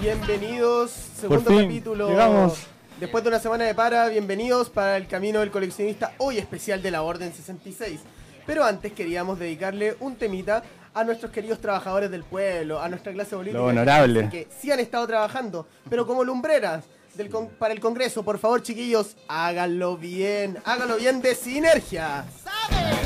bienvenidos. Segundo fin, capítulo. llegamos. Después de una semana de para, bienvenidos para el Camino del Coleccionista, hoy especial de la Orden 66. Pero antes queríamos dedicarle un temita a nuestros queridos trabajadores del pueblo, a nuestra clase política. Lo honorable. Que sí han estado trabajando, pero como lumbreras del con- para el Congreso. Por favor, chiquillos, háganlo bien. Háganlo bien de sinergia. Dale.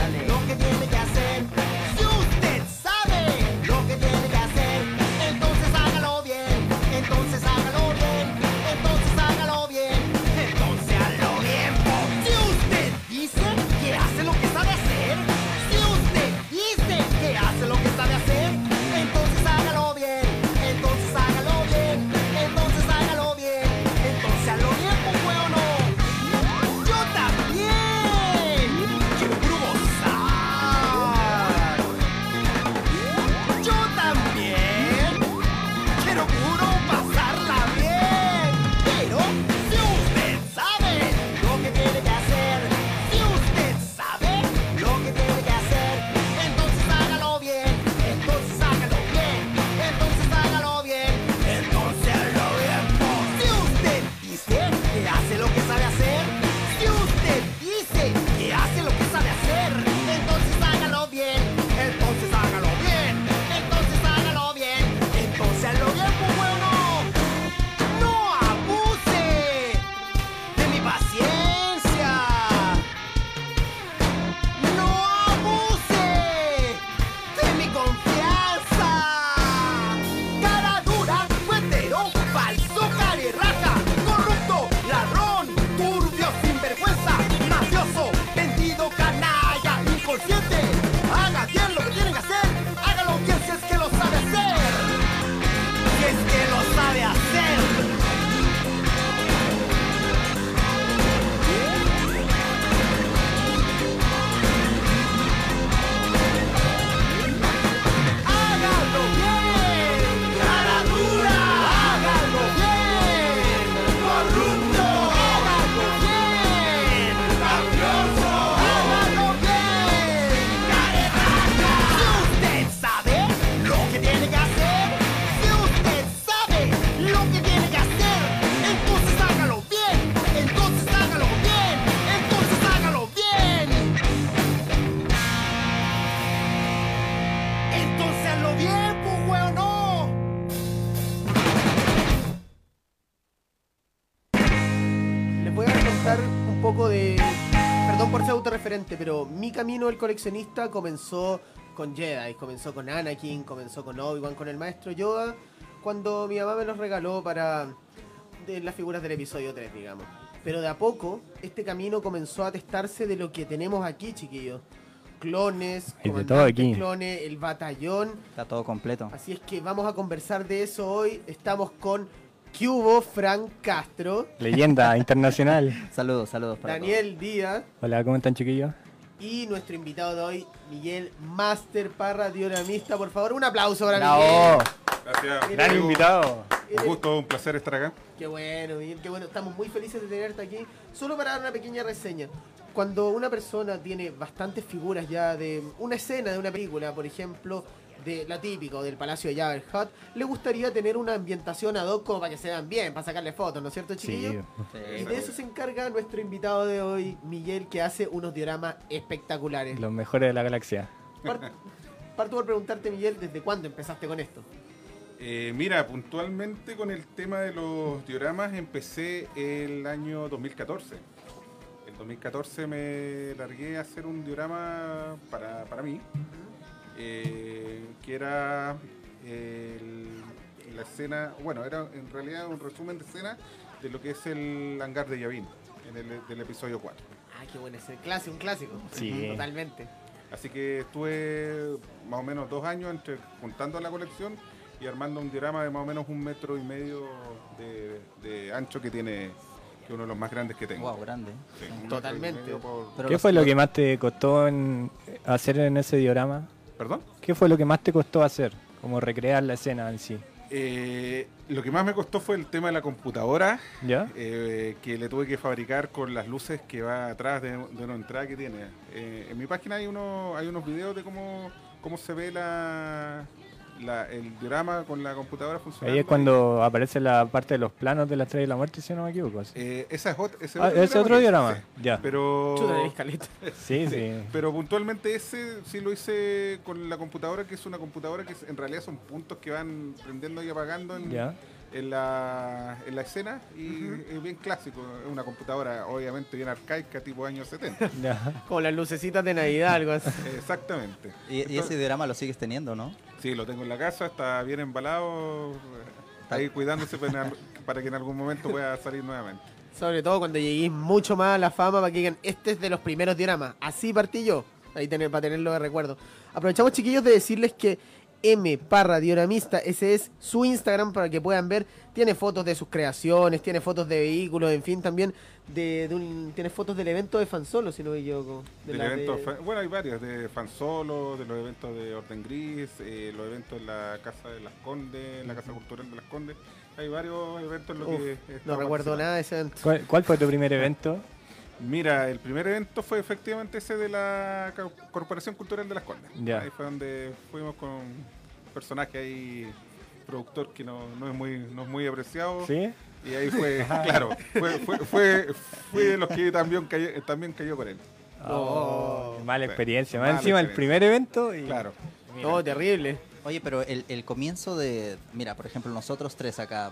Les voy a contar un poco de. Perdón por ser autorreferente, pero mi camino del coleccionista comenzó con Jedi, comenzó con Anakin, comenzó con Obi-Wan, con el maestro Yoda, cuando mi mamá me los regaló para de las figuras del episodio 3, digamos. Pero de a poco, este camino comenzó a testarse de lo que tenemos aquí, chiquillos. Clones, Hay de todo aquí. comandantes clones, el batallón, Está todo completo. Así es que vamos a conversar de eso hoy. Estamos con Cubo Frank Castro, Leyenda internacional. Saludos, saludos para Daniel Díaz Hola, ¿cómo están, chiquillos? Y nuestro invitado de hoy, Miguel Master Parra, dioramista. Por favor, un aplauso para Bravo. Miguel. Gracias. Mira, Gran Bravo. invitado. Un gusto, un placer estar acá. Qué bueno, Miguel, qué bueno. Estamos muy felices de tenerte aquí. Solo para dar una pequeña reseña. Cuando una persona tiene bastantes figuras ya de una escena de una película, por ejemplo, de la típica o del Palacio de Jabber Hutt, le gustaría tener una ambientación ad hoc como para que se vean bien, para sacarle fotos, ¿no es cierto, chiquillo? Sí. Y de eso se encarga nuestro invitado de hoy, Miguel, que hace unos dioramas espectaculares. Los mejores de la galaxia. Par- Parto por preguntarte, Miguel, ¿desde cuándo empezaste con esto? Eh, mira, puntualmente con el tema de los dioramas empecé el año 2014. El 2014 me largué a hacer un diorama para, para mí, eh, que era el- la escena, bueno, era en realidad un resumen de escena de lo que es el hangar de Yavin, en el, del episodio 4. Ah, qué bueno, ese clásico, un clásico. Sí. Totalmente. Así que estuve más o menos dos años entre juntando la colección y armando un diorama de más o menos un metro y medio de, de ancho que tiene, que es uno de los más grandes que tengo. Wow, grande. Sí, un metro y Totalmente. medio por- Pero ¿Qué los- fue lo que más te costó en- hacer en ese diorama? ¿Perdón? ¿Qué fue lo que más te costó hacer? Como recrear la escena en sí. Eh, lo que más me costó fue el tema de la computadora, ¿Ya? eh, que le tuve que fabricar con las luces que va atrás de, de una entrada que tiene. Eh, en mi página hay, uno, hay unos videos de cómo, cómo se ve la, la- el diorama con la computadora funcionando. Ahí es cuando aparece la parte de los planos de la estrella de la muerte, si no me equivoco. ¿sí? Eh, esa es ot- ese Ah, ¿Ese otro que- diorama? sí. Ya. Chuta, Pero, tenés caleta. Sí, sí. pero puntualmente ese sí lo hice con la computadora, que es una computadora que es- en realidad son puntos que van prendiendo y apagando en, ¿Ya? en la, en la escena y es bien clásico. Es una computadora obviamente bien arcaica, tipo años 70. ya. Como las lucecitas de Navidad, algo así. Exactamente. Y, y ese diorama lo sigues teniendo, ¿no? Sí, lo tengo en la casa, está bien embalado, eh, ahí cuidándose para, para que en algún momento pueda salir nuevamente. Sobre todo cuando lleguéis mucho más a la fama para que digan, este es de los primeros dioramas. Así partí yo. Ahí tener, para tenerlo de recuerdo. Aprovechamos, chiquillos, de decirles que M Parra Dioramista, ese es su Instagram para que puedan ver. Tiene fotos de sus creaciones, tiene fotos de vehículos, en fin, también de, de un- tiene fotos del evento de Fansolo, si no me equivoco. De Del la evento, de- fa- bueno, hay varios, de fan solo, de los eventos de Orden Gris, eh, los eventos en la Casa de las Condes, en la Casa Cultural de las Condes. Hay varios eventos en los Uf, que... he estado no recuerdo participando. nada de ese evento. ¿Cuál, cuál fue tu primer evento? Mira, el primer evento fue efectivamente ese de la Ca- Corporación Cultural de las Condes. Ya. Ahí fue donde fuimos con un personaje ahí, productor que no, no es muy no es muy apreciado. ¿Sí? Y ahí fue, claro, fue, fue, fue, fue de los que también cayó, también cayó con él. Oh, mala Sí. experiencia. Más Mala encima, el experiencia. primer evento y... Claro. Mira. Todo terrible. Oye, pero el, el comienzo de. Mira, por ejemplo, nosotros tres acá.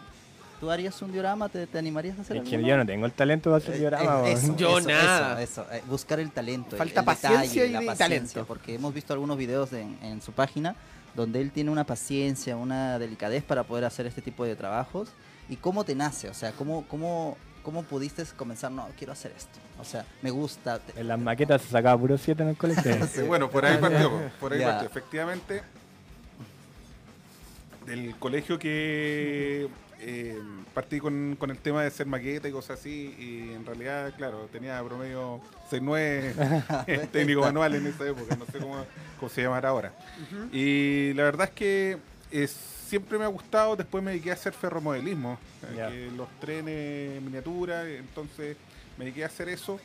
¿Tú harías un diorama? ¿Te, te animarías a hacer Es que alguno? yo no tengo el talento para hacer Eh, diorama. eh, weón. eso, Yo eso, nada. eso, eso, eh, buscar el talento. el- Falta el paciencia detalle, y la talento. paciencia, Porque hemos visto algunos videos en, en su página donde él tiene una paciencia, una delicadez para poder hacer este tipo de trabajos. ¿Y cómo te nace? O sea, ¿cómo, cómo, cómo pudiste comenzar? No, quiero hacer esto. O sea, me gusta. te- En las maquetas se sacaba puro 7 en el colegio. Eh, bueno, por ahí partió, por ahí Ya. partió. Efectivamente, del colegio que eh, partí con, con el tema de ser maqueta y cosas así, y en realidad, claro, tenía promedio 6-9 técnico manual en esa época, no sé cómo, cómo se llamará ahora. Y la verdad es que eh, siempre me ha gustado, después me dediqué a hacer ferromodelismo, eh, Ya. que los trenes en miniatura, entonces me dediqué a hacer eso.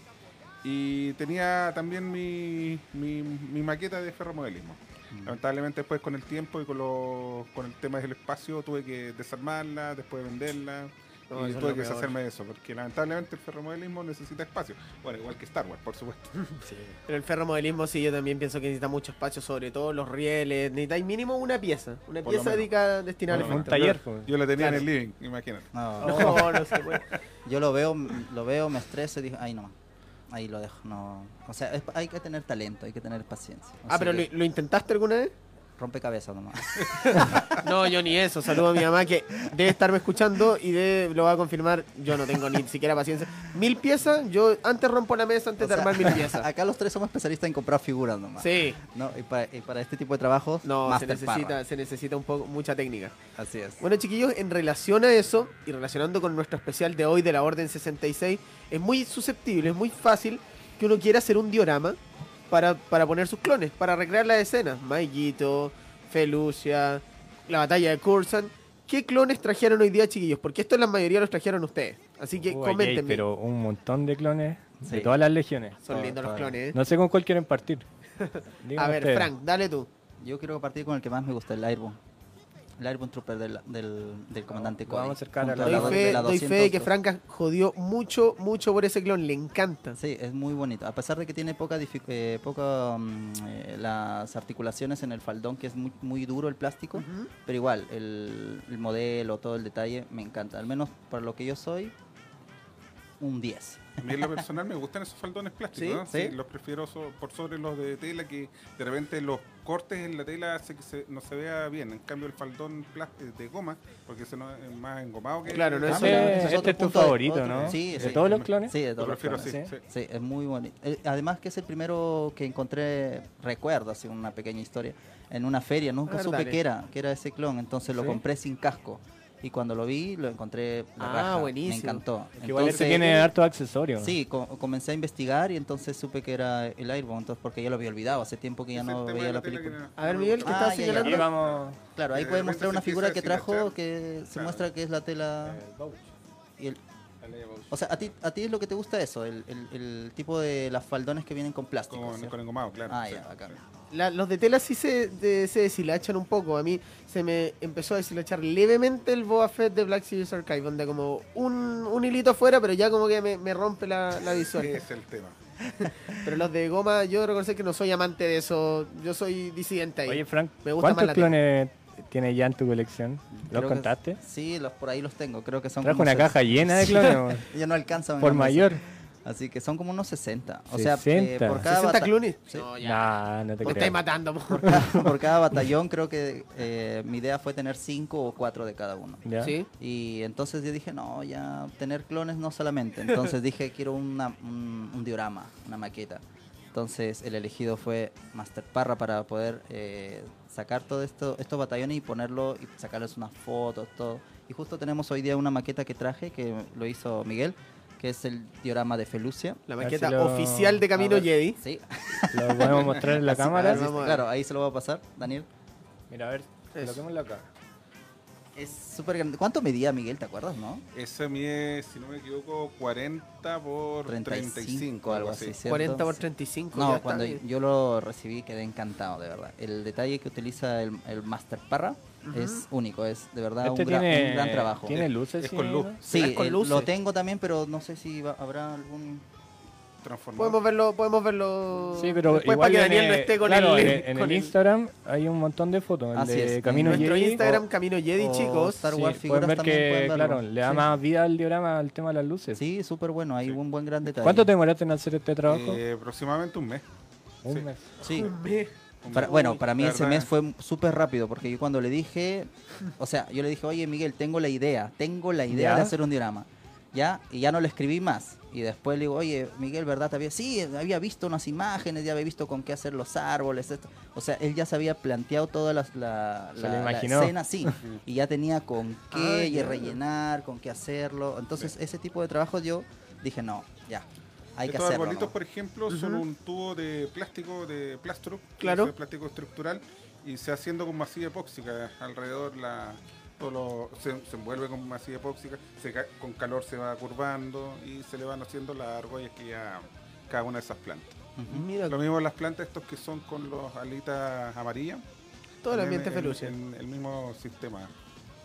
Y tenía también mi, mi, mi maqueta de ferromodelismo. Mm. Lamentablemente después con el tiempo y con, los con el tema del espacio tuve que desarmarla, después venderla. No, Oh, eso y es tuve lo que peor. deshacerme de eso, porque lamentablemente el ferromodelismo necesita espacio. Bueno, igual que Star Wars, por supuesto. Pero el ferromodelismo sí, yo también pienso que necesita mucho espacio, sobre todo los rieles. Necesitáis mínimo una pieza. Una Por lo pieza menos. dedicada destinada al Por lo Un efecto. menos. taller. weón. Yo la tenía Claro. en el living, imagínate. No, No, no se puede. Yo lo veo, lo veo, me estreso y digo, ay no, ahí lo dejo, no. O sea, es- hay que tener talento, hay que tener paciencia. Ah, Así pero que ¿lo, lo intentaste alguna vez? rompe cabeza nomás. No, yo ni eso. Saludo a mi mamá que debe estarme escuchando y debe- lo va a confirmar. Yo no tengo ni siquiera paciencia. Mil piezas, yo antes rompo la mesa antes O de sea, armar mil piezas. Acá los tres somos especialistas en comprar figuras nomás. Sí. ¿no? Y, para, y para este tipo de trabajos, No, se Master necesita, Parra. se necesita un poco, mucha técnica. Así es. Bueno, chiquillos, en relación a eso y relacionando con nuestro especial de hoy de la Orden 66, es muy susceptible, es muy fácil que uno quiera hacer un diorama para, para poner sus clones, para recrear las escenas. Maiguito, Felucia, la batalla de Cursan. ¿Qué clones trajeron hoy día, chiquillos? Porque esto en la mayoría los trajeron ustedes. Así que Uy, coméntenme. hay, pero un montón de clones Sí. de todas las legiones. Son Está- lindos los está clones, ¿eh? No sé con cuál quieren partir. Díganme A ver, ustedes. Ah, Frank, dale tú. Yo quiero compartir con el que más me gusta, el Airborne. El Airborne Trooper del, del, del comandante Vamos Cody. a acercar Junto a Doy la- do- de fe, doy fe 200 de que Franca jodió mucho, mucho por ese clon. Le encanta. Sí, es muy bonito. A pesar de que tiene poca, dific- eh, poca mm, eh, las articulaciones en el faldón, que es muy, muy duro el plástico, Ujú. pero igual, el, el modelo, todo el detalle, me encanta. Al menos para lo que yo soy, un 10. A mí en lo personal me gustan esos faldones plásticos. ¿Sí? ¿no? ¿Sí? los prefiero so- por sobre los de tela que de repente los cortes en la tela hace que se- no se vea bien. En cambio el faldón plas- eh, de goma, porque ese no es más engomado que... Claro, no Ah, es- Ese- mira, ese es este otro es tu punto de- favorito, otro- ¿no? sí, de sí. todos los clones. Sí, de Lo todos los prefiero colores. así. clones, sí. Sí, es muy bonito. Eh, Además que es el primero que encontré, recuerdo, así una pequeña historia, en una feria, nunca Ah, supe dale. que era, que era ese clon, entonces lo ¿Sí? compré sin casco. Y cuando lo vi, lo encontré la Ah, raja, buenísimo. Me encantó. Que igual este Entonces, eh, tiene harto accesorio. Sí, co- comencé a investigar y entonces supe que era el Airborne, entonces, porque ya lo había olvidado, hace tiempo que ya Ese no tema de veía la tela que película. no- A ver, no me Miguel, gusta. ¿qué Ah, estabas ya, ya. Aquí señalando? vamos. Claro, ahí de puedes repente mostrar se una empieza figura a que trajo deshilachar. que se Claro. muestra que es la tela... y el- Dale, vamos. o sea, a ti, a ti es lo que te gusta eso, el, el- el tipo de las faldones que vienen con plástico. Con, ¿cierto? con engomado, claro. Ah, sí, ya, bacán. La- los de tela sí se, de- se deshilachan un poco. A mí se me empezó a deshilachar levemente el Boba Fett de Black Series Archive. Onda como un, un hilito afuera, pero ya como que me, me rompe la, la sí. Ese visual. es el tema. Pero los de goma, yo reconocer que no soy amante de eso. Yo soy disidente ahí. Oye, Frank, Me gusta más ¿cuántos la clones tiene ya en tu colección? ¿Los Creo que- contaste? Sí, los, por ahí los tengo. Creo que son. Trajo como una ses- caja llena de Sí. clones, weón. Ya no alcanza. por mayor. Así que son como unos 60. O sea, eh, 60. por cada 60 bata- Clooney. Sí. No, ya. Nah, no te me estáis creo. matando. po. Por cada, por cada batallón, creo que eh, mi idea fue tener 5 o 4 de cada uno. ¿Ya? Sí. Y entonces yo dije, no, ya tener clones no solamente. Entonces dije, quiero una- un, un diorama, una maqueta. Entonces el elegido fue Master Parra para poder eh, sacar todos esto, estos batallones y ponerlo y sacarles unas fotos, todo. Y justo tenemos hoy día una maqueta que traje, que lo hizo Miguel, que es el diorama de Felucia. La A ver maqueta si lo- oficial de Camino A ver, Jedi. Sí. Lo podemos mostrar en la Así- cámara. a ver si- Vamos a ver. claro, ahí se lo voy a pasar, Daniel. Mira, a ver, Eso. coloquémoslo acá. Es súper grande. ¿Cuánto medía Miguel, te acuerdas, no? Ese mide, si no me equivoco, 40 por 35, 35, algo así, ¿cierto? 40 por 35. ya No, está cuando bien. yo lo recibí quedé encantado, de verdad. El detalle que utiliza el, el Master Parra es único, es de verdad Este un, gra- tiene, un gran trabajo. tiene luces. Es sí, con luz. ¿no? Sí, Ah, con eh, luces. lo tengo también, pero no sé si va- habrá algún... Transformado. Podemos verlo, podemos verlo. Sí, pero después para igual que en Daniel no el- esté con claro, el, en el, en con el el- Instagram hay un montón de fotos. El Así de es, Camino en Nuestro Jedi, oh, Instagram, o- Camino Jedi, o chicos. Star sí, Wars pueden figuras ver también que, pueden verlo. claro, le da Sí. más vida al diorama al tema de las luces. Sí, súper bueno, hay Sí. un buen gran detalle. ¿Cuánto te demoraste en hacer este trabajo? Eh, aproximadamente un mes. Un sí. mes. Sí. Un mes. Un Para- mes. bueno, para mí La ese verdad, mes fue súper rápido, porque yo cuando le dije, o sea, yo le dije, oye Miguel, tengo la idea, tengo la idea ¿Ya? de hacer un diorama, ¿ya? Y ya no le escribí más. Y después le digo, oye Miguel, ¿verdad? Te había... Sí, había visto unas imágenes, ya había visto con qué hacer los árboles, esto. O sea, él ya se había planteado toda la, la, Se la- lo la imaginó. escena, sí, y ya tenía con qué Ah, y ya. rellenar, con qué hacerlo. Entonces, ese tipo de trabajo yo dije, no, ya, hay que Estos hacerlo. arbolitos, ¿no? por ejemplo, son un tubo de plástico, de plastro, que Claro. es de plástico estructural, y se haciendo con masilla epóxica alrededor la todo lo- se, se envuelve con masilla epóxica, se ca- con calor se va curvando y se le van haciendo las argollas que ya cada una de esas plantas. Ujú. Mira, Lo mismo las plantas estos que son con los alitas amarillas. todo el también ambiente en- peluche. en el mismo sistema.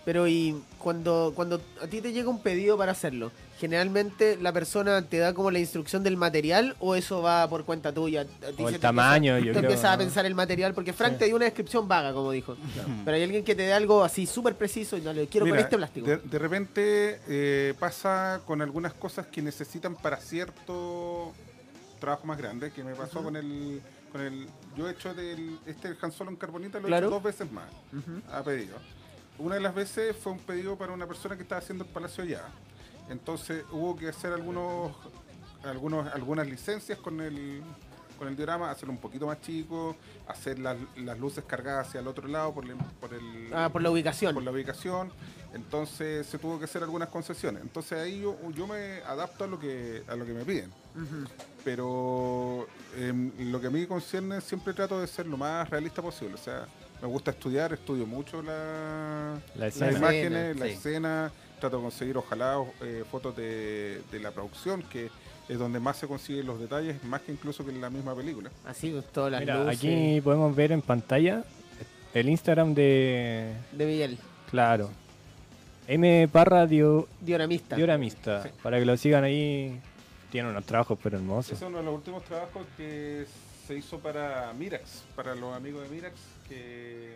Pero y cuando, cuando a ti te llega un pedido para hacerlo, generalmente la persona te da como la instrucción del material o eso va por cuenta tuya. A ti se te O el empieza- tamaño, Tú yo creo. empiezas a ¿no? pensar el material, porque Frank Sí. te dio una descripción vaga, como dijo. Pero hay alguien que te dé algo así súper preciso y no le quiero Mira, con este plástico. De, de repente eh, pasa con algunas cosas que necesitan para cierto trabajo más grande, que me pasó con el con el yo he hecho del este Han Solo en carbonita lo Claro. he hecho dos veces más Ujú. a pedido. Una de las veces fue un pedido para una persona que estaba haciendo el Palacio allá. Entonces hubo que hacer algunos algunos algunas licencias con el con el diorama, hacerlo un poquito más chico, hacer las, las luces cargadas hacia el otro lado por, el- por el... Ah, por la ubicación. por la ubicación, entonces se tuvo que hacer algunas concesiones. Entonces ahí yo, yo me adapto a lo que a lo que me piden. Ujú. Pero em, lo que a mí concierne siempre trato de ser lo más realista posible. O sea, me gusta estudiar, estudio mucho la, La las escena. imagen. imágenes, la sí. escena, trato de conseguir ojalá o- eh, fotos de, de la producción, que es donde más se consiguen los detalles, más que incluso que en la misma película. Así, pues, todas las Mira, luces aquí podemos ver en pantalla el Instagram de. de Miguel, Claro. M Parra dio, dioramista. Dioramista. Sí. Para que lo sigan ahí. Tiene unos trabajos pero hermosos. Es uno de los últimos trabajos que se hizo para Mirax, para los amigos de Mirax, que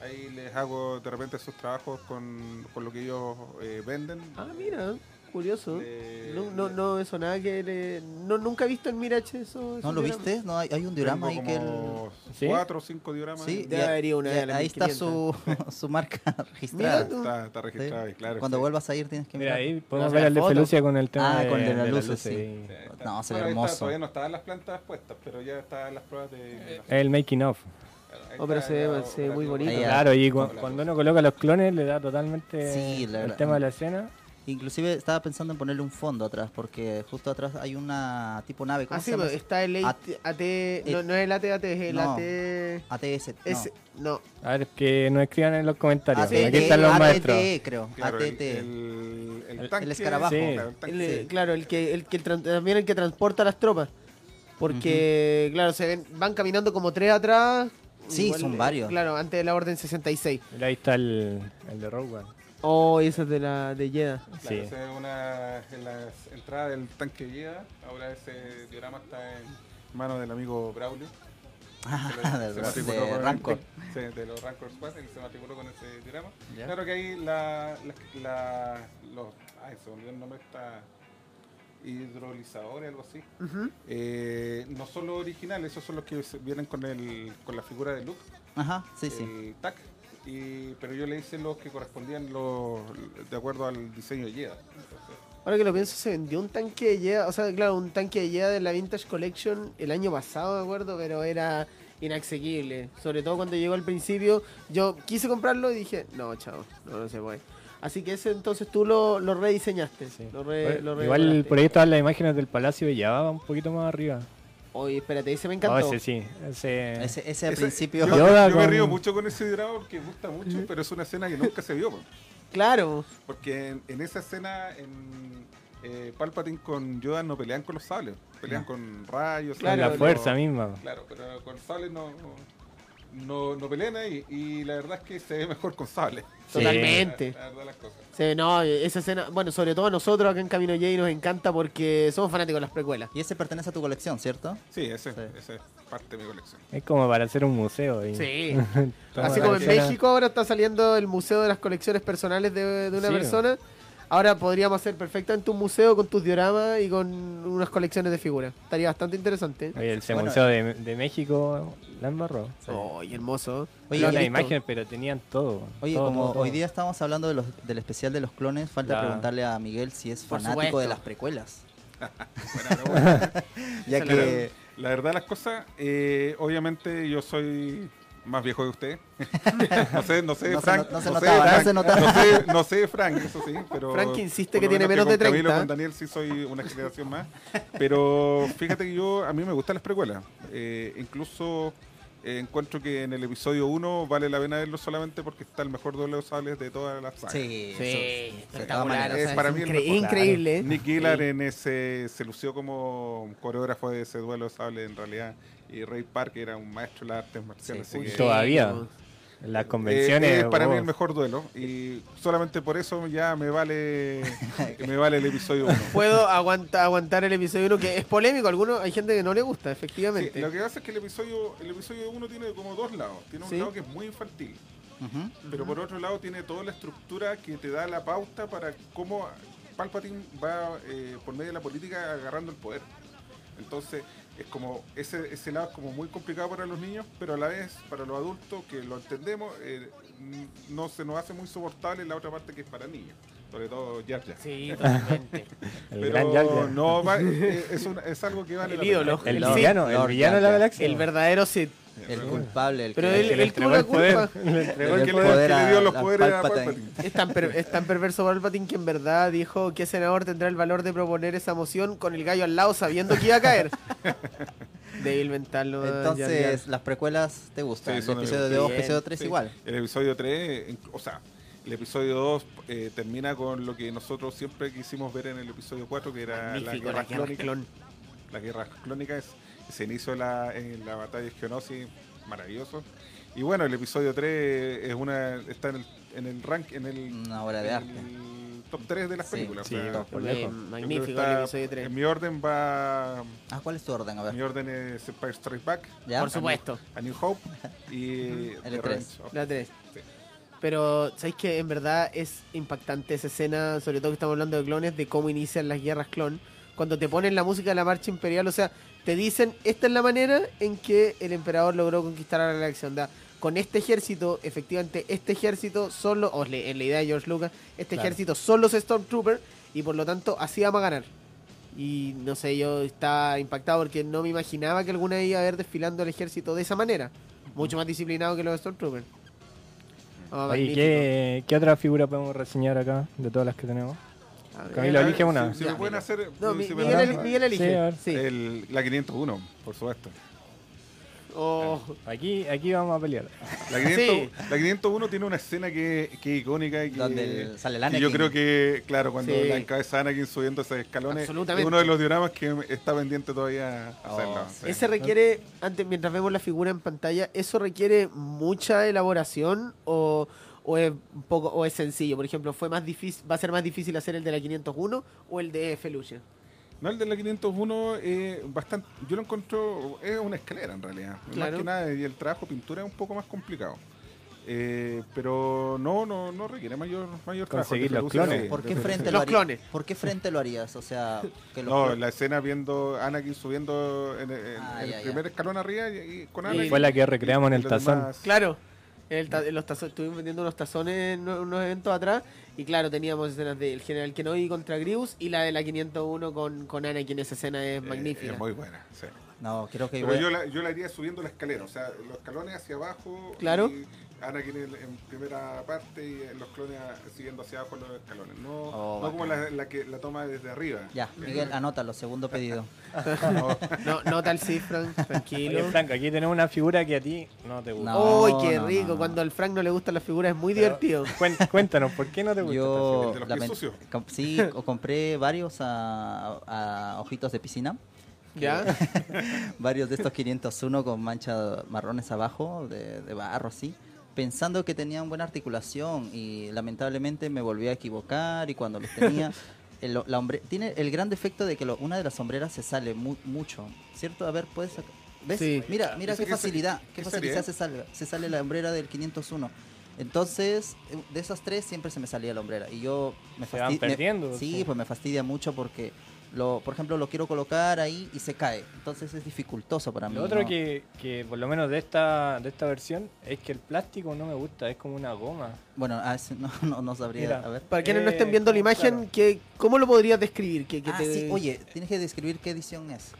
ahí les hago de repente esos trabajos con, con lo que ellos eh, venden. Ah, mira, curioso. Le- No, no, no, eso nada que le- no, nunca he visto en Mirage eso. ¿No esos lo dioramas. viste? No, hay, hay un diorama ahí que él... como ¿Sí? cuatro o cinco dioramas. Sí, Debe y a- haber ido una y de las ahí está 1500. su, su marca Está, registrada. Mira, está- está registrado ahí, claro. Cuando sí. vuelvas a ir tienes que Mira mirar. ahí podemos Las ver al de fotos. Pelucia con el tema Ah, de, con el de las de luces, sí. Sí, está. No, se ve ahí está, hermoso. todavía no están las plantas puestas, pero ya están las pruebas de. y- El making of. Ahí Oh, pero está se ve- ya se ve muy operativo. bonito. Ahí, Claro, y cu- Con la cuando luz. uno coloca los clones le da totalmente Sí, la el verdad. tema de la escena. Inclusive estaba pensando en ponerle un fondo atrás, porque justo atrás hay una tipo nave, ¿cómo Ah, se sí, llama? pues, está el AT, AT- no, no es el AT, AT, es el No. AT. ATS. no. Es, no. A ver, que nos escriban en los comentarios. ATT, Aquí están los ATT, maestros. creo. Claro, el, ATT. el, el El- tanque- el escarabajo. Sí. claro, el tanque. El, eh, Claro, el que, el que tran- también el que transporta a las tropas. Porque, claro, se ven, van caminando como tres atrás. Sí, son eh, varios. Claro, antes de la Orden 66. Mira, ahí está el, el de Rogue One. Oh, y esa es de la de Jeddah. Claro, Sí. esa es una en la entrada del tanque Lleda. Ahora ese diorama está en manos del amigo Braulio. Se lo- Ah, se del- matriculó de con- Rancor. sí, de los Rancor Squad, él se matriculó con ese diorama. Ya. Claro que ahí la, la, la- los. Ay, se me olvidó el nombre está hidrolizadores, algo así. Ujú. Eh, no son los originales, esos son los que se- vienen con el con la figura de Luke, Ajá, sí, sí. el TAC. Y, pero yo le hice los que correspondían los, de acuerdo al diseño de Jedi. Entonces, Ahora que lo pienso, se vendió un tanque de Jeddah. O sea, claro, un tanque de Jeddah de la Vintage Collection el año pasado, de acuerdo, pero era inasequible. Sobre todo cuando llegó al principio. Yo quise comprarlo y dije, no, chao, no, no se puede. Así que ese entonces tú lo, lo rediseñaste. Sí. Lo re- lo Igual revelaste. por ahí estaban las imágenes del Palacio de Java un poquito más arriba. Oye, espérate, ese me No, encantó. ese sí. Ese... Ese, ese eh, Ese- al principio. Yo, Yoda yo me con- río mucho con ese drama porque gusta mucho, pero es una escena que nunca se vio. po. Claro. Porque en, en esa escena, en, eh, Palpatine con Yoda no pelean con los sables, pelean con rayos. con claro, la lo- sables, fuerza no- misma. Claro, pero con sables no, no, no pelean ahí. Y la verdad es que se ve mejor con sables. Sí. Totalmente. La, la verdad las cosas. Sí, no, esa escena, bueno, sobre todo a nosotros acá en Camino J nos encanta porque somos fanáticos de las precuelas. Y ese pertenece a tu colección, ¿cierto? Sí, ese, Sí. ese es parte de mi colección. Es como para hacer un museo. ahí. Sí. Toda Así la como en escena. México ahora está saliendo el museo de las colecciones personales de, de una Sí. persona, ahora podríamos hacer perfectamente un museo con tus dioramas y con unas colecciones de figuras. Estaría bastante interesante. Oye, el Bueno, museo de, de México la embarró. Oh, y hermoso. Oye, no y las listo. imágenes, pero tenían todo. Oye, todo, como todo, todo. hoy día estamos hablando de los- del especial de los clones, falta Claro. preguntarle a Miguel si es Por fanático de supuesto. las precuelas. Buena pregunta. Ya Esa que. La verdad las cosas, eh, obviamente yo soy más viejo que usted. no sé, no sé, No se Frank. no- no se sé, notaba, no Frank, se notaba. no sé- no sé, Frank, eso sí, pero... Frank insiste por que lo tiene menos con de Camilo, 30. con Daniel sí soy una generación más. Pero fíjate que yo, a mí me gustan las precuelas. Eh, incluso eh, encuentro que en el episodio 1 vale la pena verlo solamente porque está el mejor doble de sables de todas las sagas. Sí, eso- de todas espectacular. maneras. o sea, Es es para mí el incre- mejor. increíble. Nick Gillard en ese, se lució como coreógrafo de ese duelo de sable en realidad. Y Ray Park era un maestro de las artes marciales. Sí, así que- Todavía. Sí. En Las convenciones. Eh, es para mí oh, el mejor duelo. Y solamente por eso ya me vale me vale el episodio 1. Puedo aguanta- aguantar el episodio 1 que es polémico, alguno hay gente que no le gusta, efectivamente. lo que pasa es que el episodio el episodio 1 tiene como dos lados. Tiene un Sí. lado que es muy infantil, Ujú. pero por otro lado tiene toda la estructura que te da la pauta para cómo Palpatine va eh, por medio de la política agarrando el poder. Entonces, es como ese, ese lado es como muy complicado para los niños, pero a la vez para los adultos que lo entendemos, eh, n- no se nos hace muy soportable la otra parte que es para niños. sobre todo Jar Jar. Sí, totalmente. El Pero gran Jar Jar. no, va- eh, es, una- es algo que vale El la pena. ídolo. el, el Sith. villano, el Lord villano de la Jar Jar. galaxia. el verdadero Sith. El culpable, el Pero que, él- que le él tuvo entregó la el poder. culpa. Le le entregó dio el que el le- poder. poder que le a- dio los a poderes a Palpatine. Palpatine. Es tan, per- es tan perverso Palpatine que en verdad dijo que senador tendrá el valor de proponer esa moción con el gallo al lado sabiendo que iba a caer. Débil mental, ¿no? Jar Jar. Entonces, las precuelas te gustan. Sí, el son episodio amigos. 2, Bien, episodio 3 Sí. igual. El episodio 3, en- o sea, el episodio 2 eh, termina con lo que nosotros siempre quisimos ver en el episodio 4, que era la Magnífico, guerra, la guerra clónica. clon. Las guerras clónicas se inició la, en la batalla de Geonosis, maravilloso. Y bueno, el episodio 3 es una, está en el, en el rank, en el, Una obra de en arte. el top 3 de las Sí, películas. sí, o sea, top. Por Eh, lejos. yo creo que Magnífico está- el episodio 3. En mi orden va, Ah, ¿cuál es tu orden? A ver. mi orden es Empire Strikes Back, ¿Ya? Por supuesto, A New Hope y El E 3. of- la 3. Sí. Pero, ¿sabéis que en verdad es impactante esa escena, sobre todo que estamos hablando de clones, de cómo inician las guerras clon? Cuando te ponen la música de la marcha imperial, o sea, te dicen, esta es la manera en que el emperador logró conquistar a la galaxia. Onda, con este ejército, efectivamente, este ejército solo, o le- en la idea de George Lucas, este Claro. ejército son los Stormtroopers y por lo tanto así vamos a ganar. Y no sé, yo estaba impactado porque no me imaginaba que alguna vez iba a ver desfilando el ejército de esa manera. Mucho más disciplinado que los Stormtroopers. Ah, Mm. Oye, magnífico. ¿qué, ¿qué otra figura podemos reseñar acá de todas las que tenemos? A ver. Camilo, Ah, elige una. Si, si me Ya, pueden mira. hacer. No, si Mi- me- Miguel, el- Ah, Miguel elige. sí, a ver. Sí. El- la 501, por supuesto. Oh, Aquí, aquí vamos a pelear. La, 500 la 501 tiene una escena que, que es icónica y que, Donde el- sale el que yo Anakin. creo que, claro, cuando Sí. la encabeza Anakin subiendo esos escalones, Absolutamente. es uno de los dioramas que está pendiente todavía Oh, hacerlo. sí. Ese requiere, antes mientras vemos la figura en pantalla, ¿eso requiere mucha elaboración o, o es un poco o es sencillo? Por ejemplo, fue más difícil, ¿va a ser más difícil hacer el de la 501 o el de Felucia? No, el de la 501 eh, bastante, yo lo encuentro, es una escalera en realidad. Claro. Más que nada, y el trabajo pintura es un poco más complicado. Eh, pero no, no, no requiere mayor, mayor trabajo. Conseguir El de los Felucia, clones. sí. ¿Por qué frente Los lo harías? clones. ¿Por qué frente lo harías? O sea, que los No, clones- la escena viendo a Anakin subiendo en, en- Ah, en ya, el ya. primer escalón arriba y, y con Y- Anakin. Fue la que recreamos en y el los tazón. demás- Claro. En el ta- en los tazones, estuvimos vendiendo unos tazones en unos eventos atrás y claro, teníamos escenas del general Kenobi contra Grievous y la de la 501 con, con Anakin. Esa escena es eh, magnífica. Es muy buena, sí. No, creo que... Pero yo la, yo la iría subiendo la escalera, o sea, los escalones hacia abajo. Claro. Y Anakin en, en primera parte y eh, los clones a- siguiendo hacia abajo los escalones. No, Oh, no como bacán. la, la que la toma desde arriba. Ya, Miguel, anótalo, segundo pedido. No, No, no tal sí, Frank, Oye, tranquilo. Franco, aquí tenemos una figura que a ti no te gusta. No, ¡Ay, qué no, rico! no, no. Cuando al Frank no le gustan las figuras es muy Pero divertido. cuen- cuéntanos, ¿por qué no te gusta? Yo de los lament- pies sucios. com- sí, o compré varios a, a ojitos de piscina, ¿Ya? varios de estos 501 con manchas marrones abajo de, de barro así, pensando que tenían buena articulación y lamentablemente me volví a equivocar y cuando los tenía el- la hombre- tiene el gran defecto de que lo- una de las sombreras se sale mu- mucho, ¿cierto? A ver, puedes sac- ¿Ves? Sí. Mira, mira Ese- qué ese- facilidad, qué ese facilidad bien. se sale, se sale la hombrera del 501. Entonces, eh, de esas tres siempre se me salía la hombrera. Y yo me Se van fasti- me- perdiendo, sí, sí. pues me fastidia mucho porque, lo, por ejemplo, lo quiero colocar ahí y se cae. Entonces es dificultoso para mí. Lo otro ¿no? que, que por lo menos de esta, de esta versión es que el plástico no me gusta, es como una goma. Bueno, ah, sí, no, no, no sabría. Mira. A ver. Para quienes no Eh, estén viendo la imagen, claro. ¿qué- ¿cómo lo podrías describir? Que, que Ah, te- sí, oye, tienes que describir qué edición es.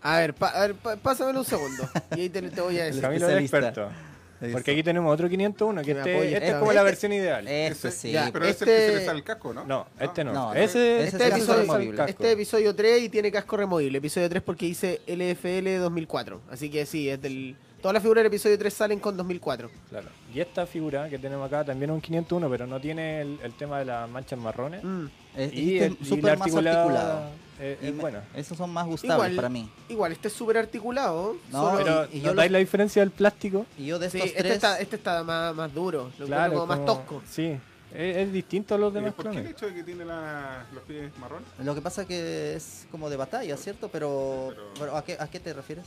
A ver, pa- a ver, pa- pásamelo un segundo. Y ahí te, te voy a El decir. Camilo es especialista. experto. Porque aquí tenemos otro 501, que Que me este, apoye. este es Este- como la este- versión ideal. Este Ese- sí. ya, Pero ese es el que Este- se le sale el casco, ¿no? No, este no. No, no, ese, ese este es es casco casco removible. casco. Este episodio 3 y tiene casco removible. Episodio 3 porque dice LFL 2004. Así que sí, es del... Todas las figuras del episodio 3 salen con 2004. Claro. Y esta figura que tenemos acá también es un 501, pero no tiene el, el tema de las manchas marrones. Mm. Es, Y, este el, es y súper la más articulada articulado. Es, Y es me- buena. Esos son más gustables Igual, para mí. Igual, este es súper articulado. No, Solo- Pero y- y yo ¿notáis los- la diferencia del plástico? Y yo de Sí, estos este, tres. está, este está más, más duro. Lo claro, encuentro como más como- tosco. Sí, es, es distinto a los ¿Y demás ¿Por qué el clones. hecho de que tiene la- los pies marrón? Lo que pasa que es como de batalla, ¿cierto? Pero, Pero- pero ¿a, qué, ¿a qué te refieres?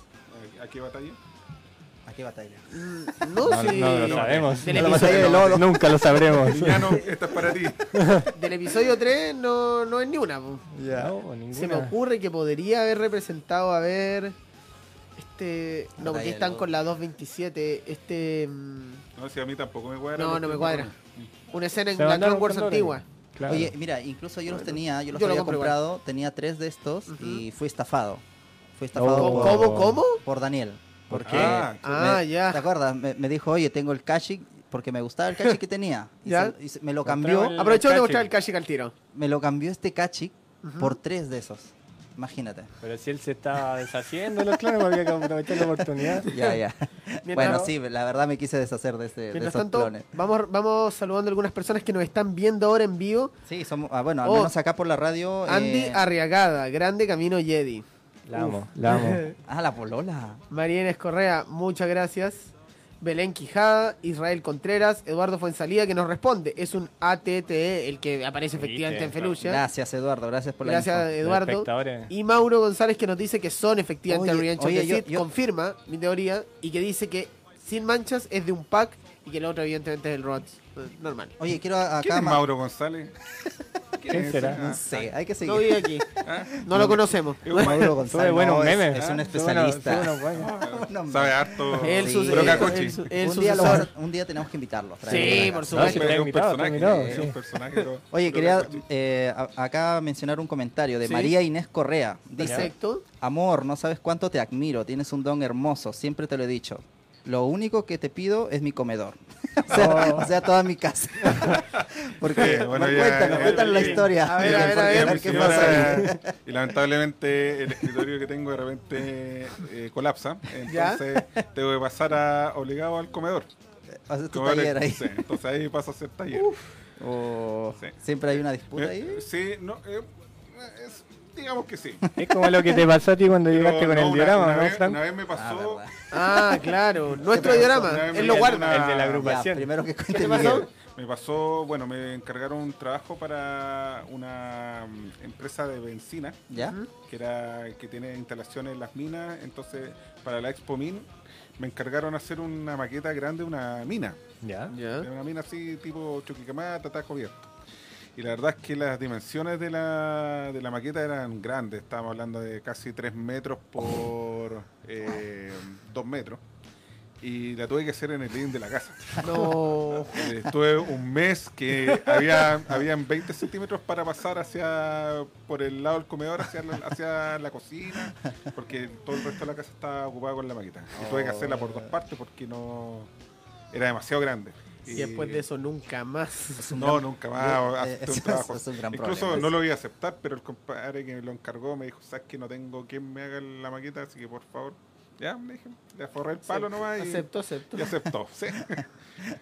¿A qué Eh, batalla? ¿A qué batalla? Mm, No, No, sí. no lo sabemos. Del No lo episodio- sabemos. Nunca lo sabremos. Liñano, esta es para ti. Del episodio 3 no, no es ni una. po. No, Se me ninguna. ocurre que podría haber representado a ver. Este. No, porque Batalla están del con la 227. Este. mm, No, si a mí tampoco me cuadra. No, los no me pies cuadra. marrones. Una escena en Se la mandaron Clone Wars con dólares. antigua. Claro. Oye, mira, incluso yo los tenía, yo los Yo lo había compro comprado, tenía tres de estos y fui estafado. Fui estafado ¿Cómo, Oh. por, cómo, cómo? por Daniel. Porque Ah, me- Ah, ya. ¿Te acuerdas? Me, me dijo, oye, tengo el Kashic, porque me gustaba el Kashic que tenía. Y, Ya. se- y se- me lo Mostraba cambió, el- Aprovechando de Kashic. mostrar el Kashic al tiro. me lo cambió este Kashic por tres de esos. Imagínate. Pero si él se está deshaciendo, los clones, había que aprovechar la oportunidad. Ya, ya. Mientras- bueno, sí, la verdad me quise deshacer de, este, de Mientras esos tanto, clones. vamos, vamos saludando a algunas personas que nos están viendo ahora en vivo. Sí, somos, ah, bueno, al Oh. menos acá por la radio. Andy eh, Arriagada, Grande Camino Jedi. La amo, la amo. ah, la polola. Marienes Correa, muchas gracias. Belén Quijada, Israel Contreras, Eduardo Fuensalida, que nos responde. Es un ATTE, E, el que aparece efectivamente Viste, en Felucia. Gracias, Eduardo. Gracias por la info. Gracias, Los Eduardo. espectadores. Y Mauro González, que nos dice que son efectivamente Oye, Real oye, yo- yo- confirma mi teoría y que dice que sin manchas es de un pack y que el otro, evidentemente, es el Rod normal. Oye, quiero a- acá. ¿Quién es ma- pues, Mauro González? ¿Quién ¿Quién es? será? Ah, No sé, hay que seguir. No vive aquí, ah, no lo conocemos. es un- Mauro González. Sube buenos no, es- memes. Es, ¿ah? un Sube especialista. unos- sube unos buenos. Oh, No, no. Sabe harto. El Sí. sucesor. Brocacochi. el su- el un, día lo sucesor. vas a- un día tenemos que invitarlo. Sí, traerlo. por No, supuesto. si Pero está es un invitado, está personaje, invitado, es sí. un personaje, bro. Oye, Bro quería Cacochi. eh, a- acá mencionar un comentario de Sí. María Inés Correa. Dice, Perfecto. amor, no sabes cuánto te admiro, tienes un don hermoso, siempre te lo he dicho. Lo único que te pido es mi comedor. o, Oh. sea, o sea, toda mi casa. Porque Sí, bueno, nos ya, cuentan, nos ya, cuentan ya, la ya. historia. A ver, Porque a ver, a porque ver. Mi qué pasa ahí. señora- y lamentablemente el escritorio que tengo de repente eh, colapsa. ¿Ya? Entonces tengo que pasar a, obligado al comedor. Haces tu Comedor taller es- ahí. sí, entonces ahí paso a hacer taller. O- Sí. Siempre hay una Eh, disputa ahí. Sí, no, eh, es- digamos que sí. Es como lo que te pasó a ti cuando Pero llegaste con no, el una- diorama, una ¿no, vez- Frank? Una vez me Ah, pasó. verdad. Ah, claro. Nuestro me pasó? diorama. No, Él lo guarda. una- El de la Ya, agrupación. primero que ¿Qué cuente te pasó? Miguel. Me pasó, bueno, me encargaron un trabajo para una mm, empresa de benzina ¿Ya? que era que tiene instalaciones en las minas, entonces para la Expo Min me encargaron hacer una maqueta grande de una mina, Ya. de una mina así tipo Chuquicamata, Tajo Abierto. Y la verdad es que las dimensiones de la, de la maqueta eran grandes, estábamos hablando de casi 3 metros por eh, 2 metros. Y la tuve que hacer en el living de la casa. Eh, No. Estuve un mes que había habían 20 centímetros para pasar hacia por el lado del comedor hacia la, hacia la cocina, porque todo el resto de la casa estaba ocupada con la maqueta. Y tuve que hacerla por Oh. dos partes porque no era demasiado grande. Y después de eso nunca más. Es un No, gran- nunca más. Eh, acepté eso un es- trabajo. es un gran Incluso problema. no lo iba a aceptar, pero el compadre que me lo encargó me dijo, sabes que no tengo quien me haga la maqueta, así que por favor, ya me dije, le forré el palo nomás y, Acepto, acepto. y aceptó. sí.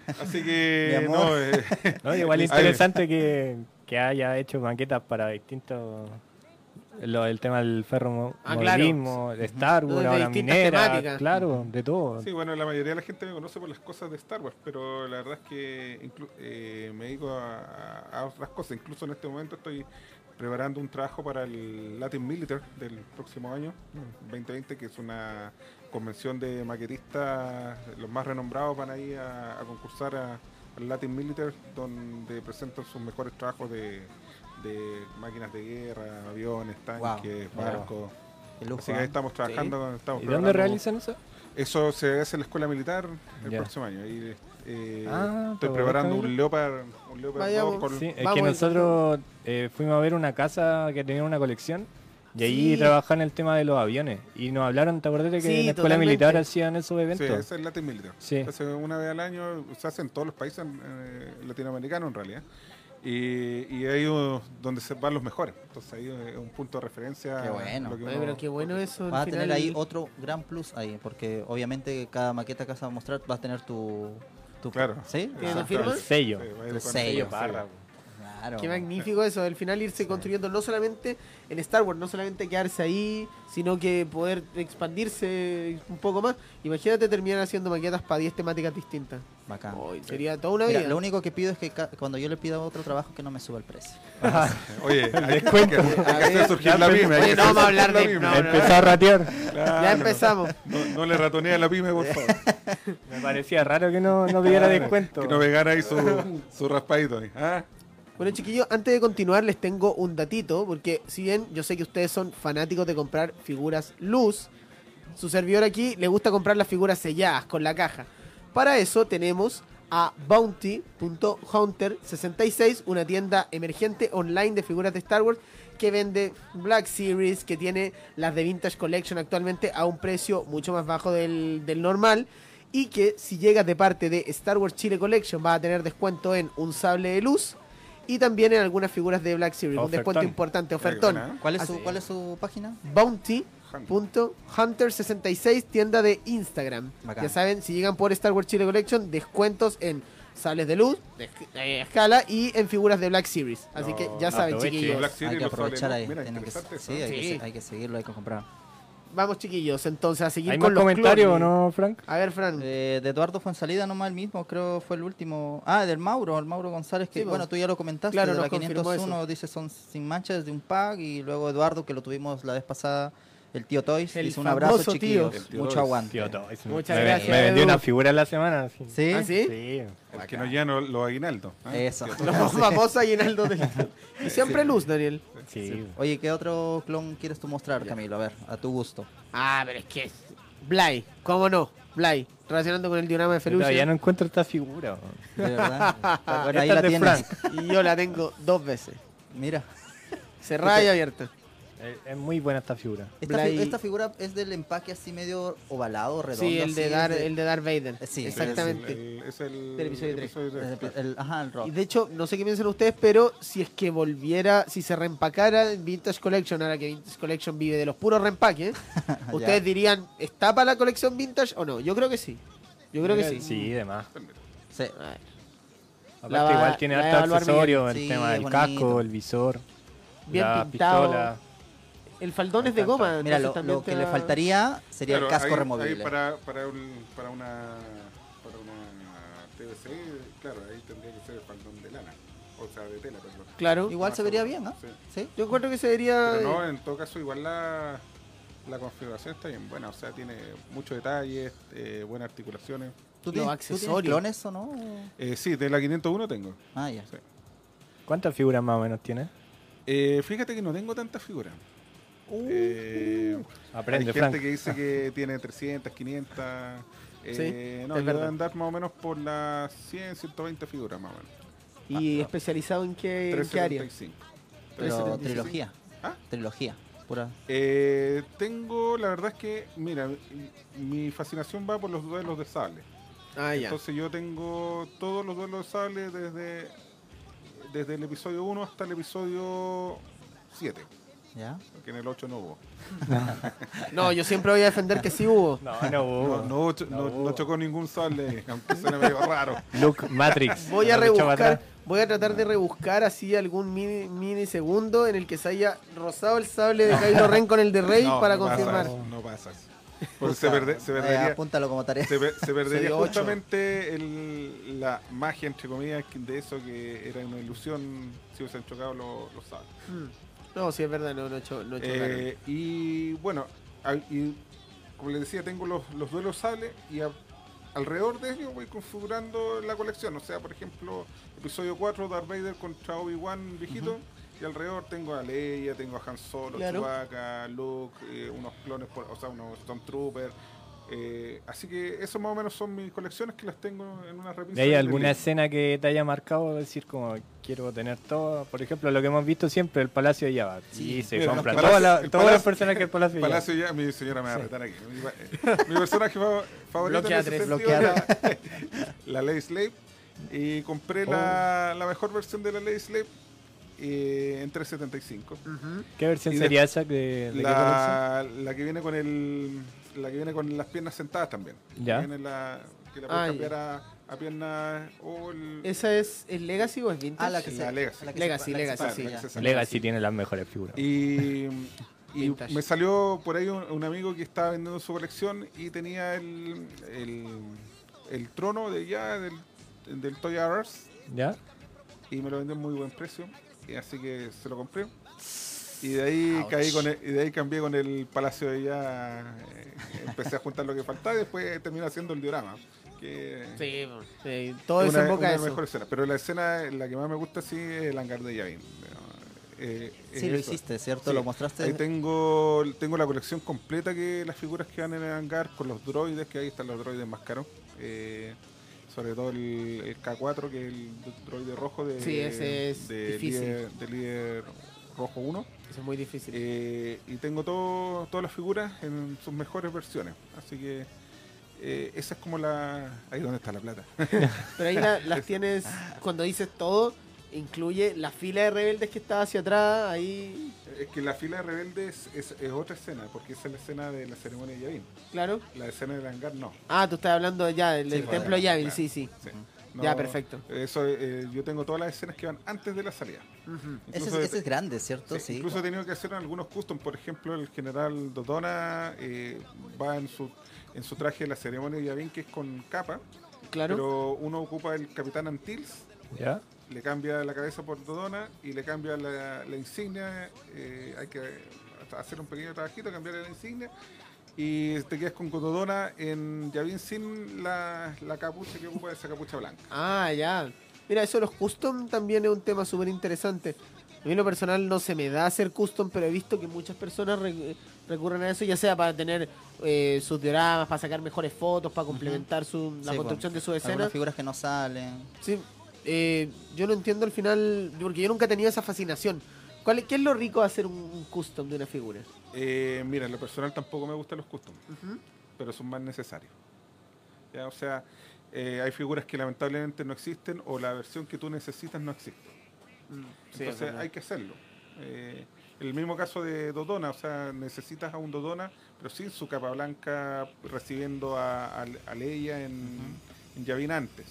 Así que Mi amor. no, eh, No, igual Ahí. interesante que, que haya hecho maquetas para distintos. Lo, el tema del ferro Ah, claro. movilismo, de Star Wars, De ahora distintas minera, temáticas. claro, de todo. Sí, bueno, la mayoría de la gente me conoce por las cosas de Star Wars, pero la verdad es que inclu- eh, me dedico a, a otras cosas. Incluso en este momento estoy preparando un trabajo para el Latin Militar del próximo año, Mm. 2020, que es una convención de maquetistas, los más renombrados van ahí a, a concursar a- al Latin Militar, donde presentan sus mejores trabajos de, de máquinas de guerra, aviones, tanques, Wow. barcos. Qué lujo, Así que ¿eh? ahí estamos trabajando. Estamos ¿Y dónde preparando- realizan eso? eso se hace en la escuela militar el Ya. próximo año. Y, eh, Ah, estoy pero preparando bacán. un Leopard, un Leopard Vayamos. dos con- Sí, es Vamos que a- nosotros eh, fuimos a ver una casa que tenía una colección y ahí Sí. trabajaban el tema de los aviones. Y nos hablaron, ¿te acuerdas que Sí, en la escuela totalmente. militar hacían esos Sí, eventos? esa es Latin Militar. Sí. Entonces, una vez al año, se hace en todos los países eh, latinoamericanos en realidad. Y, y ahí es donde se van los mejores. Entonces ahí es un punto de referencia. Qué bueno. lo que Oye, uno- pero qué bueno eso. al Vas a tener final. ahí otro gran plus ahí, porque obviamente cada maqueta que vas a mostrar vas a tener tu... tu Claro. ¿Sí? ¿Tienes Ah, tu firma? El sello. Sí, va a ir Tu con- sello, sí. Parra. Claro. Qué magnífico eso, el final irse construyendo no solamente en Star Wars, no solamente quedarse ahí, sino que poder expandirse un poco más. Imagínate terminar haciendo maquetas para 10 temáticas distintas. Bacán. Hoy sería toda una Mira, vida. lo único que pido es que ca- cuando yo le pida otro trabajo que no me suba el precio. Oye, hay que- hay que, hay que hacer surgir la pyme. hay Oye, que no hacer vamos a surgir hablar la de- pyme. no, no, Empezó a ratear. Claro. ya empezamos. No, no le ratonee a la pyme, por favor. Me parecía raro que no, no pidiera descuento. Que no pegara ahí su, su raspadito. ahí. Ah, Bueno, chiquillos, antes de continuar les tengo un datito, porque si bien yo sé que ustedes son fanáticos de comprar figuras luz, su servidor aquí le gusta comprar las figuras selladas con la caja. Para eso tenemos a bounty.hunter66, una tienda emergente online de figuras de Star Wars que vende Black Series, que tiene las de Vintage Collection actualmente a un precio mucho más bajo del, del normal. Y que si llegas de parte de Star Wars Chile Collection vas a tener descuento en un sable de luz y también en algunas figuras de Black Series. Un Ofertón. descuento importante, ofertón. buena, ¿eh? ¿Cuál es, Así- su, ¿Cuál es su página? bounty.hunter66, tienda de Instagram. Bacán. Ya saben, si llegan por Star Wars Chile Collection, descuentos en sables de luz, de, de escala y en figuras de Black Series. Así No, que ya saben, aprovechen. chiquillos. Black Series hay que lo sale, aprovechar ¿no? ahí. Mira, tienen que- interesante eso, sí, ¿eh? hay, que, Sí. se- hay que seguirlo, hay que comprar. Vamos, chiquillos, entonces a seguir ¿Hay con los más comentarios o clones. no, Frank? A ver, Fran. Eh, de Eduardo Fuensalida nomás el mismo, creo fue el último. Ah, del Mauro, el Mauro González, que Sí, po. bueno, tú ya lo comentaste, Claro, de la nos confirmó 501, dice son sin manchas de un pack, y luego Eduardo, que lo tuvimos la vez pasada, el tío Toys, El dice un abrazo famoso chiquillos, tío. El tío mucho Toys. aguante. Muchas me, gracias, Me vendió Edu. una figura en la semana. así. ¿Sí? Ah, ¿Ah, sí? Sí. El que no llena los aguinaldos. ¿eh? Eso. Que- Los famosos aguinaldos del- Y siempre luz, Daniel. sí. Oye, ¿qué otro clon quieres tú mostrar, Camilo? A ver, a tu gusto. Ah, pero es que. Bly, ¿cómo no? Bly, relacionando con el diorama de Puta, Felucia. ya no encuentro esta figura. weón. De verdad. bueno, Esta Este ahí es la de tienes. Frank. Y yo la tengo dos veces. Mira. Cerrada y abierta. Eh, Es muy buena esta figura. Esta, fi- Blay- esta figura es del empaque así medio ovalado, redondo. Sí, el así, de, es Dar, el de Darth Vader. Sí, Pero es el- este, exactamente. el- Es el Del episodio tres. tres, es claro. el- el- ajá, el rock. Y de hecho, no sé qué piensan ustedes, pero si es que volviera, si se reempacara en Vintage Collection, ahora que Vintage Collection vive de los puros reempaques, ¿ustedes Ya. dirían, ¿está para la colección Vintage o no? Yo creo que sí. Yo creo que sí. Sí, demás. Sí. Aparte, La va- igual tiene la va a harto evaluar accesorio: bien. el Sí, tema del bonito. casco, el visor, Bien la pintado. pistola. El faldón Me es de encanta. goma. Mira, entonces lo, también lo te que le da- faltaría sería Claro, el casco ahí- ahí removible. para, para, un- para una. Para una TVC, claro, ahí tendría que ser el faldón de lana. O sea, de tela, perdón. Claro. Igual Más se vería bien, seguro, ¿no? sí. Sí. Yo encuentro que se vería... Pero no, en todo caso, igual la, la configuración está bien buena. O sea, tiene muchos detalles, eh, buenas articulaciones. ¿Tú Los tienes, ¿tú tienes accesorios. clones o no? Eh, sí, de la 501 tengo. Ah, ya. Sí. ¿Cuántas figuras más o menos tiene? Eh, fíjate que no tengo tantas figuras. Uh, Eh, Aprende, Hay gente Frank. que dice que tiene 300, 500. Eh, Sí, no, es yo verdad. debo andar más o menos por las 100, 120 figuras más o menos. ¿Y especializado en qué, en qué área? 375. Pero 375. trilogía. ¿Ah? Trilogía. Pura. Eh, tengo, la verdad es que, mira, mi- mi fascinación va por los duelos de sable. Ah, ya. Entonces yo tengo todos los duelos de sable desde, desde el episodio 1 hasta el episodio 7, ¿Ya? que en el 8 no hubo. No, yo siempre voy a defender que sí hubo. No, no, hubo. No, no hubo cho- No no- no hubo. chocó ningún sable, aunque suena medio raro. Luke Matrix. Voy a Lo echaba rebuscar, atrás. voy a tratar de rebuscar así algún mini, mini segundo en el que se haya rozado el sable de Kylo Ren con el de Rey No, para no pasa confirmar. eso, no pasa eso. Porque Pues se, perde- se Eh, perdería, apúntalo como tarea. se pe- se perdería dio ocho. justamente el- la magia, entre comillas, que- de eso que era una ilusión si hubiesen chocado los, los sables. Mm. No, sí es verdad, no, no, cho- no chocaron. Eh, y bueno, al- y como les decía, tengo los, los duelos sables y a- alrededor de ellos voy configurando la colección. O sea, por ejemplo, episodio 4, Darth Vader contra Obi-Wan viejito. Y alrededor tengo a Leia, tengo a Han Solo, Claro. Chewbacca, Luke, eh, unos clones, por- o sea, unos Stormtroopers. Eh, así que eso más o menos son mis colecciones que las tengo en una repisa. ¿Hay de alguna libro. escena que te haya marcado? Decir, como quiero tener todo. Por ejemplo, lo que hemos visto siempre: el Palacio de Java. Sí. Sí, se Mira, compran el palacio- todas las- el todos los palacio- personajes del Palacio de Java. Palacio ya, mi señora me va a retar aquí. Mi, pa- mi personaje fa- favorito Bloquea en ese tres, sentido bloquea era la Lady Slave. Y compré la, Oh. la mejor versión de la Lady Slave eh, en 375. Ujú. ¿Qué versión Y de- sería esa? ¿De, de qué colección? La, la que viene con el la que viene con las piernas sentadas también. Ya. Que, viene la, que la Ah, puedes ya. cambiar a, a piernas o el, ¿Esa es el Legacy o es Vintage? Ah, la que la se. Legacy. la que Legacy, se- la que se- Legacy, sí, ya. la que se- Legacy tiene las mejores figuras. Y, y Vintage. me salió por ahí un, un amigo que estaba vendiendo su colección y tenía el, el, el trono de ya del, del Toy R Us ¿Ya? y me lo vendió a muy buen precio. Y así que se lo compré. Y de ahí caí con el- y de ahí cambié con el Palacio de ya. eh, empecé a juntar lo que faltaba y después terminé haciendo el diorama. Que Sí, bueno, sí, todo es eso una, en boca una de de eso. las mejores escenas. Pero la escena, la que más me gusta sí es el hangar de Yavin. Eh, es Sí, lo eso. hiciste, ¿cierto? Sí. Lo mostraste. Ahí tengo, tengo la colección completa que las figuras que van en el hangar con los droides, que ahí están los droides más caros. eh, Sobre todo el, el K4, que es el droide rojo de, Sí, ese es de difícil. líder, de líder rojo 1. Eso es muy difícil. Eh, y tengo todo, todas las figuras en sus mejores versiones. Así que eh, esa es como la... Ahí donde está la plata. Pero ahí la- las tienes, cuando dices todo, incluye la fila de rebeldes que está hacia atrás, ahí, es que la fila de rebeldes es, es otra escena, porque esa es la escena de la ceremonia de Yavin. claro. La escena del hangar no. Ah, tú estás hablando ya del, Sí, del por templo ahí, Yavin, claro. sí, sí. Sí. Ya, No, perfecto. Eso, eh, yo tengo todas las escenas que van antes de la salida. Ujú. Ese es, Incluso- ese es grande, ¿cierto? Sí, Sí. incluso he tenido que hacer algunos custom, por ejemplo, el general Dodona eh, va en su, en su traje de la ceremonia de Yavin, que es con capa, Claro. pero uno ocupa el capitán Antils, ¿Ya? le cambia la cabeza por Dodona y le cambia la, la insignia, eh, hay que hacer un pequeño trabajito, cambiarle la insignia. Y te quedas con Dodona en Yavin sin la, la capucha que ocupa esa capucha blanca. Ah, ya. Mira, eso de los custom también es un tema súper interesante. A mí en lo personal no se me da hacer custom, pero he visto que muchas personas re- recurren a eso, ya sea para tener eh, sus dioramas, para sacar mejores fotos, para complementar su, la Sí, pues, construcción de su escena. Algunas figuras que no salen. Sí, eh, yo no entiendo al final, porque yo nunca he tenido esa fascinación. ¿Cuál, es- ¿Qué es lo rico de hacer un, un custom de una figura? Eh, mira, en lo personal tampoco me gustan los custom, pero son más necesarios. ¿Ya? O sea, eh, hay figuras que lamentablemente no existen o la versión que tú necesitas no existe. Entonces hay que hacerlo. Eh, el mismo caso de Dodona, o sea, necesitas a un Dodona, pero sin su capa blanca recibiendo a, a, a Leia en, en Yavin antes.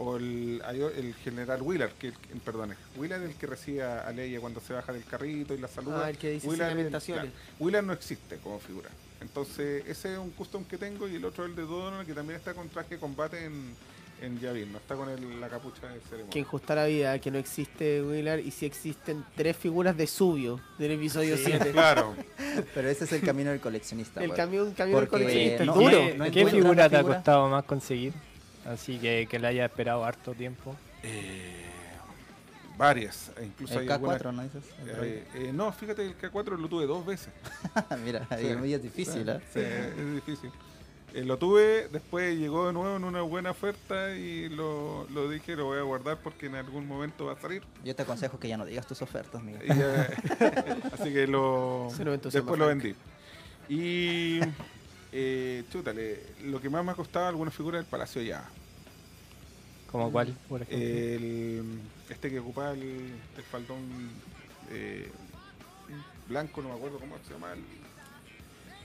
O el, hay o- el general Willard, que el- perdón, es Willard el que recibe a a Leia cuando se baja del carrito y la saluda. Ah, el que dice sin Willard, el- lamentaciones. claro, Willard no existe como figura. Entonces, ese es un custom que tengo y el otro es el de Dodona, que también está con traje de combate en, en Yavin, no está con el- la capucha de ceremonia. Que injusta la vida, que no existe Willard y sí existen tres figuras de Subio del episodio 7. Claro. Pero ese es el camino del coleccionista. pues. El weón. camión, camión del Porque Eh, coleccionista no- es duro. no ¿Qué encuentran figura la te ha figura? costado más conseguir? Así que que la haya esperado harto tiempo. Eh, Varias, e incluso El hay algunas- K4, ¿no dices? El droide. Eh, eh, no, fíjate que el K4 lo tuve dos veces. Mira, ahí Sí. es muy difícil, ¿eh? Sí, es difícil. Eh, lo tuve, después llegó de nuevo en una buena oferta y lo, lo dije, lo voy a guardar porque en algún momento va a salir. Yo te aconsejo que ya no digas tus ofertas, Y Miguel. ya- así que lo Se nos entusiasma después lo Frank. vendí. Y eh, chútale, lo que más me ha costado algunas figuras del Palacio ya. ¿Como cuál, Eh, por ejemplo? El, este que ocupaba el, el faldón eh, blanco, no me acuerdo cómo se llama. el-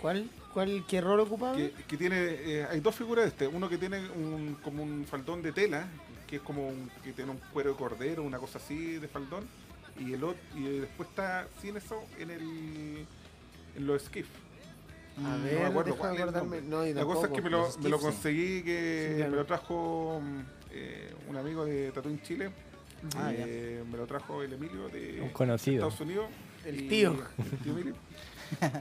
¿Cuál? ¿Cuál? ¿Qué rol ocupaba? que, que tiene eh, hay dos figuras de este uno que tiene un, como un faldón de tela que es como un, que tiene un cuero de cordero una cosa así de faldón y el otro y después está sin eso en el en los skiff A mm, no ver, me acuerdo deja cuál de es el acordarme. nombre. No, yo la cosa es tampoco. que me lo, los me lo skiff, sí. conseguí que Sí, claro. me lo trajo mm, eh, un amigo de Tatuín Chile Ah, ya. eh, me lo trajo el Emilio de Un conocido. Estados Unidos. El Y- tío. el tío Emilio.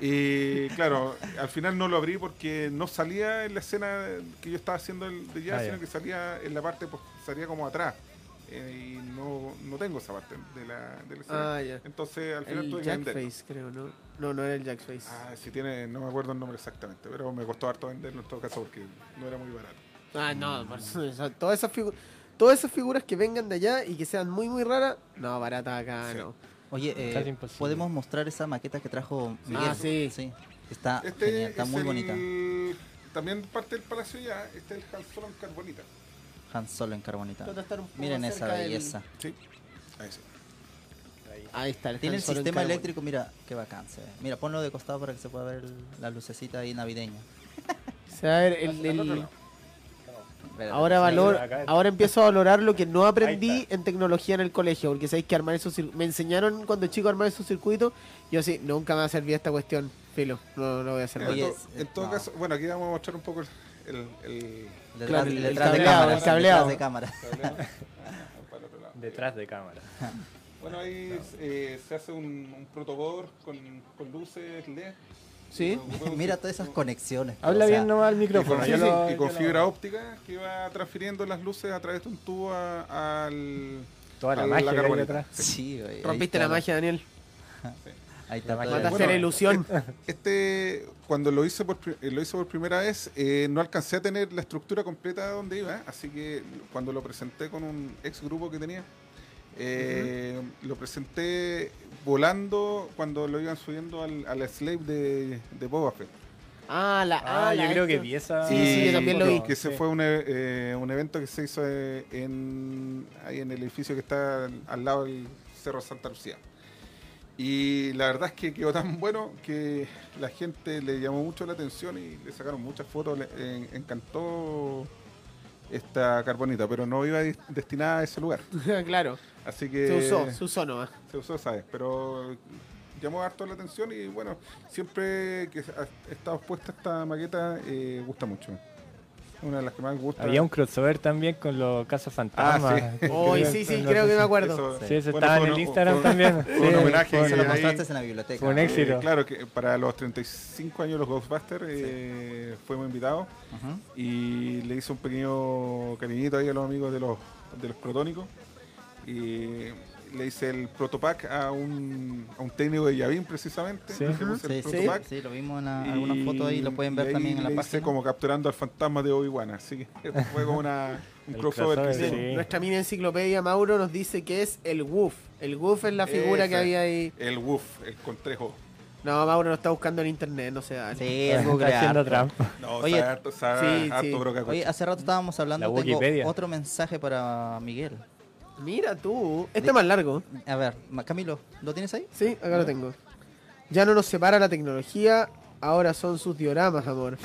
Y claro, al final no lo abrí porque no salía en la escena que yo estaba haciendo el de jazz, Ah, ya. sino que salía en la parte, pues, salía como atrás. Eh, y no, no tengo esa parte de la, de la escena. Ah, ya. Entonces al final El tuve que venderlo. Jackface, creo, ¿no? No, no era el Jackface. Ah, si tiene, no me acuerdo el nombre exactamente, pero me costó harto venderlo en todo caso porque no era muy barato. mm. Ah, no, por eso- eso- todas esas figuras. Todas esas figuras que vengan de allá y que sean muy muy raras, no, barata acá, Sí. no. Oye, eh, Casi imposible. podemos mostrar esa maqueta que trajo Sí. Miguel. Ah, sí. Está Ah, genial, está Este es muy el- bonita. También parte del Palacio ya, este es el Han Solo en Carbonita. Han Solo en carbonita. Trata de estar un poco Miren más esa cerca del- belleza. Sí, ahí sí. Ahí está, el Tiene Han el Solo en sistema carbón. eléctrico, mira, qué bacán se ve. Mira, ponlo de costado para que se pueda ver el- la lucecita ahí navideña. Se va a ver el- Al- al el- otro lado. Ver- ahora sí, valor, acá está. ahora empiezo a valorar lo que no Ahí aprendí en tecnología en el colegio, porque sabéis que armar esos cir- me enseñaron cuando chico a armar esos circuitos, yo así, nunca me va a servir esta cuestión, filo, no, no voy a hacer En, nada. Oye, todo, en todo no. caso, bueno, aquí vamos a mostrar un poco el, el, el- Detrás, claro, el- el detrás de cableado, cámara. el cableado. Detrás de cámara. Ah, para el otro lado. Detrás de cámara. Bueno, ahí eh, se hace un, un protoboard con, con luces LED. ¿Sí? Mira todas esas conexiones. pero, Habla o sea, bien nomás al Y micrófono. con, yo sí, lo- y yo con lo- fibra óptica que va transfiriendo las luces a través de un tubo a- al... Toda la a magia que hay carbonita. detrás. Sí, güey, ahí Rompiste está la magia, Daniel. Ahí está. La todavía. Mataste Bueno, la ilusión. Este, cuando lo hice por, pri- eh, lo hice por primera vez, eh, no alcancé a tener la estructura completa de donde iba, así que cuando lo presenté con un ex grupo que tenía, eh, lo presenté volando cuando lo iban subiendo al, al slave de, de Boba Fett. Ah, la. Ah, ah, yo la creo que esto. vi esa. Sí, sí, yo también lo vi. Que se Sí. fue un, e- eh, un evento que se hizo eh, en, ahí en el edificio que está al- al lado del Cerro Santa Lucía. Y la verdad es que quedó tan bueno que la gente le llamó mucho la atención y le sacaron muchas fotos, le en- encantó esta carbonita, pero no iba dis- destinada a ese lugar. claro, Así que Eh, se usó, se usó nomás. se usó, ¿sabes? Pero llamó harto la atención y bueno, siempre que ha estado expuesta esta maqueta, eh, gusta mucho. Una de las que más gusta. Había un crossover también con los Casas Ah, Fantasmas. sí. Oh, y sí, sí, creo que me acuerdo. Eso- Sí, ese bueno, estaba fue en el un- Instagram fue un- también. fue un Sí, homenaje fue- Se que lo ahí- mostraste en la biblioteca. fue un ¿no? eh, éxito. claro, que para los 35 años los Ghostbusters eh, fuimos invitados Ujú. y le hice un pequeño cariñito ahí a los amigos de los, de los protónicos. Y le hice el protopack a un, a un técnico de Yavin precisamente. Sí. Le puse el Sí, sí, protopack. sí, lo vimos en la- Y- algunas fotos ahí, lo pueden y ver ahí también en la le hice página. como capturando al fantasma de Obi-Wan, así que fue como una, un El crossover que crossover, hicimos. Sí. Nuestra mini enciclopedia Mauro nos dice que es el Woof. El Woof es la figura que Ese. había ahí. El Woof, el Contrejo. No, Mauro lo está buscando en internet, no se da. Sí, es Está Google haciendo Art. trampa. No, Oye, sabe harto, sabe sí, harto sí. broca Oye, hace rato estábamos hablando, La tengo Wikipedia. otro mensaje para Miguel. Mira tú. Este De- es más largo. A ver, Ma- Camilo, ¿lo tienes ahí? Sí, acá lo tengo. Ya no nos separa la tecnología, ahora son sus dioramas, amor.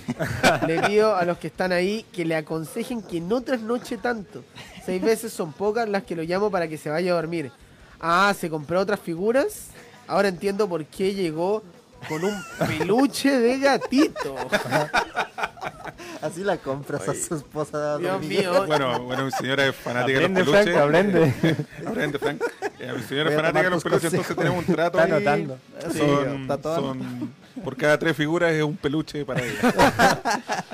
le pido a los que están ahí que le aconsejen que no trasnoche tanto. Seis veces son pocas las que lo llamo para que se vaya a dormir. Ah, se compró otras figuras. Ahora entiendo por qué llegó con un peluche de gatito. Así la compras a su esposa. Dios Miguel. mío. Bueno, bueno, mi señora es fanática de Aprende, los peluches. Franco, aprende. Aprende, Frank. Eh, mi señora Voy es a fanática de tomar los tus peluches, entonces consejos. tenemos un trato Está ahí. anotando. Sí, Son- está todo son- por cada tres figuras es un peluche para ella.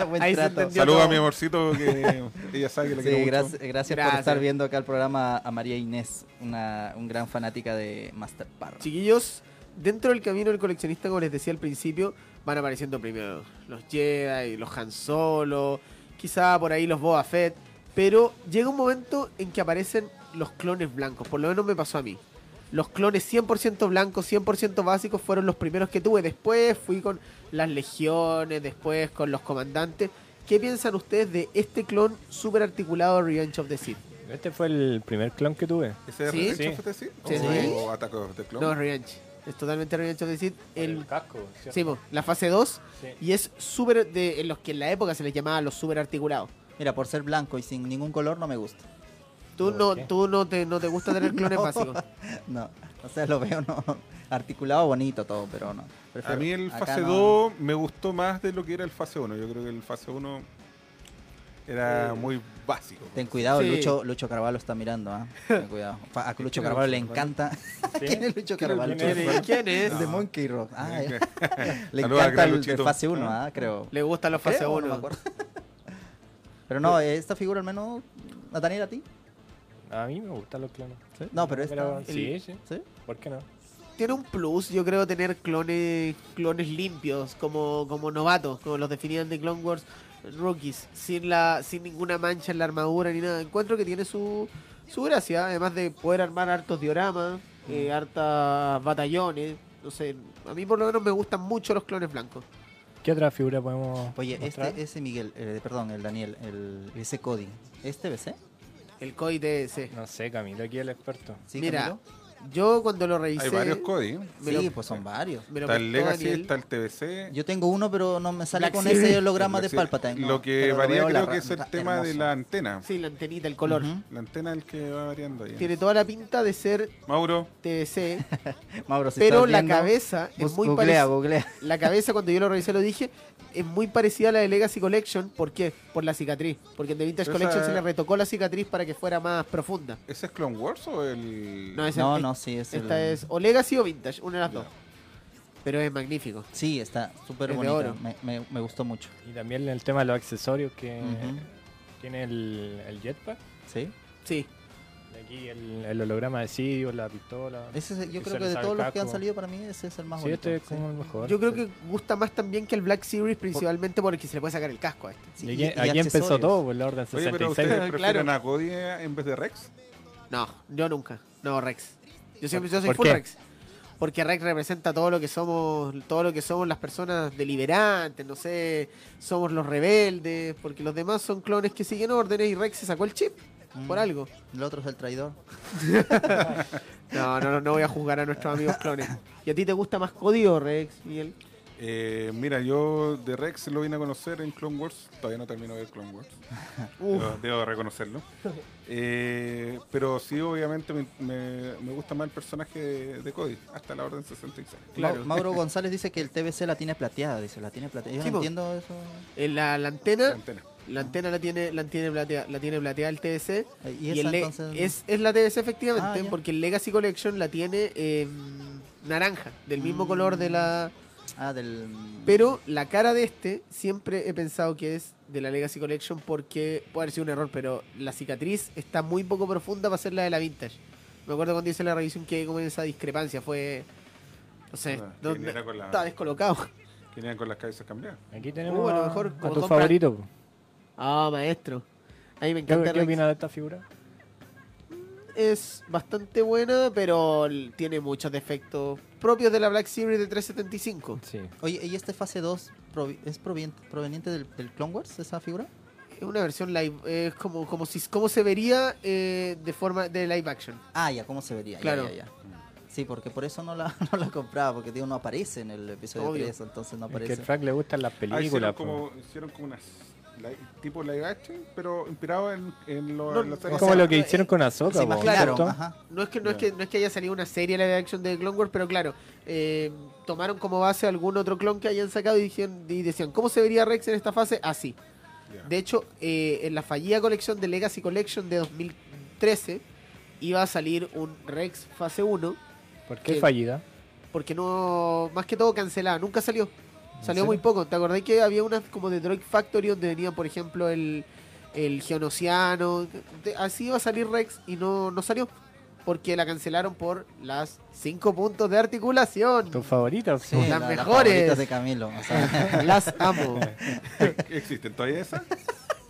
Buen Ahí se trato. entendió. Saludos todo. a mi amorcito que ella sabe que le Sí, quiero gracias, mucho. gracias por Gracias. estar viendo acá el programa a María Inés, una un gran fanática de Master Parra. Chiquillos, dentro del camino del coleccionista, como les decía al principio, van apareciendo primero los Jedi, los Han Solo, quizá por ahí los Boba Fett, pero llega un momento en que aparecen los clones blancos, por lo menos me pasó a mí. Los clones 100% blancos, 100% básicos fueron los primeros que tuve. Después fui con las legiones, después con los comandantes. ¿Qué piensan ustedes de este clon súper articulado de Revenge of the Sith? Este fue el primer clon que tuve. ¿Ese Sí. es Sí. el sí. Sí. ¿O Atacos Oh, de No, Clon? es Revenge. Es totalmente Revenge of the Sith. El, casco. sí, po, la fase 2 Y es súper de en los que en la época se les llamaba los súper articulados. Mira, por ser blanco y sin ningún color no me gusta. Tú ¿Por no, qué? tú no te, no te gusta tener clones básicos. No, o sea, lo veo no articulado bonito todo, pero no. A Prefiero- mí el acá fase no. 2 me gustó más de lo que era el fase 1. Yo creo que el fase 1 Eh, era muy básico. Ten cuidado, Sí. Lucho, Lucho Carvalho está mirando, ¿ah? Ten cuidado. Fa- A Lucho Carvalho le encanta. ¿Quién es Lucho Carvalho? ¿Quién es? ¿Quién es? El de Monkey Rock. Ah, eh. le Saludos al encanta gran el de Luchito. fase 1, ¿ah? Creo. Le gustan los fase Creo, no me 1. acuerdo. Pero no, eh, esta figura al menos, Nathaniel, a ti. A mí me gustan los clones. este No, pero esta- Sí, sí. ¿Sí? ¿Por qué no? Tiene un plus, yo creo, tener clones clones limpios, como, como novatos, como los definían de Clone Wars rookies, sin la sin ninguna mancha en la armadura ni nada. Encuentro que tiene su, su gracia, además de poder armar hartos dioramas, Mm. eh, hartas batallones. No sé, a mí por lo menos me gustan mucho los clones blancos. ¿Qué otra figura podemos Oye, mostrar? este, ese Miguel, eh, perdón, el Daniel, el ese Cody. ¿Este BC? El COI TS. No sé, Camilo, aquí el experto. ¿Sí, Mira, Camilo? yo cuando lo revisé. Hay varios códigos. me lo- Sí, pues son varios. me lo Está el prestó Legacy, Daniel. está el TBC. Yo tengo uno, pero no me sale Black con Series. ese holograma de Sí. Palpatine. no, Lo que pero varía veo la creo que ra- es el ra- tema de hermoso. la antena. Sí, la antenita, el color. Ujú. La antena es el que va variando ahí. Tiene toda la pinta de ser Mauro, TBC, Mauro, si pero estás la viendo, cabeza es bus- muy googlea, parecida. googlea. La cabeza, cuando yo lo revisé, lo dije, es muy parecida a la de Legacy Collection. ¿Por qué? Por la cicatriz. Porque en The Vintage Esa- Collection se le retocó la cicatriz para que fuera más profunda. ¿ese es Clone Wars o el...? No, esa- No, es- no, sí, es Esta el- es o Legacy o Vintage, una de las dos. Pero es magnífico. Sí, está súper Es de bonito. oro. Me, me- me gustó mucho. Y también el tema de los accesorios que Ujú. tiene el, el jetpack. ¿Sí? Sí. De aquí el, el holograma de Sidio, la pistola. Ese es- yo que creo se que le de sabe todos el los que han casco. salido para mí ese es el más Sí, bonito. este es sí. como el mejor. Yo creo que gusta más también que el Black Series, principalmente porque se le puede sacar el casco a este. Sí, ¿De y- quién- y ¿A quién empezó accesorios. todo? Pues la Orden Oye, 66. pero ustedes prefieren Claro. a Cody en vez de Rex. No, yo nunca. No, Rex. Yo siempre yo soy por full qué? Rex. Porque Rex representa todo lo que somos, todo lo que somos las personas deliberantes, no sé, somos los rebeldes, porque los demás son clones que siguen órdenes y Rex se sacó el chip Mm. por algo. El otro es el traidor. No, no, no, no voy a juzgar a nuestros amigos clones. ¿Y a ti te gusta más Cody o Rex, Miguel? Eh, mira, yo de Rex lo vine a conocer en Clone Wars. Todavía no termino de ver Clone Wars. Uf, Debo, debo reconocerlo. Eh, pero sí, obviamente me, me- me gusta más el personaje de, de Cody, hasta la Orden 66. Claro. Mau- Mauro González dice que el TBC la tiene plateada, dice, la tiene plateada. Yo Sí, pues. no po. entiendo eso. en la, la La antena, antena. la antena la tiene, la tiene plateada, la tiene plateada el TDC. Eh, Y Y, esa el le- entonces es, es la TDC efectivamente, Ah, ya. porque el Legacy Collection la tiene eh, naranja, del mismo Mm. color de la... ah del Pero la cara de este siempre he pensado que es de la Legacy Collection porque puede haber sido un error, pero la cicatriz está muy poco profunda para ser la de la Vintage. Me acuerdo cuando hice la revisión que hay como esa discrepancia, fue... No sé, Ah, no- ¿quién era con la- estaba descolocado. ¿Quién eran con las cabezas cambiadas? Aquí tenemos Uh, a lo a, mejor a como tu compra- favorito. po. Ah, maestro. A mí me ¿Qué, encanta. qué Rex. opinas de esta figura? es bastante buena, pero l- tiene muchos defectos propios de la Black Series de 375. Sí. Oye, ¿y este fase 2 provi- es provien- proveniente del, del Clone Wars, esa figura? Es una versión live, eh, es como, como, si, como se vería eh, de forma de live action. Ah, ya, ¿cómo se vería? Ya, Claro. Ya, ya, Sí, porque por eso no la, no la compraba, porque digo, no aparece en el episodio Obvio. 3, entonces no Es que aparece. el Frank le gustan las Ah, hicieron, películas. pues. po. como, hicieron como unas li- tipo live action, pero inspirado en, en lo- No, en la serie. Es como o sea, lo que hicieron con Azoka. se po, imaginaron, ¿cierto? ajá. No es que no es que no es que haya salido una serie live action de Clone Wars, pero claro, eh, tomaron como base algún otro clon que hayan sacado y, dijeron- y decían, ¿cómo se vería Rex en esta fase? Así. Ya. De hecho, eh, en la fallida colección de Legacy Collection de 2013 iba a salir un Rex fase 1 ¿Por qué Que- fallida? porque no, más que todo cancelada, nunca salió. Salió serio? muy poco. ¿Te acordáis que había unas como de Droid Factory donde venían, por ejemplo, el, el Geonosiano? De- Así iba a salir Rex y no, no salió. Porque la cancelaron por las 5 puntos de articulación. ¿Tus favoritas? Sí, Las la- mejores. favoritas de Camilo. o sea, Las amo. ¿Existen todavía esas?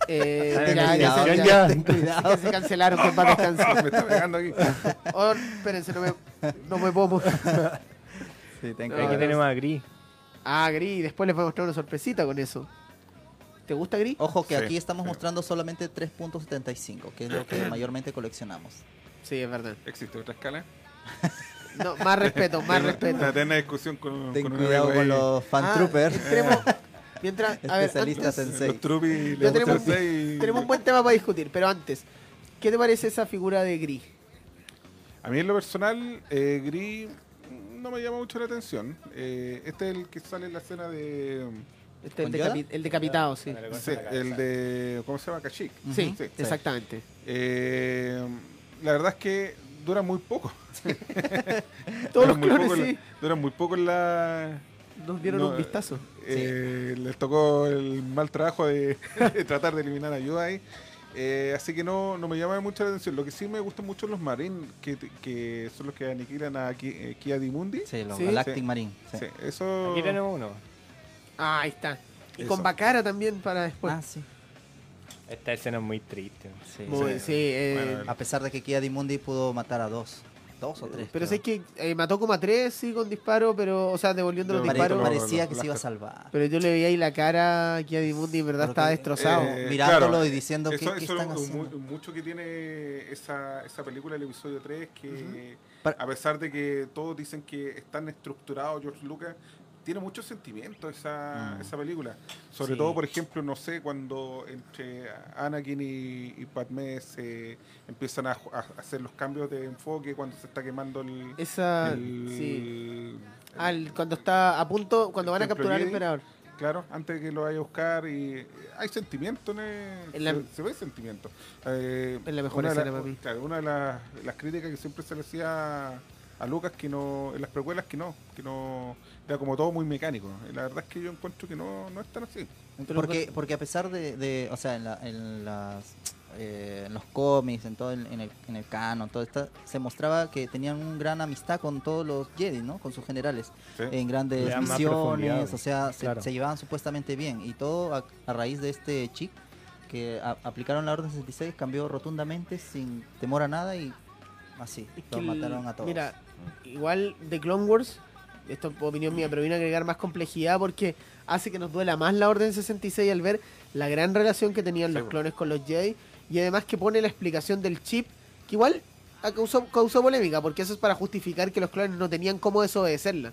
Eh, Está en ya, ya, investigación ya, ya. ya. Cuidado. Que se cancelaron, que en paz descanse. me está pegando aquí. Oh, espérense, no me, no me puedo mover. sí, te No, Aquí encargo. tenemos a Gris. Ah, Gris, después les voy a mostrar una sorpresita con eso. ¿Te gusta Gris? Ojo que Sí, aquí estamos sí. mostrando solamente 3.75, que es lo que mayormente coleccionamos. Sí, es verdad. ¿Existe otra escala? No, más respeto, más respeto. Para tener una discusión con, Ten con un cuidado amigo con ahí. los fan Ah, troopers. entremos- mientras, a ver, Especialista antes- sensei. Los Ya trupis le gusta tenemos- el seis. tenemos un buen tema para discutir, pero antes, ¿qué te parece esa figura de gris? A mí en lo personal, eh, Gris mm, no me llama mucho la atención. Eh, este es el que sale en la escena de... Este, el, ¿Con decapi- Yoda? el decapitado, sí. Con sí, el de... ¿Cómo se llama? Kashyyyk. Ujú. Sí, Ah, Sí. exactamente. Eh, la verdad es que dura muy poco. Todos Dura los muy clones poco en la- sí, Dura muy poco en la... nos dieron No, un vistazo. Eh, Les tocó el mal trabajo de, de tratar de eliminar a Yoda ahí. Eh, así que no, no me llama mucho la atención. Lo que sí me gustan mucho los marines, que, que son los que aniquilan a Ki- eh, Kia Dimundi. Sí, los Sí, Galactic sí. Marine. sí. Sí, eso... Aquí tenemos uno. Ah, ahí está. Y Eso. con Bacara también para después. Ah, sí. Esta escena es muy triste. sí. Muy- sí, eh, Bueno, A pesar de que Kia Dimundi pudo matar a dos. Dos o tres. pero creo. sé que eh, mató como a tres, sí, con disparo, pero, o sea, devolviendo los Pare- Pare- disparos. pare- parecía Los- que los- se iba a salvar. Pero yo le veía ahí la cara aquí a Dimundi, en verdad Porque- estaba destrozado. Eh, mirándolo claro. y diciendo que eso qué eso están es mu- haciendo. mucho que tiene esa, esa película, el episodio 3, que Para- a pesar de que todos dicen que están estructurados, George Lucas tiene mucho sentimiento esa, Mm. esa película. Sobre Sí. todo, por ejemplo, no sé, cuando entre Anakin y, y Padmé se empiezan a, ju- a hacer los cambios de enfoque, cuando se está quemando el... Esa, el- sí. el- Ah, Al, cuando está a punto, cuando van el a templo capturar al Jedi. emperador. Claro, antes de que lo vaya a buscar y eh, hay sentimiento en el- En la- se, se ve sentimiento. Eh, En la mejor una de escena las- para mí. Claro, una de las, las críticas que siempre se le hacía a Lucas que no en las precuelas que no, que no era como todo muy mecánico. Y la verdad es que yo encuentro que no, no es tan así. Pero- Porque, porque a pesar de, de- o sea, en, la- en las eh, en los cómics, en todo el, en el, en el canon, todo esto, se mostraba que tenían una gran amistad con todos los Jedi, ¿no? Con sus generales, Sí. Eh. en Le grandes dan más misiones, profundidad, o sea, se, claro. se llevaban supuestamente bien. Y todo a, a raíz de este chick que a- aplicaron la Orden 66, cambió rotundamente sin temor a nada y así, Es que lo el- mataron a todos. Mm. Mira, igual de Clone Wars, esto es opinión mía, pero viene a agregar más complejidad porque hace que nos duela más la Orden 66 al ver la gran relación que tenían Sí, los po. clones con los Jedi y además que pone la explicación del chip, que igual ha causó, causó polémica porque eso es para justificar que los clones no tenían cómo desobedecerla.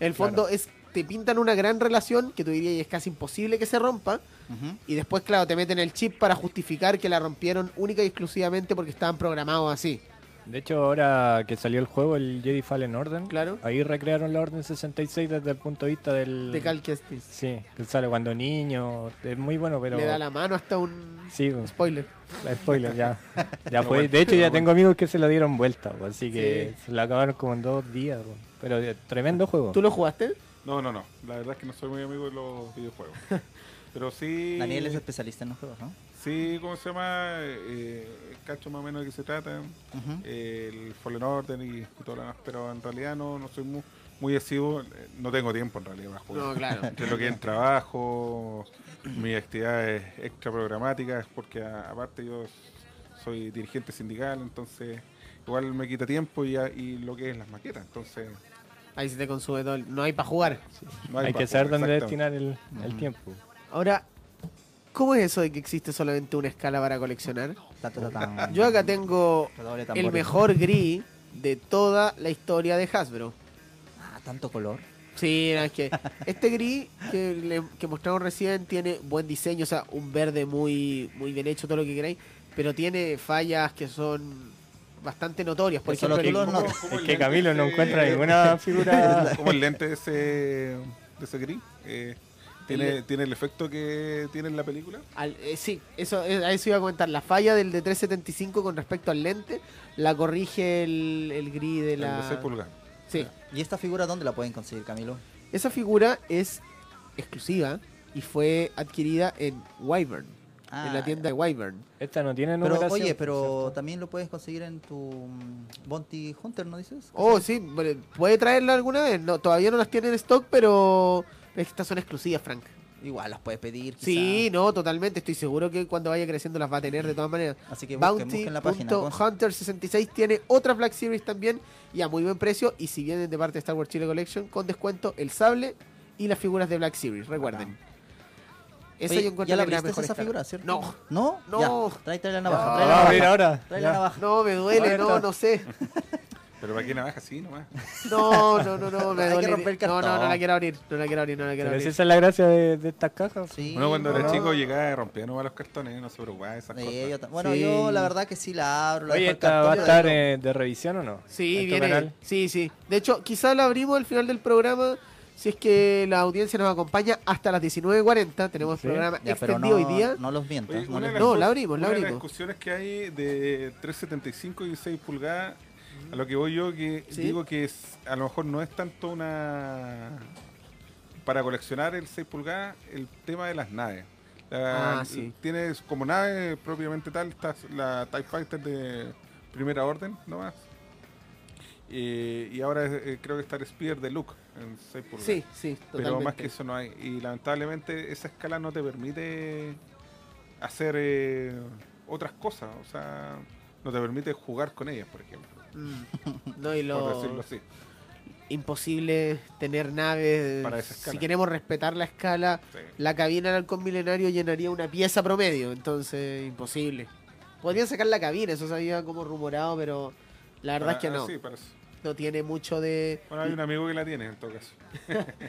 En el fondo es te pintan una gran relación que tú dirías "Y es casi imposible que se rompa Ujú. y después claro te meten el chip para justificar que la rompieron única y exclusivamente porque estaban programados así. De hecho, ahora que salió el juego, el Jedi Fallen Order, Claro. ahí recrearon la Orden 66 desde el punto de vista Mm. del... De Cal Kestis. Sí, que sale cuando niño, es muy bueno, pero... Le da la mano hasta un Sí, pues, spoiler. spoiler, ya. ya Lo fue. bueno, de hecho, ya lo tengo amigos que se lo dieron vuelta, pues, así que se lo acabaron como en dos días. pues. Pero eh, tremendo juego. ¿Tú lo jugaste? No, no, no. La verdad es que no soy muy amigo de los videojuegos. Pero eh, sí. Daniel es especialista en los juegos, ¿no? Sí, ¿cómo se llama? Eh, cacho más o menos de qué se trata. Ujú. eh, El Fallen Order y todo lo demás. Pero en realidad no, no soy muy, muy asiduo. eh, No tengo tiempo en realidad para jugar. claro. Entre lo que es el trabajo, mis actividades extra programáticas, porque a- aparte yo soy dirigente sindical, entonces igual me quita tiempo y, a- y lo que es las maquetas. Entonces Ahí se te consume todo. el- No hay para jugar. no Hay pa' que saber jugar, dónde destinar exactamente. el, el Ujú. tiempo. Ahora, ¿cómo es eso de que existe solamente una escala para coleccionar? Ta, ta, ta, tan. Yo acá tengo Doble el tambores. mejor gris de toda la historia de Hasbro. Ah, tanto color. Sí, no, es que este gris que, le- que mostraron recién tiene buen diseño, o sea, un verde muy, muy bien hecho, todo lo que queráis, pero tiene fallas que son bastante notorias. Por Que solo ejemplo, el- tú los ¿Cómo- notas. cómo Es el que lente este? Camilo no ese- encuentra ninguna figura. como el lente de ese, de ese gris. eh, tiene, tiene el efecto que tiene en la película. Al- eh, sí, eso, eh, a eso iba a comentar. La falla del de 375 con respecto al lente la corrige el, el gris de el de la. 6 pulgadas. Sí. ¿Y esta figura dónde la pueden conseguir, Camilo? Esa figura es exclusiva y fue adquirida en Wyvern, en la tienda de Wyvern. Esta no tiene Pero, numeración. oye, ¿cierto? pero también lo puedes conseguir en tu mm, Bounty Hunter, ¿no dices? Oh, sí, bueno, puede traerla alguna vez. No, todavía no las tiene en stock, pero estas son exclusivas, Frank. Igual las puedes pedir, quizá. Sí, no, totalmente. Estoy seguro que cuando vaya creciendo las va a tener de todas maneras. Así que busquen, busquen la página. con- Bounty.hunter66 tiene otra Black Series también y a muy buen precio. Y si vienen de parte de Star Wars Chile Collection, con descuento el sable y las figuras de Black Series, recuerden. Esa Oye, yo encuentro ¿Ya la que es abriste esa escala. figura, cierto? No, ¿No? No. Ya, Trae, trae la Ah, navaja, va trae la a navaja. abrir ahora. Trae Ya. la navaja. no, me duele, Ahora no, está. no sé. Pero para que navaja así nomás. No, no, no, no, me Hay que duele. romper el No, no, no la cartón. quiero abrir, no la quiero abrir, no la quiero Pero si abrir. esa es la gracia de, de estas cajas. Sí, Bueno, cuando no, era no. chico llegaba y rompía nomás los cartones, no se preocupaba de esas Sí, cosas. yo ta- bueno, Sí. yo la verdad que sí la abro. La Oye, dejo al ¿esta va a cartón, estar pero- eh, de revisión o no? Sí, ¿En tu viene. canal? Sí, sí. De hecho, quizá la abrimos al final del programa. Si es que la audiencia nos acompaña hasta las 19.40, tenemos Sí. programa Ya, pero extendido no, hoy día. no los mientas. Oye, no una los de las No, cosas- la abrimos, la una de abrimos. las discusiones que hay de 375 y 6 pulgadas, a lo que voy yo, que Sí. digo que es, a lo mejor no es tanto una... Para coleccionar el 6 pulgadas, el tema de las naves. La- Ah, sí. Tienes como nave propiamente tal, está la TIE Fighter de primera orden nomás. Eh, y ahora eh, creo que está el Spear de Luke en 6 pulgadas. Sí, sí, totalmente. Pero más que eso no hay. Y lamentablemente esa escala no te permite hacer eh, otras cosas. O sea, no te permite jugar con ellas, por ejemplo. Mm. No, y Por lo decirlo así. imposible tener naves. Para esa escala. Si queremos respetar la escala, Sí. la cabina del halcón milenario llenaría una pieza promedio, entonces imposible. Podrían sacar la cabina, eso se había como rumorado, pero la verdad es que Para- no. Ah, sí, para eso. No tiene mucho de... Bueno, hay un amigo que la tiene en todo caso.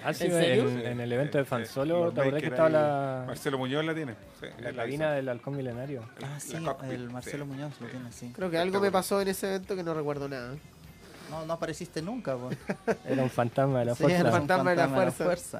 Ah, sí, ¿En ¿En, serio? en, el Eh, evento de eh, Fansolo, los ¿te acordás Maker que estaba ahí- la, Marcelo Muñoz la tiene. Sí, la él cabina hizo. del halcón milenario? Ah, La sí, cockpit, el Marcelo sí. Muñoz lo Sí. tiene, sí. Creo que algo me pasó en ese evento que no recuerdo nada. No, no apareciste nunca, po. Era un fantasma de la Sí, era fuerza. un Fantasma de la fuerza. fuerza.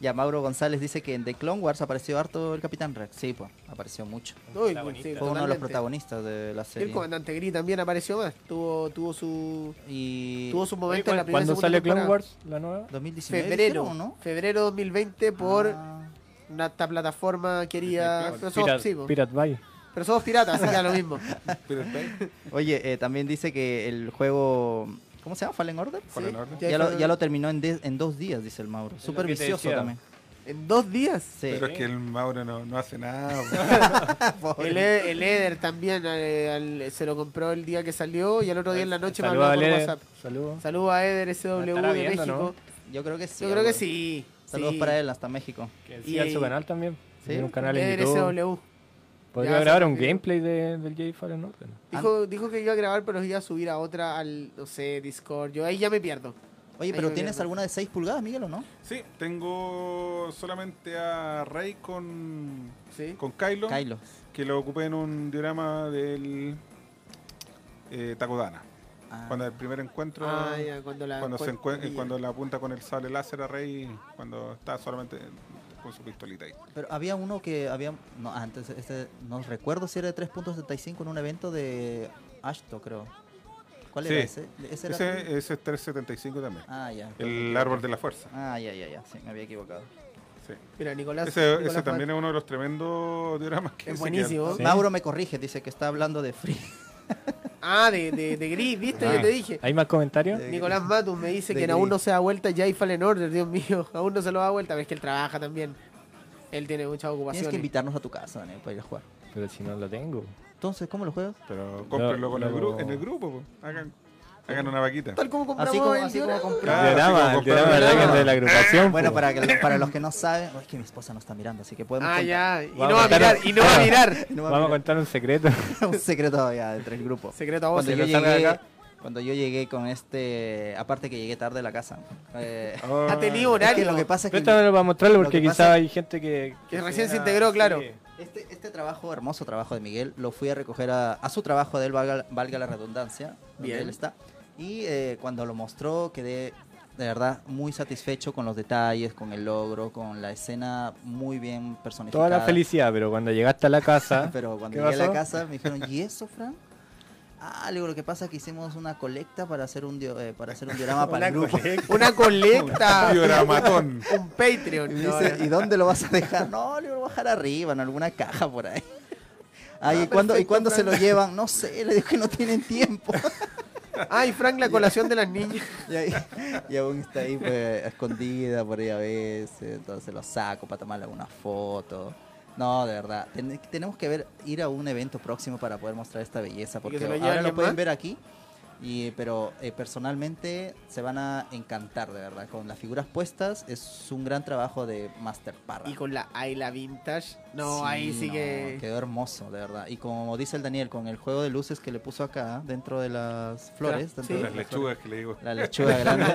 ya Mauro González dice que en The Clone Wars apareció harto el Capitán Rex. Sí, pues, apareció mucho. Uy, protagonista. sí, Fue uno de los totalmente. protagonistas de la Y El serie. comandante Gris también apareció más. Tuvo, tuvo su Y tuvo su Oye, momento en la ¿cu- primera y ¿Cuándo segunda sale Clone temporada. Wars, la nueva? 2019 Febrero, dijeron, ¿no? febrero 2020 por Ah, una esta plataforma querida. Disney pero Plus. somos- Pirate, sí, po. Pirate Bay. Pero somos piratas, así que da lo mismo. Pero está ahí. Oye, eh, también dice que el juego. ¿Cómo se llama? ¿Fallen Order? Fallen Sí, Order. Ya lo, ya lo terminó en, de- en dos días, dice el Mauro. lo Súper que te vicioso decía. también. En dos días. Sí. Pero es que el Mauro no, no hace nada. po. El, E- el Eder también eh, al- se lo compró el día que salió y al otro día en la noche me Saludos hablaba a por Leder. WhatsApp. Saludos. Saludos a Eder SW de estará viendo, México. ¿no? Yo creo que sí. Yo creo que Álvaro. sí. Saludos sí. para él hasta México. Que Y- siga su canal también. Sí, Tiene un canal en Eder YouTube. SW. Podría Ya, grabar se un retiró. gameplay de, del Jedi Fallen Order. Dijo, dijo que iba a grabar, pero iba a subir a otra al, no sé, Discord. Yo ahí ya me pierdo. Oye, Ahí pero me ¿tienes pierdo. alguna de 6 pulgadas, Miguel, o no? Sí, tengo solamente a Rey con, ¿Sí? con Kylo, Kylo. que lo ocupé en un diorama del eh, Takodana. Ah. Cuando el primer encuentro, Ah, ya, cuando la. cuando, se encue- eh, ya. cuando la apunta con el sable láser a Rey, cuando está solamente con su pistolita ahí. Pero había uno que había. No, antes, este, no recuerdo si era de 3.75 en un evento de Ashto, creo. ¿Cuál era Sí. ese? ¿Ese era Ese, ese es 375 también. Ah, ya. El árbol de la fuerza. Ah, ya, ya, ya. Sí, me había equivocado. sí. Mira, Nicolás. Ese, Nicolás ese también es uno de los tremendos dioramas que Es se quedan. buenísimo. Sí. Mauro me corrige, dice que está hablando de Free. Mat- Ah, de, de, de Gris, ¿viste? Ah. Yo te dije. ¿Hay más comentarios? Sí. Nicolás Matus me dice de que Gris. aún no se da vuelta ya y Fallen Order, Dios mío. Aún no se lo da vuelta, pero es que él trabaja también. Él tiene muchas Tienes ocupaciones. que invitarnos a tu casa, Daniel, para ir a jugar. Pero si no lo tengo. Entonces, ¿cómo lo juegas? Pero cómprenlo con el no. gru- en el grupo. po. Hagan, hagan una vaquita. Tal como compramos Así como, el así como Diorama. comprar. Ah, el diorama, sí, el diorama de la- diorama. de la agrupación. pues. Bueno, po. para, que- para los que no saben, oh, es que mi esposa no está mirando, así que podemos. Ah, ya. Y Vamos no va a a mirar, contar- y no va a mirar. contar. No va a Vamos a contar un secreto. mirar. un secreto ya entre el grupo. Secreto a vos. Cuando yo, salga de llegué, acá. cuando yo llegué con este. Aparte que llegué tarde a la casa. eh, Ah, Ha tenido es que horario. lo que pasa es Pero que. esto no lo va a mostrarlo Lo porque que pasa quizá hay gente que. Que recién se integró, claro. Sí. Este, este trabajo, hermoso trabajo de Miguel, lo fui a recoger a, a su trabajo de él, valga, valga la redundancia, donde Bien. él está. Y eh, cuando lo mostró, quedé de verdad muy satisfecho con los detalles, con el logro, con la escena muy bien personificada. Toda la felicidad, pero cuando llegaste a la casa. Pero cuando ¿qué llegué a la pasó? casa me dijeron, ¿y eso, Fran? Ah, le digo, lo que pasa es que hicimos una colecta para hacer un, dio- eh, para hacer un diorama para el grupo. Una colecta. Dioramatón. Un Patreon. Y No, dice, no. ¿y dónde lo vas a dejar? No, le voy a bajar arriba, en alguna caja por ahí. Ay, ¿y Ah, cuándo, ¿y perfecto, cuándo se Fran. lo llevan? No sé, le digo que no tienen tiempo. Ay, Frank, la colación de las niñas. Y, ahí- y aún está ahí pues, escondida por ahí a veces, entonces lo saco para tomarle alguna foto. No, de verdad, ten- tenemos que ver, ir a un evento próximo para poder mostrar esta belleza, que porque se lo lleve ahora lo alguien pueden más. ver aquí, y, pero eh, personalmente se van a encantar, de verdad, con las figuras puestas, es un gran trabajo de Master Parra. Y con la Ayla Vintage. No, ahí sí no, que. Quedó hermoso, de verdad. Y como dice el Daniel, con el juego de luces que le puso acá, dentro de las flores, dentro Sí. de Las lechugas que le digo. la lechuga grande.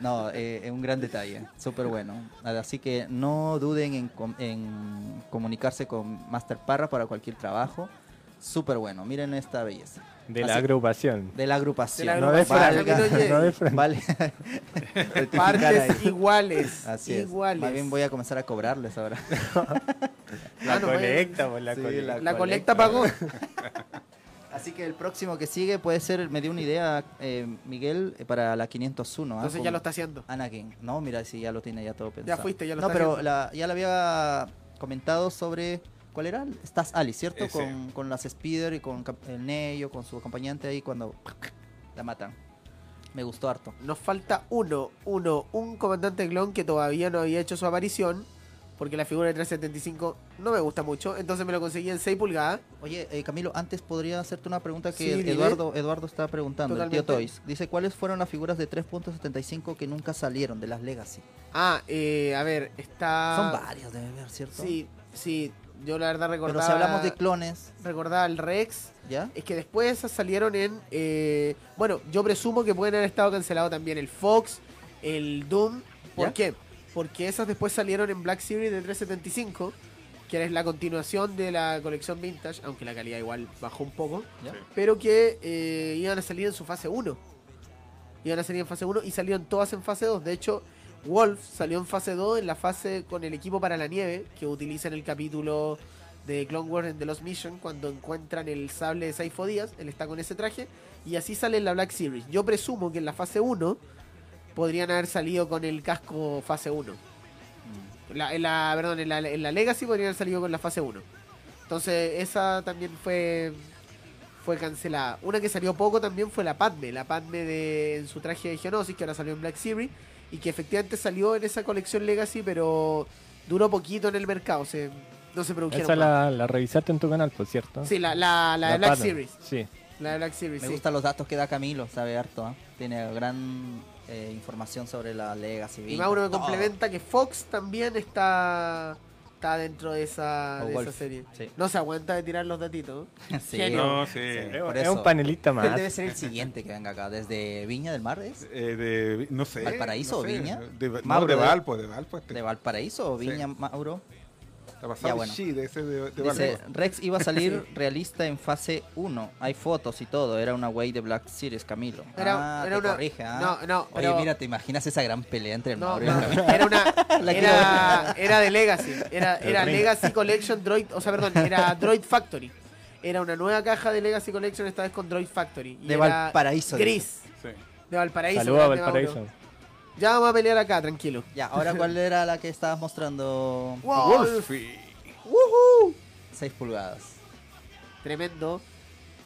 No, eh, es un gran detalle, súper bueno. Así que no duden en, com- en comunicarse con Master Parra para cualquier trabajo. Súper bueno, miren esta belleza. De la Así- Ah, agrupación. De la agrupación. De la No de agrupación. Fran. Valga- No de Fran. Vale. Rectificar ahí. Partes iguales. Así es. iguales. Más bien voy a comenzar a cobrarles ahora. Ah, La no, vaya. colecta, pues la Sí, colecta. La colecta pagó. Así que el próximo que sigue puede ser, me dio una idea eh, Miguel eh, para la 501. ¿ah? Entonces ya Con lo está haciendo. Anakin. No, mira, si ya lo tiene ya todo pensado. fuiste, ya lo No, está pero haciendo. la- ya le había comentado sobre ¿cuál era? Estás Ali, ¿cierto? Ese. Con, con las Spider y con cap- el Neyo, con su acompañante ahí cuando la matan. Me gustó harto. Nos falta uno, uno, un comandante clon que todavía no había hecho su aparición. Porque la figura de 375 no me gusta mucho. Entonces me lo conseguí en 6 pulgadas. Oye, eh, Camilo, antes podría hacerte una pregunta Sí, que dime. Eduardo, Eduardo está preguntando, el tío Totalmente. Toys. Dice, ¿cuáles fueron las figuras de 3.75 que nunca salieron de las Legacy? Ah, eh, a ver, está. Son varias, debe haber, ¿cierto? Sí, sí. Yo la verdad recordaba. Eh, Pero si hablamos de clones, Recordaba al Rex. ¿ya? Es que después esas salieron en. eh, bueno, yo presumo que pueden haber estado cancelados también el Fox, el Doom. ¿Por ¿Ya? qué? Porque esas después salieron en Black Series de 375, que es la continuación de la colección Vintage, aunque la calidad igual bajó un poco. ¿Ya? Pero que eh, iban a salir en su fase 1. Iban a salir en fase 1 y salieron todas en fase 2. De hecho, Wolf salió en fase 2 en la fase con el equipo para la nieve, que utiliza en el capítulo de Clone Wars en The Lost Mission, cuando encuentran el sable de Saifo Díaz, él está con ese traje, y así sale en la Black Series. Yo presumo que en la fase 1 podrían haber salido con el casco fase 1. Mm. La- en la, perdón, en la, en la Legacy podrían haber salido con la fase 1. Entonces, esa también fue fue cancelada. Una que salió poco también fue la Padme, la Padme de, en su traje de Geonosis, que ahora salió en Black Series, y que efectivamente salió en esa colección Legacy, pero duró poquito en el mercado, se, no se produjeron. Esa más. la, la revisaste en tu canal, por cierto. Sí, la, la, la de Black Pattern. Series. Sí. La de Black Series, Me sí. gustan los datos que da Camilo, sabe harto. ¿ah? Tiene gran eh, información sobre la Legacy. Y Vintage, Mauro me todo. complementa que Fox también está, está dentro de esa, O de Wolf, esa serie. sí. No se aguanta de tirar los datitos. ¿no? Sí. Genio. No, sí. Sí. Es, Por es eso. un panelista Él más. debe ser el siguiente que venga acá. ¿Desde Viña del Mar es? Eh, de, no sé. ¿Valparaíso no o sé, Viña? De, no, Mauro, de de- Valpo, de Valpo. Este. ¿De Valparaíso o Viña, Mauro? Está pasado Ya, bueno. sí, de ese de, de Dice, Valpo. Rex iba a salir realista en fase 1. Hay fotos y todo. Era una way de Black Series, Camilo. Era- ah, era te una- corrige, ¿ah? no, no, Oye, pero- mira, ¿te imaginas esa gran pelea entre el No, Mauro y no, el Camilo? era una La era, era de Legacy, era, El era ring. Legacy Collection Droid, o sea, perdón, era Droid Factory. Era una nueva caja de Legacy Collection, esta vez con Droid Factory. Y De era Valparaíso, Gris, Sí. de Valparaíso. Saludos a grande Valparaíso. Mauro. Ya vamos a pelear acá, tranquilo. Ya, ahora, ¿cuál era la que estabas mostrando? Wolf. Wolfie. 6 pulgadas. Tremendo.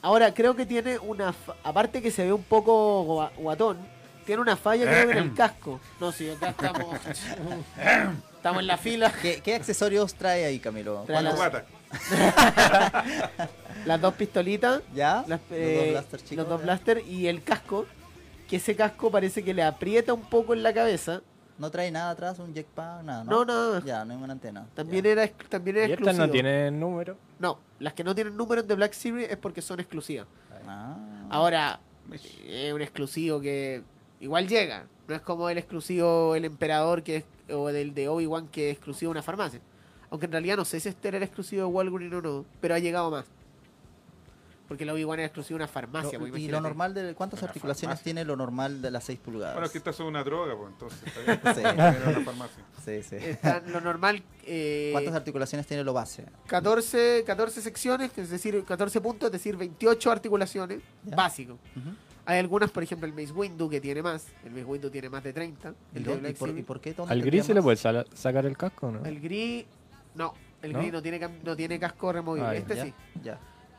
Ahora creo que tiene una. fa- Aparte que se ve un poco gua- guatón, tiene una falla creo que en el casco. No, sí, acá estamos. estamos en la fila. ¿Qué, qué accesorios trae ahí, Camilo? Trae ¿Cuántos- las- Guata. Las dos pistolitas. ¿Ya? las, los eh, dos blasters, chicos. los dos ya. blaster y el casco, que ese casco parece que le aprieta un poco en la cabeza. ¿No trae nada atrás? ¿Un jetpack? Nada, No, ¿no? nada más. Ya, no hay una antena. También Ya. era ex- también Y era estas exclusivo. no tienen número. No, las que no tienen números de Black Series es porque son exclusivas. Ah. Ahora, es un exclusivo que igual llega. No es como el exclusivo El Emperador que es, o del de Obi-Wan que es exclusivo de una farmacia. Aunque en realidad no sé si este era el exclusivo de Walgreens o no, pero ha llegado más. Porque el Obi-Wan era exclusivo de una farmacia. Lo- pues, ¿Y lo imagínate. normal de cuántas Una articulaciones farmacia. tiene lo normal de las 6 pulgadas? Bueno, es que estas son una droga, pues entonces. Está bien. Sí. Era una farmacia. Sí, sí. Está- lo normal. eh, ¿Cuántas articulaciones tiene lo base? 14, 14 secciones, es decir, 14 puntos, es decir, 28 articulaciones, Ya. básico. Ujú. Hay algunas, por ejemplo, el Maze Window que tiene más, el Maze Window tiene más de 30, ¿Y, el lo- de y Black por, Series. y por qué? ¿Dónde Al tendría gris se le más? puede sala- sacar el casco, ¿no? El gris, no, el ¿No? gris no tiene, cam- no tiene casco removible, Ah, ya. este ya, sí. Ya.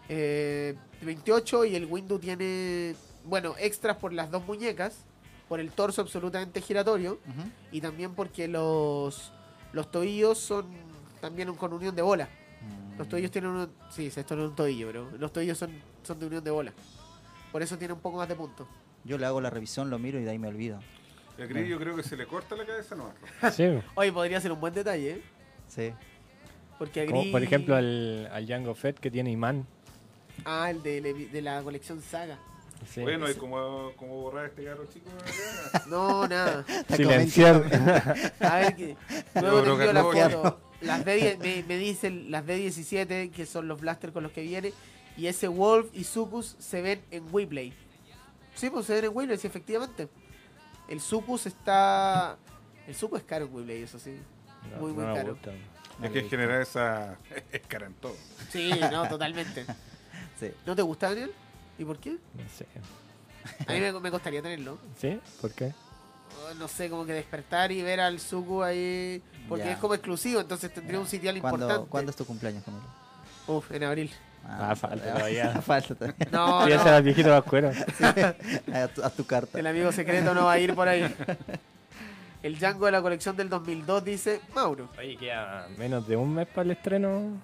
Eh, 28 y el Window tiene, bueno, extras por las dos muñecas, por el torso absolutamente giratorio Ujú. y también porque los, los tobillos son también con unión de bolas. Mm. Los tobillos tienen un... Sí, esto no es un tobillo, pero los tobillos son, son de unión de bola. Por eso tiene un poco más de puntos. Yo le hago la revisión, lo miro y de ahí me olvido. El grillo yo creo que se le corta la cabeza, no. Sí. Oye, podría ser un buen detalle, ¿eh? Sí. Porque a Como Gris- por ejemplo al, al Django Fett que tiene imán. Ah, el de, Levi- de la colección Saga. Sí. Bueno, y como, como borrar este carro chico. acá. No, nada. Silenciar. A ver, que... luego te creo que envío la no, foto. Las D10 me, me dicen las D17, que son los blasters con los que viene. Y ese Wolf y Sucus se ven en Weeplay. Sí, pues se ven en Weeplay, sí, efectivamente. El Sucus está... El Sucus es caro en Weeplay, eso sí. No, Muy, muy no me caro. gusta. Es que en general esa es cara en todo. Sí, no, totalmente. Sí. ¿No te gusta, Daniel? ¿Y por qué? No sé. A mí me, me costaría tenerlo. ¿Sí? ¿Por qué? Oh, No sé, como que despertar y ver al Suku ahí. Porque Ya. es como exclusivo, entonces tendría un sitial ¿Cuándo, importante. ¿Cuándo es tu cumpleaños, Camilo? Uf, en abril. Ah, falta todavía. falta todavía. No, Voy a ser no. al viejito vascuero. A tu, a tu carta. El amigo secreto no va a ir por ahí. El Django de la colección del 2002 dice Mauro. Oye, queda menos de un mes para el estreno.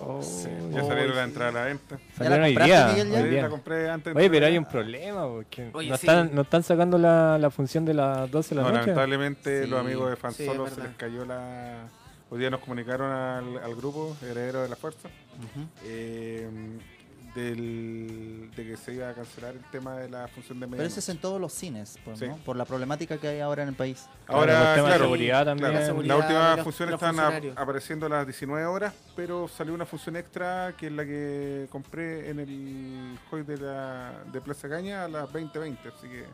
Oh, Sí, oh, ya salieron la entrada a la venta. salieron hoy compraste, día, Miguel, ya? hoy Sí, día. la compré antes. Oye, de- pero hay un problema, porque Oye, no, sí. están, no están sacando la, la función de las 12 de la No, noche. lamentablemente Sí, los amigos de Fan sí, es Solo se verdad. les cayó la... Hoy día nos comunicaron al, al grupo Heredero de la Fuerza Ujú. eh, del, de que se iba a cancelar el tema de la función de Pero medianoche. eso es en todos los cines, pues, Sí. ¿no? Por la problemática que hay ahora en el país. Claro, Ahora, por tema de claro, seguridad también. Claro, La seguridad la de última los- función de los estaban funcionarios. ap- apareciendo a las 19 horas, pero salió una función extra que es la que compré en el hoy de, la, de Plaza Caña a las 20.20, así que...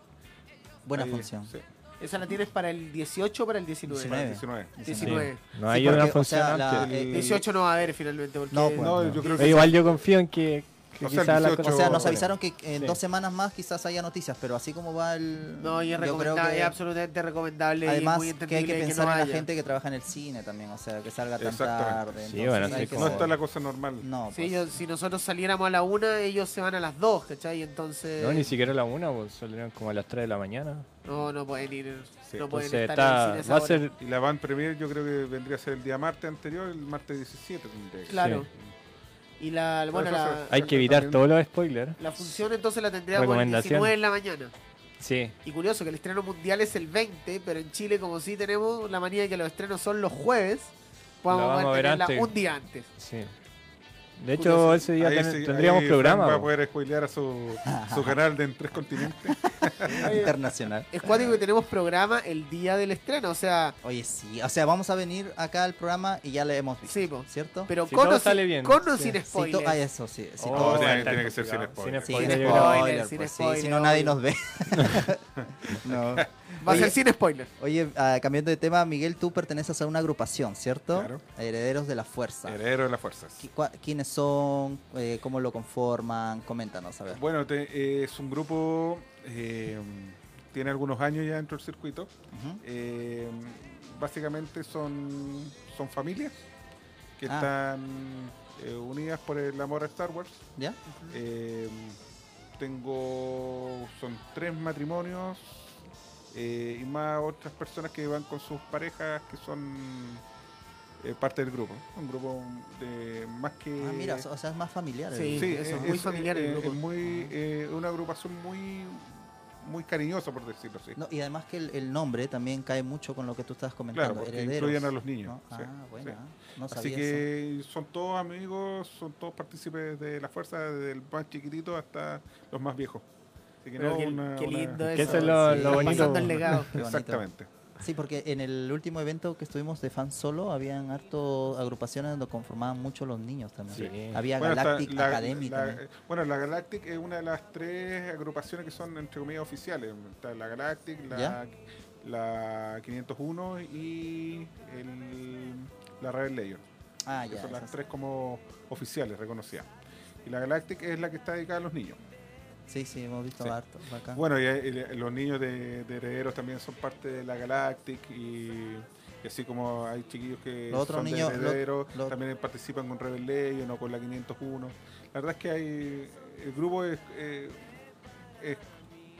Buena ahí, función. sí, Esa la tienes para el 18 o para el 19. 19. 19. Sí. 19. No Sí, hay porque, una o función sea, la- antes. eh, 18 no va a haber finalmente porque No, pues, No, yo creo Pero que... igual yo confío en que que O sea, el quizás las 18 O cosas sea, no nos Bueno. mejoren. avisaron que en Sí. dos semanas más quizás haya noticias, pero así como va el... No, y es, yo creo recomendable, que- es absolutamente recomendable y Además, muy que hay entendible que no pensar en la haya. gente que trabaja en el cine también, o sea, que salga tan Exactamente. Sí, tarde. entonces bueno, hay sí, No que como- ser- está la cosa normal. No, Sí, pues, ellos- si nosotros saliéramos a la una, ellos se van a las dos, ¿cachai? Entonces. No, ni siquiera a la una, pues salieron como a las 3 de la mañana. No, no pueden ir. Sí. no pueden Entonces estar en el cine está, esa va a hora. ser Y la van premier yo creo que vendría a ser el día martes anterior, el martes 17 tendría que ser. Claro. Y la, bueno, eso la, Hay que evitar También- todos los spoilers. la función entonces la tendríamos el Recomendación. 19 en la mañana. Sí. Y curioso que el estreno mundial es el 20, pero en Chile, como sí tenemos la manía de que los estrenos son los jueves, pues podemos Lo vamos a ver tenerla antes. un día antes. Sí. De hecho, Curioso. ese día Ahí ten- sí- tendríamos ahí Fran programa. Va a po. poder spoilear a su, su canal de en tres continentes. internacional. Es cuático que tenemos programa el día del estreno, o sea, Oye, sí, o sea, vamos a venir acá al programa y ya le hemos visto, Sí, po. ¿cierto? pero Si con, todo o sale sin, bien. con o Sí. sin Si to- spoilers. ah, eso, sí. Si Oh, todo- tiene- va a estar tiene que ser sin complicado. spoiler. Sí, Sin sin spoiler, yo creo. spoiler. sin pues, sí, spoiler, si no nadie obvio. nos ve. No. Va a Oye, ser sin spoilers. Oye, ah, cambiando de tema, Miguel, tú perteneces a una agrupación, ¿cierto? Claro. Herederos de la Fuerza. Heredero de las fuerzas. Qui- cua- ¿Quiénes son? Eh, ¿Cómo lo conforman? Coméntanos, a ver. Bueno, te- eh, es un grupo, eh, tiene algunos años ya dentro del circuito. Ujú. Eh, básicamente son, son familias que Ah. están eh, unidas por el amor a Star Wars. ¿Ya? Eh, tengo. Son tres matrimonios eh, y más otras personas que van con sus parejas que son eh, parte del grupo. Un grupo de más que. Ah, mira, o sea, es más familiar. el- Sí. Sí, eso, muy familiar el eh, grupo. Ah. es muy, eh, una agrupación muy, muy cariñosa, por decirlo así. No, y además que el, el nombre también cae mucho con lo que tú estás comentando. claro, porque herederos, incluyen a los niños. ¿no? Ah, sí, bueno, sí. ah, no Así sabía eso. que son todos amigos, son todos partícipes de la fuerza, desde el más chiquitito hasta los más viejos. Así que Pero no, qué, una- qué una- lindo Que eso. eso es lo- sí, lo bonito. Pasando el legado. Qué bonito. Exactamente. Sí, porque en el último evento que estuvimos de fan solo, habían harto agrupaciones donde conformaban mucho los niños también. Sí. Había Bueno, está Galactic la- Academy la- también. bueno, la Galactic es una de las tres agrupaciones que son, entre comillas, oficiales. Está la Galactic, la, ¿Ya? la 501 y el- la Rebel Legion. Ah, que ya. son las esas- tres como oficiales reconocidas. Y la Galactic es la que está dedicada a los niños. Sí, sí, hemos visto Sí. harto acá. Bueno, y, eh, los niños de, de herederos también son parte de la Galactic y, y así como hay chiquillos que Los otros son niños, de lo- herederos, lo- también participan con Rebel Legion o con la 501. La verdad es que hay el grupo es, eh, es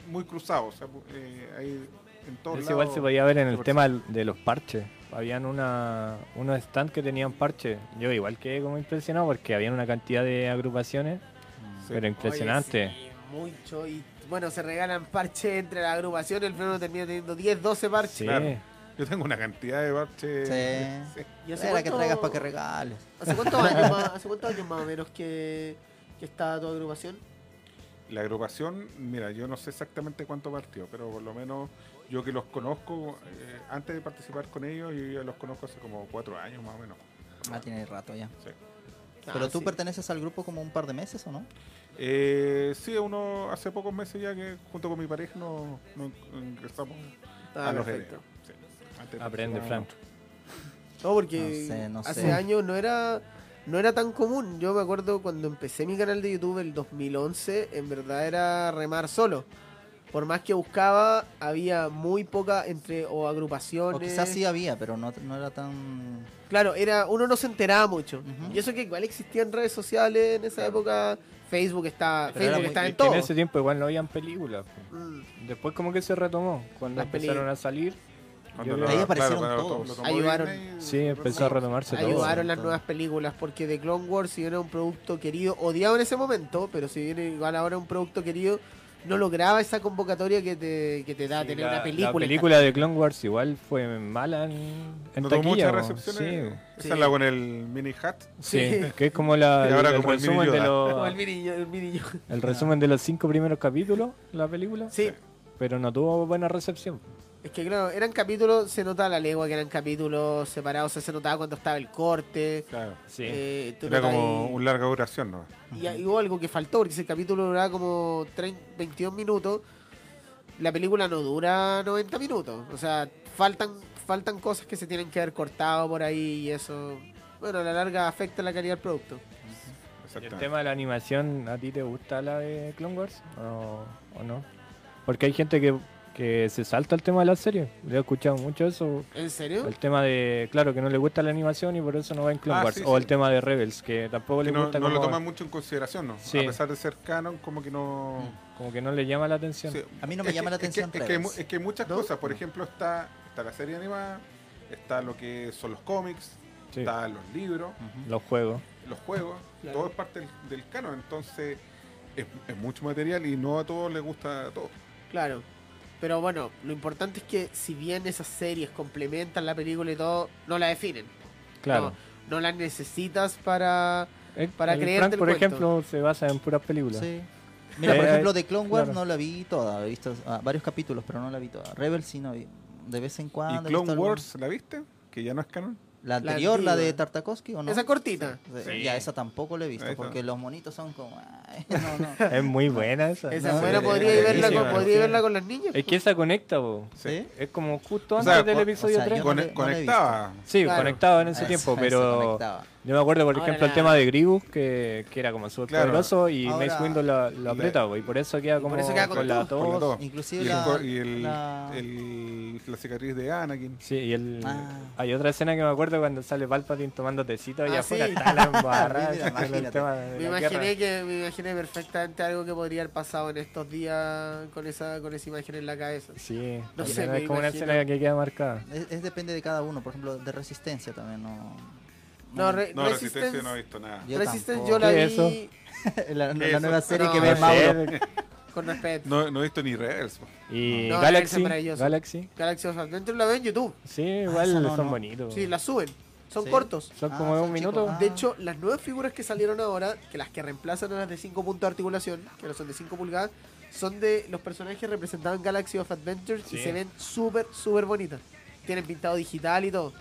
muy cruzado, o sea, eh, hay en todos Eso lados. igual se podía ver en el Por- tema de los parches. Habían una, unos stands que tenían parches. Yo igual quedé como impresionado porque habían una cantidad de agrupaciones, Mm. Sí. pero impresionante. Oye, sí, mucho. Y bueno, se regalan parches entre la agrupación. El pleno termina teniendo 10, 12 parches. Sí. Claro. Yo tengo una cantidad de parches. Sí. Sí. ¿Y hace Era que cuánto- traigas para que regales. ¿Hace cuántos años más, hace cuántos años más o menos que, que está tu agrupación? La agrupación, mira, yo no sé exactamente cuánto partió, pero por lo menos yo que los conozco, eh, antes de participar con ellos, yo ya los conozco hace como cuatro años más o menos. Ah, tiene rato ya. Sí, Pero Ah, tú sí. perteneces al grupo como un par de meses, ¿o no? Eh, sí, uno hace pocos meses ya que junto con mi pareja nos nos ingresamos Ah, a los perfecto. herederos. Sí. Antes Aprende, Frank. participábamos- No, porque No sé, no hace sé. años no era no era tan común. Yo me acuerdo cuando empecé mi canal de YouTube el 2011, en verdad era remar solo. Por más que buscaba, había muy poca entre o agrupaciones. O quizás sí había, pero no, no era tan... Claro, era uno no se enteraba mucho. Ujú. Y eso que igual existían redes sociales en esa época, Facebook estaba, Pero era Facebook muy- estaba en en todo. ese tiempo igual no habían películas. po. Mm. Después como que se retomó, cuando Las empezaron películas. a salir. Cuando Ahí lo- claro, aparecieron cuando lo- todos. lo tomó Ayudaron. Disney, Sí, empezó a retomarse todo. Ayudaron las Todo. nuevas películas porque The Clone Wars, si bien era un producto querido, odiado en ese momento, pero si bien igual ahora es un producto querido, no lograba esa convocatoria que te, que te da Sí, tener la, una película. la película de Clone Wars igual fue mala en, en No tuvo taquilla. muchas po. recepciones. Sí, Esa Sí. es la con el mini hat. sí, Sí. que es como la, Y ahora el, como el resumen mini de Yoda. Como el los, mini- el mini- el resumen de los cinco primeros capítulos, la película. Sí, Pero no tuvo buena recepción. es que claro, eran capítulos, se notaba la legua que eran capítulos separados, o sea, se notaba cuando estaba el corte. Claro. Sí. eh, tú Era notabas como ahí- una larga duración, ¿no? Y, y hubo algo que faltó, porque ese capítulo duraba como 30 22 minutos. La película no dura 90 minutos. O sea, faltan, faltan cosas que se tienen que haber cortado por ahí y eso. Bueno, a la larga afecta la calidad del producto. ¿Y el Exactamente. tema de la animación, ¿a ti te gusta la de Clone Wars o, o no? Porque hay gente que, que se salta el tema de la serie. Yo he escuchado mucho eso. ¿En serio? El tema de, claro, que no le gusta la animación y por eso no va en Clone Ah, Wars. sí, o sí. el tema de Rebels, que tampoco Que le no, gusta no lo como, toman mucho en consideración, ¿no? Sí. Mm. A pesar de ser canon, como que no... como que no le llama la atención. Sí. A mí no me Es llama la que- atención Es que, es que hay mu- Rebels. es que hay muchas ¿No? Mm. cosas. Por No. ejemplo, está, está la serie animada, está lo que son los cómics, Sí, están los libros, Los juegos. los juegos. Claro. Todo es parte del, del canon. Entonces, es, es mucho material y no a todos les gusta todo. Claro. Pero bueno, lo importante es que si bien esas series complementan la película y todo, no la definen. Claro. No, no la necesitas para... Eh, para el creerte Frank, el por cuento. ejemplo, se basa en puras películas. Sí. Mira, Eh, por eh, ejemplo, de Clone Wars claro. no la vi toda. He visto ah, varios capítulos, pero no la vi toda. Rebels sí no vi. De vez en ¿Y cuando. he visto Clone algún- Wars la viste? Que ya no es canon. La anterior, la, antigua. de Tartakovsky, ¿o no? Esa cortita. Sí, Sí. Ya, esa tampoco la he visto, Ahí está. porque los monitos son como... ay, no, no. Es muy buena esa. Esa No, buena sí, podría, sí, verla, sí, con, sí. podría verla con las niñas. Es que esa conecta, po. ¿Sí? Es como justo O antes sea, del o- o episodio sea, 3. yo Cone- no le- no la he visto. Ah, conectaba. Sí, Claro. conectado en ese Eso, tiempo, eso, pero conectaba. yo me acuerdo, por Ahora ejemplo, el la- tema de Grievous, que, que era como súper Claro. poderoso y Ahora- Mace Windu lo, lo aprieta, po, y por eso queda por como eso queda con la Con la tos. tos. Inclusive Y, el, la... co- y el- la- el- la cicatriz de Anakin. Sí, y el, Ah. hay otra escena que me acuerdo cuando sale Palpatine tomando tecito y Ah, afuera sí. está la embarrada. Mira, con el imagínate. tema de Me la imaginé guerra. que me imaginé perfectamente algo que podría haber pasado en estos días con esa con esa imagen en la cabeza. Sí, No al sé, final me es como una imagino. escena que queda marcada. Es, es depende de cada uno, por ejemplo, de resistencia también, no... No, Eh, Re- No, Resistencia Resistance, no he visto nada. Yo Resistance tampoco. yo la ¿Qué vi es eso? la, la Eso. nueva serie que No, ve no. Mauro. con respeto. No, no he visto ni Rebels. po. Y No, ese Galaxy, es maravilloso. Galaxy. Galaxy of Adventure la ven en YouTube. Sí, igual esa no, son no. bonitos. Sí, la suben. Son Sí. cortos. Son Ah, como de son un minuto. chicos. Ah. De hecho, las nuevas figuras que salieron ahora, que las que reemplazan a las de 5 puntos de articulación, que no son de 5 pulgadas, son de los personajes representados en Galaxy of Adventures Sí. y se ven súper, súper bonitas. Tienen pintado digital y todo.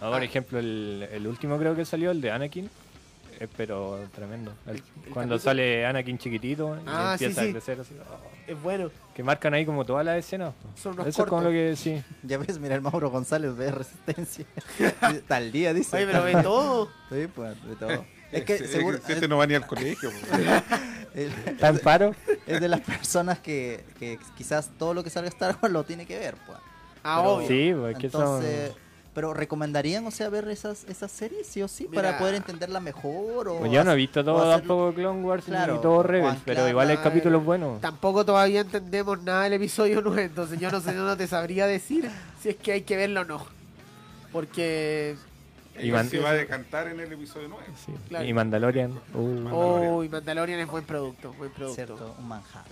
No, por Ah. ejemplo, el, el último creo que salió, el de Anakin. eh, pero tremendo. El- El- el cuando capítulo- sale Anakin chiquitito y Ah, sí, empieza sí. a crecer así. oh, Es bueno. que marcan ahí como todas las escenas. po. Son unos Eso es como cortos. lo que sí. Ya ves, mira, el Mauro González ve resistencia. Tal día, dice. Oye, pero ve todo. Sí, pues, de todo. Es que Ese- seguro... ese no va ni al colegio. po. el- Está en paro. es de las personas que, que quizás todo lo que salga Star Wars lo tiene que ver, pues. Ah, Pero- obvio. Sí, pues que Entonces, son. pero recomendarían, o sea, ver esas esas series sí o sí para Mira. poder entenderla mejor o Pues yo no he hacer- visto o todo hacerlo- tampoco Clone Wars Claro, ni todo o Rebels, pero anclar- igual hay claro. eh, capítulos buenos. Tampoco todavía entendemos nada del episodio 9, entonces yo no sé, no te sabría decir si es que hay que verlo o no. Porque. Y Y man- se va a decantar en el episodio 9. Sí. Claro. Oh. Y Mandalorian. uh. Mandalorian. Uy, Mandalorian es buen producto, buen producto. cierto, un manjar.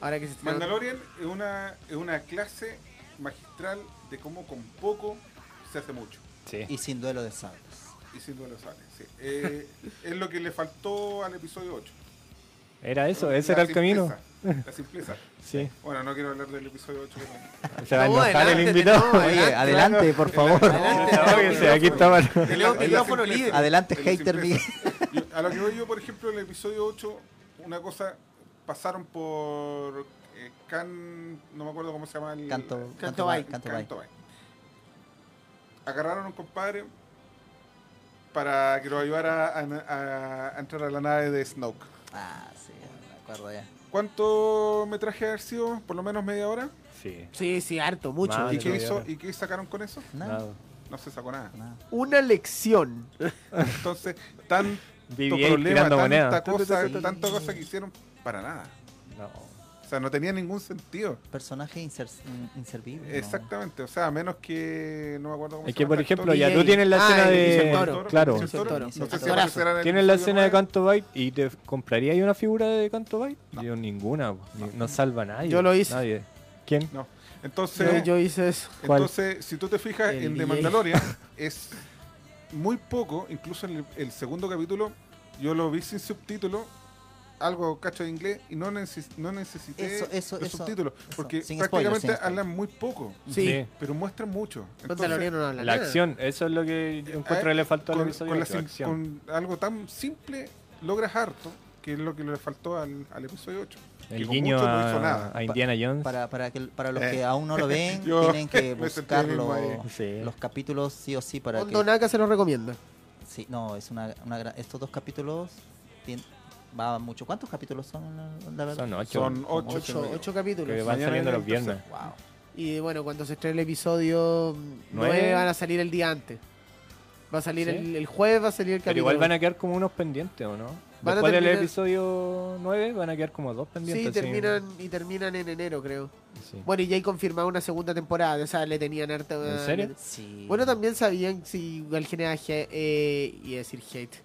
Ahora que se estrena- Mandalorian es una, es una clase magistral de cómo con poco se hace mucho. Sí. Y sin duelo de sables. Y sin duda lo sale. sí. Eh, es lo que le faltó al episodio 8. Era eso, ese La era el camino. simpleza, La simpleza. Sí. Bueno, no quiero hablar del episodio 8. pero- Se va a No, enojar el adelántate, invitado. no, Oye, adelante, por favor. Adelante, No, que se- aquí está mal. Es la- Tenemos es la micrófono simpleza, libre. Adelante, es la hater Miguel. simpleza. Yo- A lo que veo yo, por ejemplo, en el episodio 8, una cosa, pasaron por eh, Can, no me acuerdo cómo se llama el... Canto, canto, Canto Bay, Bay, canto Bay. Bay. Agarraron a un compadre para que lo ayudara a, a- a entrar a la nave de Snoke. Ah, sí, me acuerdo ya. ¿Cuánto metraje ha sido? ¿Por lo menos media hora? Sí. Sí, sí, harto, mucho. Madre. ¿Y qué, media hizo, hora. ¿Y qué sacaron con eso? Nada, Nada. No se sacó nada. nada. Una lección. Entonces, tanto BB-8 problema, tirando tanta monedas. cosa, Sí. tanta cosa que hicieron para nada. No. O sea, no tenía ningún sentido. Personaje inser- in- inservible. ¿no? Exactamente, o sea, a menos que no me acuerdo cómo Es se que, llama por el ejemplo, actor. ya DJ. tú tienes la Ah, escena el de. Vicente Toro. Claro, Vicente Toro. Toro. No sé si Torazo. aparecerá en el tienes la episodio escena de nueve. Canto Bight y te comprarías una figura de Canto Bight. Yo ninguna, po. Ni- no. salva a nadie. Yo lo hice. Nadie. ¿Quién? No. Yo, Entonces, yo hice eso. ¿Cuál? entonces si tú te fijas El en The DJ. Mandalorian, es muy poco, incluso en el, el segundo capítulo, yo lo vi sin subtítulo, algo cacho de inglés, y no, neces- no necesité Eso, eso, los eso, subtítulos, eso. porque Sin spoiler, prácticamente sin spoiler. hablan muy poco, Sí. pero muestran mucho. Entonces, Mandalorian no habla La nada. acción, eso es lo que yo encuentro que le faltó al Eh, Ah, con, episodio. con la ocho, sim- acción. con algo tan simple logras harto, que es lo que le faltó al, al episodio 8. que El con guiño mucho no a, hizo nada. a Indiana Jones. Para, para, que, para los Eh, que aún no lo ven, yo tienen que me sentí el mismo buscarlo. ahí. Sí. Los capítulos sí o sí para Hondo que... Naka se lo recomienda. Sí, no, es una, una gra- Estos dos capítulos tien- va mucho. ¿Cuántos capítulos son en la, en la verdad? Son ocho. Son ocho. Ocho, ocho capítulos. que van Mañana saliendo en el los viernes. tercer. Wow. Y bueno, cuando se estrene el episodio 9 Nueve. van a salir el día antes. Va a salir Sí. el, el jueves, va a salir el Pero capítulo. igual van a quedar como unos pendientes, ¿o no? Van a Después del terminar- episodio 9 van a quedar como dos pendientes. Sí, así. terminan, y terminan en enero, creo. Sí. Bueno, y ya hay confirmado una segunda temporada, o sea, le tenían harta... ¿En serio? Sí. Bueno, también sabían si al general eh, y decir hate.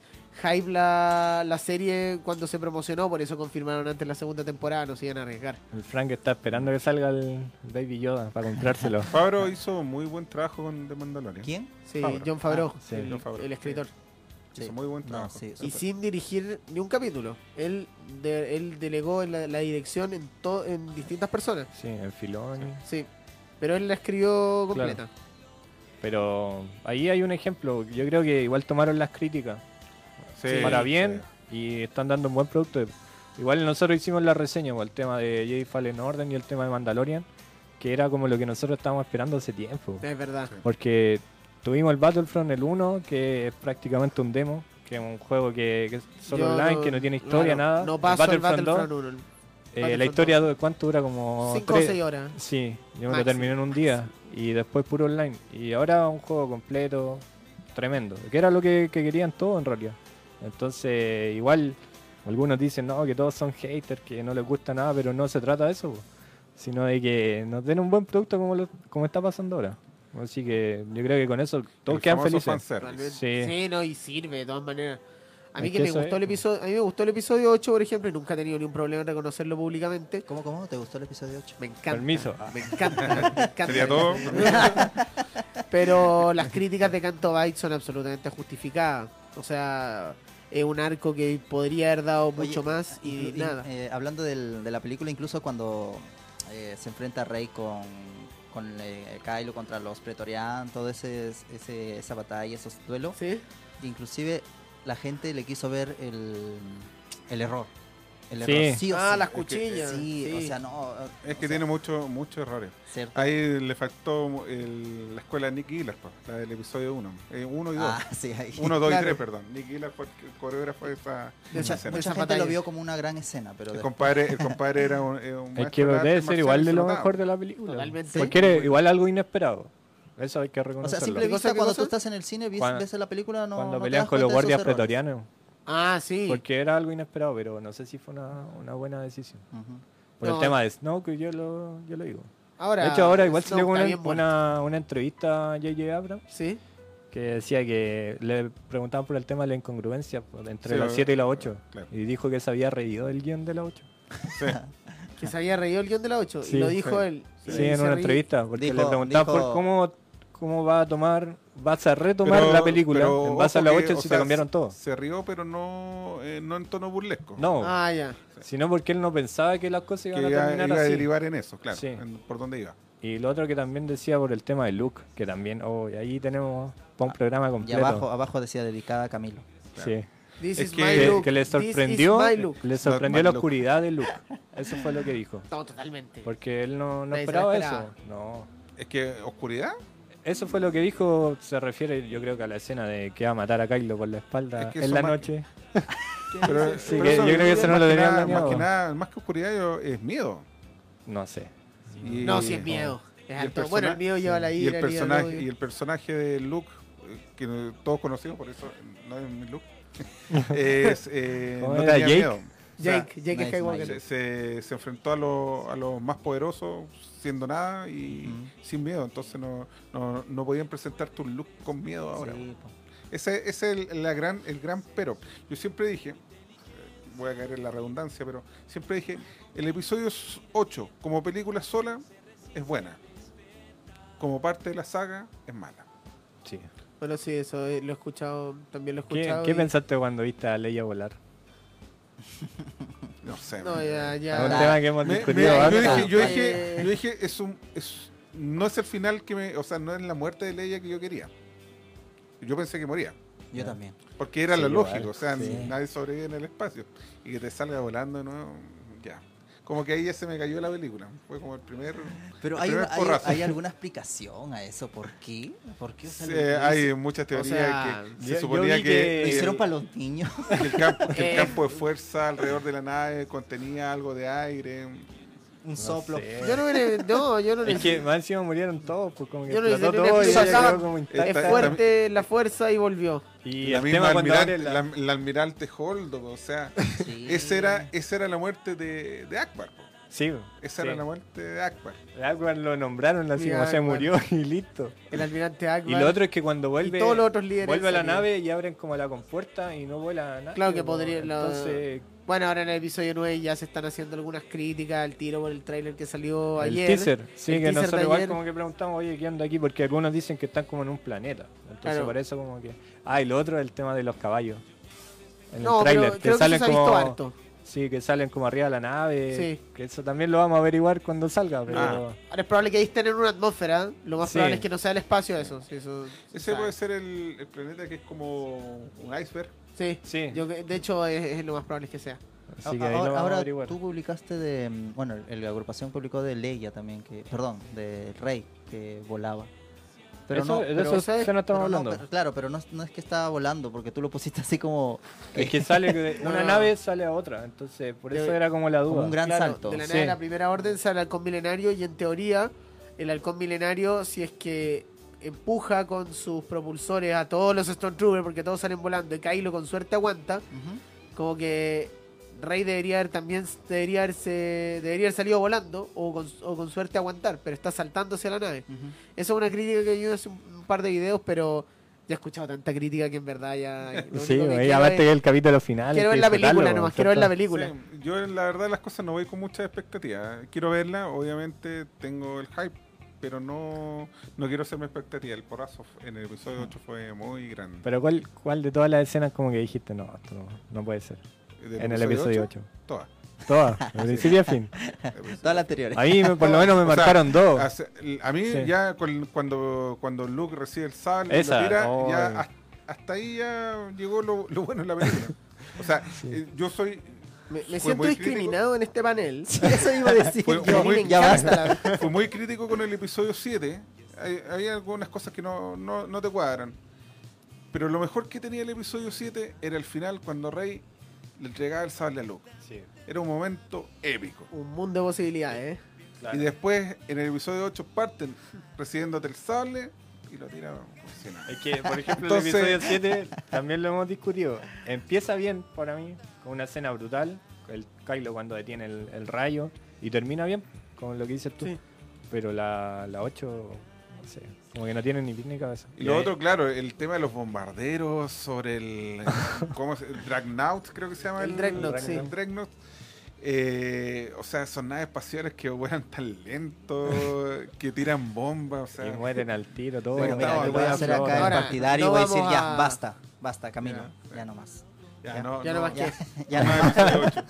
Hype la, la serie cuando se promocionó, por eso confirmaron antes la segunda temporada, no se iban a arriesgar. El Frank está esperando que salga el Baby Yoda para comprárselo. Fabro hizo muy buen trabajo con The Mandalorian. ¿Quién? Sí, Favreau. John Favreau, Ah, sí, el, John Favreau. el escritor. Hizo Sí. muy buen No, trabajo. sí, Y sin dirigir ni un capítulo. Él, de- él delegó la, la dirección en, to- en distintas personas. sí, en Filoni. Sí. Pero él la escribió completa. Pero ahí hay un ejemplo. Yo creo que igual tomaron las críticas Sí, para sí. bien y están dando un buen producto. Igual nosotros hicimos la reseña por el tema de Jedi Fallen Order y el tema de Mandalorian, que era como lo que nosotros estábamos esperando hace tiempo. Es verdad. Porque tuvimos el Battlefront el 1, que es prácticamente un demo, que es un juego que, que es solo Yo online, que no tiene historia, claro, nada. No El paso el Battlefront 2, Battlefront 1. eh, la Battlefront historia, de ¿cuánto dura? Como 5 o tres- 6 horas. Sí, yo me Máximo, lo terminé en un día y después puro online. Y ahora un juego completo, tremendo, que era lo que, que querían todos en realidad. Entonces, igual, algunos dicen, no, que todos son haters, que no les gusta nada, pero no se trata de eso, po, sino de que nos den un buen producto como, lo- como está pasando ahora. Así que yo creo que con eso todos El quedan famoso felices. fanservice. Realmente. Sí. Sí. no, y sirve de todas maneras. A mí Es que, que me eso gustó es. el episodio, a mí me gustó el episodio 8, por ejemplo, y nunca he tenido ni un problema en reconocerlo públicamente. ¿Cómo, cómo? ¿Te gustó el episodio 8? Me encanta. Permiso. Me encanta. me encanta. Sería todo. Pero las críticas de Canto Bight son absolutamente justificadas. O sea, es un arco que podría haber dado mucho Oye, más y Inclu- in- nada. eh, hablando del- de la película, incluso cuando eh, se enfrenta Rey con, con eh, Kylo contra los Pretorian, todo ese, ese- esa batalla, esos duelos, ¿Sí? inclusive la gente le quiso ver el, el error. El Sí. error, sí o Ah, sí. las que- cuchillas. Sí, o sí. sea, no. eh, Es o que sea, tiene mucho- muchos errores. cierto. Ahí le faltó el- la escuela de Nick Gillard, po, la del episodio 1. 1 y 2. Ah, sí, ahí. 1, 2 y Claro. 3, perdón. Nick Gillard fue el coreógrafo de esa, De esa- de escena. Mucha esas gente batallas. lo vio como una gran escena, pero El de- compadre, el compadre era un, eh, un Es maestro que de debe artes ser igual de lo marciales mejor de la película. Totalmente. Porque era igual algo inesperado. Eso hay que o sea, reconocerlo. Pues a simple ¿Qué cosa, vista, qué cuando cosa? tú estás en el cine, vis- Cuando- ves la película, no. Cuando no te pelean das con los cuenta de guardias esos errores. pretorianos. Ah, sí. Porque era algo inesperado, pero no sé si fue una, una buena decisión. Ujú. Por No. el tema de Snow, que yo lo, yo lo digo. Ahora, de hecho, ahora igual Snow salió está una, bien muerto. una, una entrevista a J.J. Abrams Sí. que decía que le preguntaban por el tema de la incongruencia pues, entre Sí, las eh, 7 y las 8. claro. Y dijo que se había reído del guión de las 8. Que se había reído el guión de la 8. Ah. Sí, y lo dijo sí. él. Sí, Y en se una reí- entrevista. Porque le Dijo- preguntaban dijo- por cómo, cómo va a tomar, vas a retomar Pero- la película pero en base a ojo las que, 8 o si sea, se cambiaron todo. Se rió, pero no, eh, no en tono burlesco. No, Ah, ya. sino porque él no pensaba que las cosas que iban a iba, terminar iba a así. derivar en eso, claro. Sí. en- por dónde iba. Y lo otro que también decía por el tema de Luke, que también, oh, y ahí tenemos pa' Ah, un programa Y completo. abajo, abajo decía dedicada a Camilo. Sí. This Es is que- my Que, look. que le This is sorprendió, my look. le sorprendió my la look. oscuridad de Luke. Eso fue lo que dijo. No, totalmente. Porque él no, no Nadie se lo esperaba esperaba. eso. No. Es que oscuridad. Eso fue lo que dijo, se refiere yo creo que a la escena de que va a matar a Kylo por la espalda Es que en eso la más- noche. Pero, eh, Sí, pero que yo creo que eso no más lo que tenían nada- Más planeado. que nada, más que oscuridad yo- es miedo. No sé. Y- No, si es miedo. Es harto. persona- Bueno, el miedo lleva la Y ira. el lleva personaje, odio. y el personaje de Luke, eh, que no- todos conocimos, por eso no es mi Luke, es, eh, ¿Cómo no era tenía Jake? miedo. O sea, Jake, Jake nice, Skywalker. se, se- se enfrentó a los a los más poderosos siendo nada y Ujú. sin miedo. Entonces no, no, no podían presentarte un look con miedo ahora. Sí, po. Ese, ese es el, la gran, el gran pero. Yo siempre dije, eh, voy a caer en la redundancia, pero siempre dije, el episodio s- 8 como película sola es buena. Como parte de la saga es mala. Sí. Bueno, sí, eso eh, lo he escuchado. También lo he ¿Qué, escuchado. qué y- pensaste cuando viste a Leia volar? No sé. No, ya, Es un ya. Ahora- tema que Me- hemos me- discutido mira, yo antes. dije, yo Eh. dije, yo dije, es un, es- no es el final que me, o sea, no es la muerte de Leia que yo quería. Yo pensé que moría, Yo también. porque era Sí, lo igual, lógico, o sea, sí. nadie sobrevive en el espacio y que te salga volando de nuevo, ya. Como que ahí ya se me cayó la película. Fue como el primer. Pero el hay, primer hay- porrazo. hay alguna explicación a eso. ¿Por qué? ¿Por qué? O sea, Sí, lo- eh, hay muchas teorías sea, que yo- se yo suponía vi que, que- ¿Lo que hicieron el, para los niños? que el campo, que el Eh. campo de fuerza alrededor de la nave contenía algo de aire. Un soplo. sé. Yo no, le- no, yo no Es que necesito. más encima murieron todos, pues como que Yo no explotó hice ni todo y una ella explicación. quedó como Es intacta. Está- fuerte la fuerza y volvió. Y la el misma tema cuando almirante, abre la- la- la almirante Holdo, o sea, Sí. esa era, esa era la muerte de, de Akbar. po. Sí, Esa sí. era la muerte de Akbar. El Aquaman lo nombraron así como Mira, se Aquaman. murió y listo. El almirante Akbar. Y lo otro es que cuando vuelve, todos los otros líderes vuelve a la salieron. nave y abren como la compuerta y no vuela nada. Claro que podría- lo- Entonces, Bueno, ahora en el episodio 9 ya se están haciendo algunas críticas al tiro por el tráiler que salió el ayer. teaser. Sí, el que teaser de nosotros igual ayer. como que preguntamos, oye, ¿qué onda aquí? Porque algunos dicen que están como en un planeta. Entonces, Claro. por eso como que. Ah, y lo otro es el tema de los caballos. En No, el tráiler, pero creo que eso se ha visto como. harto. Sí, que salen como arriba de la nave. Sí. Que eso también lo vamos a averiguar cuando salga. Pero... Ah. Ahora es probable que ahí estén en una atmósfera. Lo más Sí. probable es que no sea el espacio eso. Sí, eso se Ese sabe. puede ser el, el planeta que es como un iceberg. Sí. Sí. Yo que- de hecho, es, es lo más probable que sea. Así Ah, que ahí lo ahora vamos a ahora averiguar. tú publicaste de. mm, Bueno, el- la agrupación publicó de Leia también, que perdón, de Rey, que volaba. Pero Eso- no, de pero- eso- ¿sabes? eso no estamos pero no, hablando. pero- claro, pero no, es- no es que estaba volando, porque tú lo pusiste así como, Es que sale de No, una no. nave sale a otra, entonces por eso Debe- era como la duda. como un gran Claro, salto. De la nave Sí. de la primera orden sale el halcón milenario y en teoría el halcón milenario si es que empuja con sus propulsores a todos los Stormtroopers porque todos salen volando y Kylo con suerte aguanta, Ujú. como que Rey debería haber también debería haberse debería haber salido volando o con, o con suerte aguantar, pero está saltando hacia la nave. Ujú. Esa es una crítica que yo hace un un par de videos, pero ya he escuchado tanta crítica que en verdad ya lo Sí, único que y quiero aparte es- que el capítulo final. quiero hay ver que la película disfrutarlo, nomás, po, quiero ver la ¿cierto? película. Sí, yo la verdad las cosas no voy con muchas expectativas. Quiero verla, obviamente tengo el hype, pero no, no quiero hacerme expectativa. El porrazo f- en el episodio 8 fue muy grande. Pero ¿cuál, ¿cuál de todas las escenas como que dijiste, no, esto no, no puede ser? ¿Del en el episodio 8. Todas. Todas, de principio a fin. Todas las anteriores. A mí me- por lo menos me O sea, marcaron dos. Hace- A mí Sí. ya con- cuando, cuando Luke recibe el sable, y Esa, lo tira, oh. ya has- hasta ahí ya llegó lo, lo bueno de la película. O sea, eh, yo soy Me, me Fue siento muy crítico. discriminado en este panel. Eso iba a decir. Fue- yo. fue A mí muy- me ya encanta la- fui muy crítico con el episodio 7. Hay, hay algunas cosas que no, no, no te cuadran. Pero lo mejor que tenía el episodio 7 era el final cuando Rey le entregaba el sable a Luke. Era un momento épico. Un mundo de posibilidades. ¿eh? Y después, en el episodio 8, parten recibiéndote el sable y lo tiran. como si nada. Es que, por ejemplo, Entonces- el episodio 7 también lo hemos discutido. Empieza bien para mí, con una escena brutal, el Kylo cuando detiene el, el rayo, y termina bien, con lo que dices tú. Sí. Pero la, la 8, no sé, como que no tiene ni pies ni cabeza. Y lo ahí- otro, claro, el tema de los bombarderos sobre el. ¿Cómo se el Dreadnought, creo que se llama. El Dreadnought, sí. el Dreadnought. Eh, o sea, son naves espaciales que vuelan tan lento, que tiran bombas. O sea, Y mueren al tiro, todo. Bueno, Bueno, mira, no, yo voy no, a hacer no, acá el ahora, partidario y no voy a decir vamos ya, a- basta, basta, camino, Ya, ya no más. ya, Ya, no, ya no más que eso. Ya no, más episodio ocho.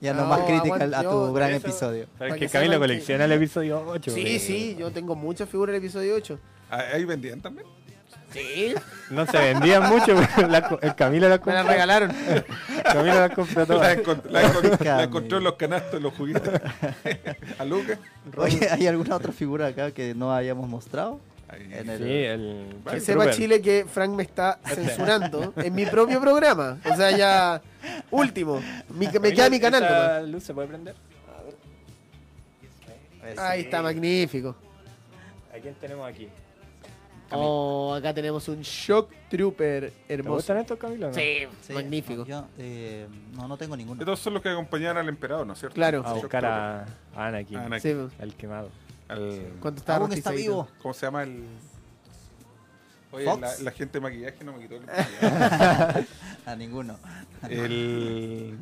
ya no No, más crítica aguante, a tu yo- gran eso- episodio. Pero Para es que que sepan Camilo que- colecciona el episodio 8. Sí, sí, yo tengo muchas figuras del episodio 8. Ah, Ahí vendían también. Sí. No se vendían mucho, pero la co- el Camilo las Me compró. las regalaron. Camilo las compró La, todas. encont- la encont- la Camilo. encontró en los canastos de los juguetes. a Lucas. Oye, ¿hay alguna otra figura acá que no hayamos mostrado? Ahí. En el- Sí, el. Que Vale. sepa Trooper. Chile que Frank me está censurando en mi propio programa. O sea, ya último. Mi- me queda mi canal. nomás. ¿Esa luz se puede prender? Ahí está, magnífico. ¿A quién tenemos aquí? Oh, acá tenemos un Shock Trooper ¿Te hermoso. gustan estos, Camilo? no? Sí, Sí, magnífico. Yo, eh, no, no tengo ninguno. Estos son los que acompañaron al emperador, ¿no es cierto? Claro. A buscar a a Anakin, Ah, no, Sí, al quemado. al- cuando estaba Aún está rostizadito. vivo. ¿Cómo se llama el.? Oye, Fox? la, la gente de maquillaje no me quitó el maquillaje. A Ah, ninguno. el,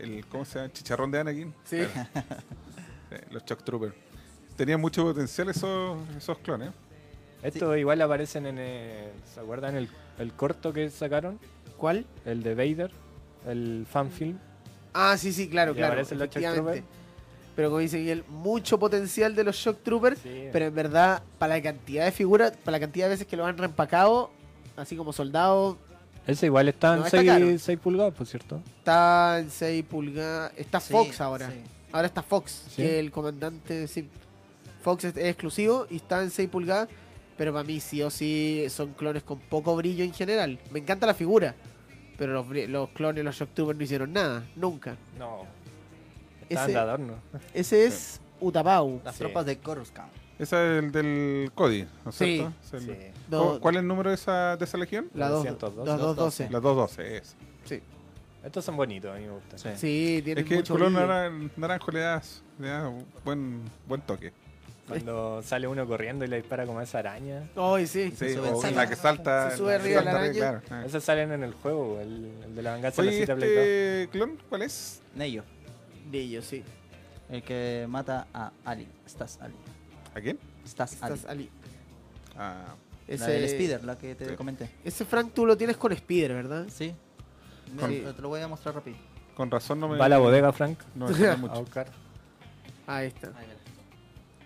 el. ¿Cómo se llama? El chicharrón de Anakin. Sí. Eh, los Chuck Troopers. Tenían mucho potencial esos, esos clones. Estos igual aparecen en. eh, ¿Se acuerdan el, el corto que sacaron? ¿Cuál? El de Vader, el fanfilm. Ah, sí, sí, claro, Y claro. aparecen los Shock efectivamente. Pero como dice Miguel, mucho potencial de los Shock Troopers. Sí. Pero en verdad, para la cantidad de figuras, para la cantidad de veces que los han reempacado, así como soldados, Ese igual está en No, está caro. 6, pulgadas, por cierto. está en 6 pulgadas. Está Sí, Fox ahora. sí. Ahora está Fox, Sí. que el comandante. Sí, Fox es, es exclusivo y está en 6 pulgadas. Pero para mí, sí o sí, son clones con poco brillo en general. Me encanta la figura. Pero los, bri- los clones, los Shocktubers no hicieron nada, nunca. No. Ese- Estaban de adorno. Ese es Utapau. Las Sí. tropas de Coruscant. Ese es el del Cody, ¿no es Sí, cierto? Es el- Sí. ¿Cu- No, ¿Cuál es el número de esa, de esa legión? la dos- 212. 2212. La 212, es. Sí, Estos son bonitos, a mí me gustan. Sí. sí tiene Es que el mucho color brillo. naran- naranjo le da, le da un buen, buen toque. Cuando sale uno corriendo y le dispara como a esa araña. Ay, sí. Sí, sube o encima. la que salta. Se sube la que arriba la salta araña. claro. Ah. Esos salen en el juego, el, el de la venganza de la Oye, cita Play este clon, ¿cuál es? Neyo, Brillo, sí. el que mata a Ali. Estás Ali. ¿A quién? Estás, Estás Ali. Ali. Ah, La Ese, del Spider, la que te Sí. comenté. Ese Frank tú lo tienes con Spider, ¿verdad? Sí. Mira, Con- Te lo voy a mostrar rápido. con razón no me. Va a la bodega, Frank. No me suena A mucho. buscar. Ahí está. Ahí, mira.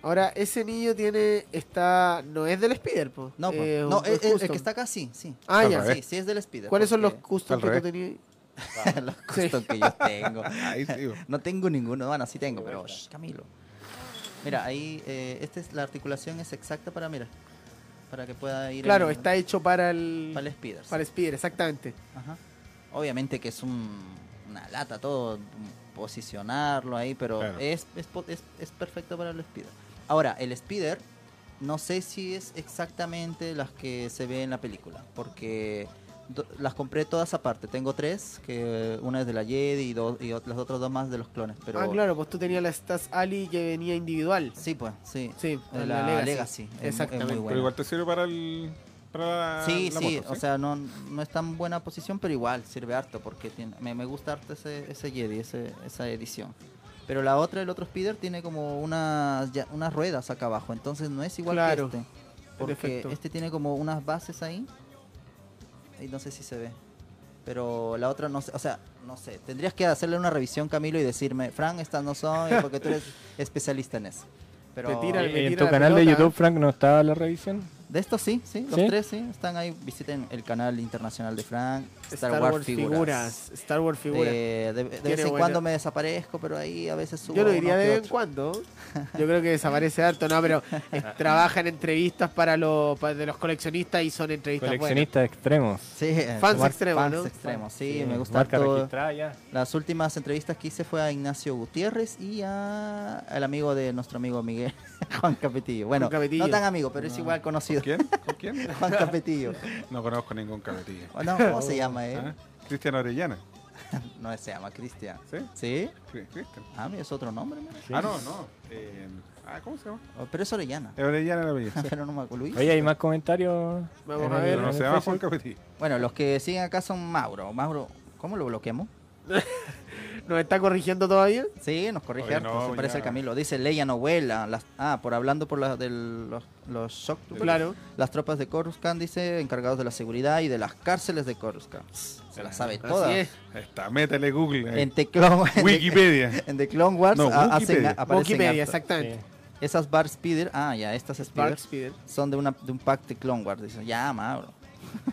Ahora, ese niño tiene. está No es del Spider, po. No, po. Eh, no un- el, es el- el custom. que está acá sí, sí. Ah, Al ya. revés. Sí, sí es del Spider. ¿Cuáles son los porque- custom Al que tú revés. tenías? los custom que yo tengo? Ahí sí, bo. No tengo ninguno, bueno, sí tengo, pero Vuelta. shh, Camilo. Mira, ahí eh, esta es la articulación es exacta para mira, para que pueda ir Claro, en- está hecho para el. para el Spider. sí. para el Spider, exactamente. Ajá. Obviamente que es un- una lata todo mm, posicionarlo ahí, pero Claro. es, es po- es- es perfecto para el Spider. Ahora, el Spider no sé si es exactamente las que se ve en la película, porque do- las compré todas aparte. Tengo tres, que una es de la Jedi y, dos, y ot- las otras dos más de los clones, pero Ah, claro, pues tú tenías la Stas Ali que venía individual. Sí, pues, sí. Sí, La, Legacy. es mu- es Exactamente. muy Pero buena. igual te sirve para el. Para la, sí, la sí, moto, o sea, no, no es tan buena posición, pero igual sirve harto porque tiene- me, me gusta harto ese, ese Jedi, ese- esa edición. Pero la otra, el otro Spider, tiene como unas, ya- unas ruedas acá abajo, entonces no es igual Claro, que este. Porque efecto. este tiene como unas bases ahí. Y no sé si se ve. Pero la otra no sé, o sea, no sé. Tendrías que hacerle una revisión, Camilo, y decirme, Fran, estas no son, y porque tú eres especialista en eso. Pero Te tira Y- el- me y en tira tu la canal de pelota. YouTube, Frank, ¿no está la revisión? De estos sí, sí, los ¿Sí? tres sí, están ahí. Visiten el canal internacional de Frank, Star, Wars, figuras. Star Wars figuras. Eh, de de vez Tiene en buena- cuando me desaparezco, pero ahí a veces subo. Yo lo uno diría de que vez en otro. cuando. Yo creo que desaparece harto, no, pero eh, trabaja en entrevistas para los para- de los coleccionistas y son entrevistas buenas. Coleccionistas extremos. Sí, eh, Fans tomar- extremos, fans ¿no? extremos, sí, me gusta Marca harto. registrada ya. Las últimas entrevistas que hice fue a Ignacio Gutiérrez y a al amigo de nuestro amigo Miguel, Juan Capetillo. Bueno, Juan Capetillo. no tan amigo, pero es igual ¿Con conocido. quién? ¿Con quién? Juan Capetillo. No conozco ningún cabetilla. Oh, no, ¿Cómo se llama él? ¿Ah? Cristian Orellana. No se llama Cristian. ¿Sí? ¿Sí? Cri- Cristian. Ah, mira, es otro nombre. mira. Sí. Ah, no, no. eh, ah, ¿cómo se llama? Eh, Oh, Pero es Orellana. Eh, Orellana la belleza. Pero no me acuerdo. Luis. Oye, hay más comentarios. Vamos en a ver. el- Pero en no el se llama Juan Facebook. Cabetilla. Bueno, los que siguen acá son Mauro. Mauro, ¿cómo lo bloqueamos? ¿Nos está corrigiendo todavía? Sí, nos corrige Oye, harto, no, se ya. parece al Camilo. Dice Leia novela. Las, ah, por hablando por la, de los, los Shocktubers. Claro. Las tropas de Coruscant, dice, encargados de la seguridad y de las cárceles de Coruscant. Se las sabe todas. Así es. Está, métele Google. ahí. En The Clone, en The- Eh, Wikipedia. en The Clone Wars No, a- hacen, Wikipedia. aparecen Wikipedia, harto. exactamente. Esas Bar Speeder, ah, ya, estas Dark Spider. Speeder son de, una, de un pack de Clone Wars. Dice, ya, Mauro.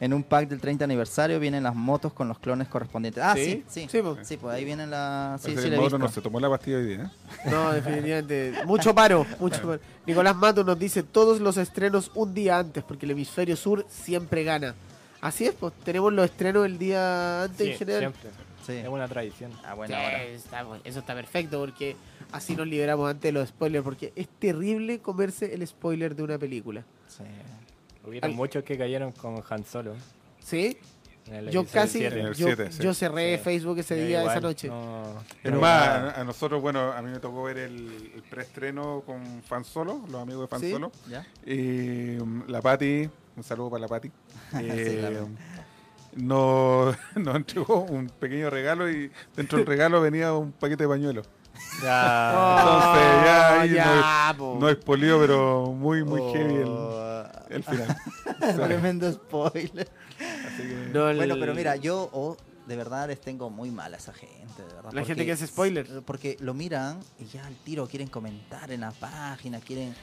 en un pack del 30 aniversario vienen las motos con los clones correspondientes. Ah, sí, sí. Sí, po. pues ahí vienen las... Sí, Parece sí, que le he el Mauro visto. no se tomó la pastilla hoy día. ¿eh? No, definitivamente. Mucho paro, mucho paro. Nicolás Mato nos dice todos los estrenos un día antes, porque el hemisferio sur siempre gana. Así es, pues tenemos los estrenos el día antes Sí, en general. siempre. Sí. Eh, Es una tradición. Ah, Sí, bueno, ahora. está bu- eso está perfecto porque así nos liberamos antes de los spoilers, porque es terrible comerse el spoiler de una película. Sí. Hubieron Al- muchos que cayeron con Han Solo. ¿sí en el Yo episodio casi, siete. En yo, el siete, sí. yo cerré Sí. Facebook ese Yo día, esa igual, noche. no- Es no- más, a- a nosotros, bueno, a mí me tocó ver el, el preestreno con Fan Solo, los amigos de Fan Sí. Solo. ¿Ya? Y mm, la Patti, un saludo para la Patti. eh, claro. nos, nos entregó un pequeño regalo y dentro del regalo venía un paquete de pañuelos. Ya. Entonces, ya ahí Ah, ya, po. No es polio, pero muy, muy heavy el, Ah, Oh, el final. Tremendo spoiler. Así que- No, el- Bueno, pero mira, yo oh, de verdad les tengo muy mal a esa gente. de verdad, La gente que hace spoiler. Porque lo miran y ya al tiro quieren comentar en la página, quieren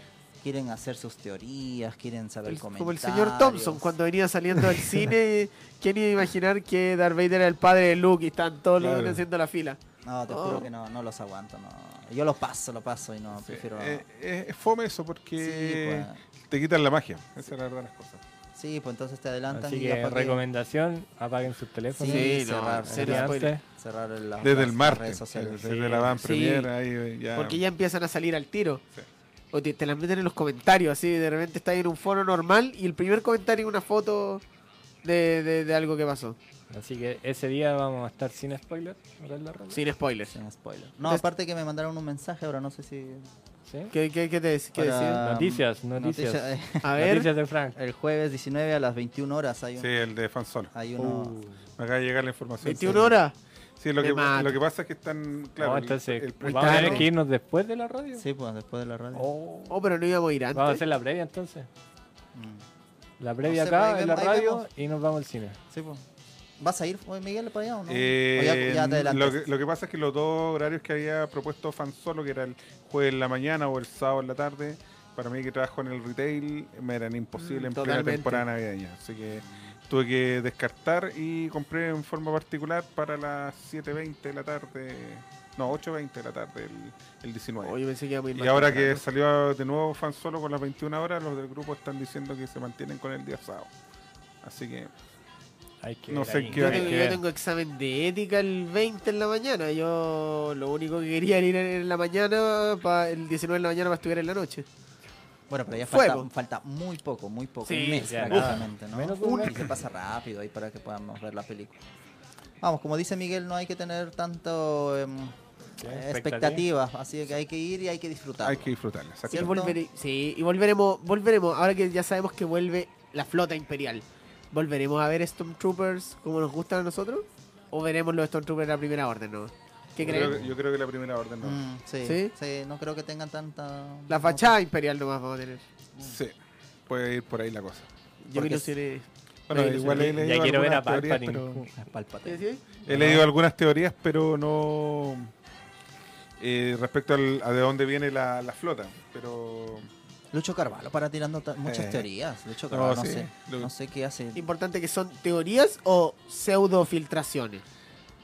quieren hacer sus teorías, quieren saber el- comentarios. como el señor Thompson cuando venía saliendo del cine, ¿quién iba a imaginar que Darth Vader era el padre de Luke y están todos los Claro. haciendo la fila? No, te Oh. juro que no, no los aguanto. No. Yo los paso, lo paso y no, prefiero. Eh, eh, es fome eso porque pues. te quitan la magia. Esa es la verdad de las cosas. Sí, pues entonces te adelantan Así y que capaz que- recomendación, apaguen sus teléfonos. Sí, Sí, no, cerrar, cero Antes, cerrar, spoiler. cerrar la- Desde las- el las martes, redes sociales. desde la van Sí. premier, ahí eh, ya. Porque ya empiezan a salir al tiro. Sí. O te, te las meten en los comentarios, así. De repente estás en un foro normal y el primer comentario es una foto de, de- de algo que pasó. Así que ese día vamos a estar sin spoilers. ¿verdad, la Rola? Sin spoilers. Sin spoiler. No, Entonces- aparte que me mandaron un mensaje ahora, no sé si. ¿Sí? ¿Qué, qué, qué te qué para- um, decían? Noticias, noticias. noticia- eh, A ver. Noticias de Frank. el jueves 19 a las 21 horas hay un. Sí, el de Fansolo. Hay uno. Uh, Me acaba de llegar la información. 21 horas. Sí, lo Me que, mata. lo que pasa es que están. Claro, no, el- entonces, el ¿vamos a tener ¿no? que irnos después de la radio? Sí, pues después de la radio. Oh. Oh, pero no íbamos a ir Vamos a antes. hacer la previa entonces. Mm. La previa No sé, acá, ahí en la vemos- ahí radio, vemos. y nos vamos al cine. Sí, pues. ¿Vas a ir, oye, Miguel, para allá o no? Eh, O ya- ya, te adelantaste. lo, que, lo que pasa es que los dos horarios que había propuesto Fan Solo, que era el jueves en la mañana o el sábado en la tarde, para mí que trabajo en el retail, me eran imposibles Mm, en totalmente. plena temporada navideña. Así que tuve que descartar y compré en forma particular para las 7.20 de la tarde, no, 8.20 de la tarde, el, el 19. Oye, Oh, pensé que íbamos a ir y más ahora que temprano. salió de nuevo Fan Solo con las 21 horas, los del grupo están diciendo que se mantienen con el día sábado. Así que Hay que No ver sé ahí. qué Yo hora tengo, que yo ver. tengo examen de ética el 20 en la mañana. Yo lo único que quería era ir en la mañana, pa- el 19 en la mañana para estudiar en la noche. Bueno, pero ya Fuego. falta, falta muy poco, muy poco. Sí, un mes ya, prácticamente, ¿no? Menos de un mes. Se pasa rápido ahí para que podamos ver la película. Vamos, como dice Miguel, no hay que tener tanto em, Sí, eh, expectativa. expectativas, así que hay que ir y hay que disfrutar. hay que disfrutarla. exacto. Y, ¿Cierto? volvere- sí, y volveremos, volveremos, ahora que ya sabemos que vuelve la flota imperial, ¿volveremos a ver Stormtroopers como nos gustan a nosotros? ¿O veremos los Stormtroopers de la primera orden? No? ¿Qué yo, creen? creo Mm. que, yo creo que la primera orden no. Mm, sí, ¿Sí? ¿Sí? no creo que tengan tanta... La fachada imperial nomás vamos a tener. Sí, puede ir por ahí la cosa. Yo eh, me Porque ilusioné. Bueno, Ahí, igual Ya- he leído ya quiero ver a algunas teorías, Palpatine. pero- eh, ¿Qué Palpate. decís? He leído algunas teorías, pero no eh, respecto al- a de dónde viene la, la flota. Pero Lucho Carvalho para tirando ta- muchas Eh. teorías. Lucho No, Carvalho, no, sí, sé, Lu- no sé qué hace. Importante que son teorías o pseudofiltraciones.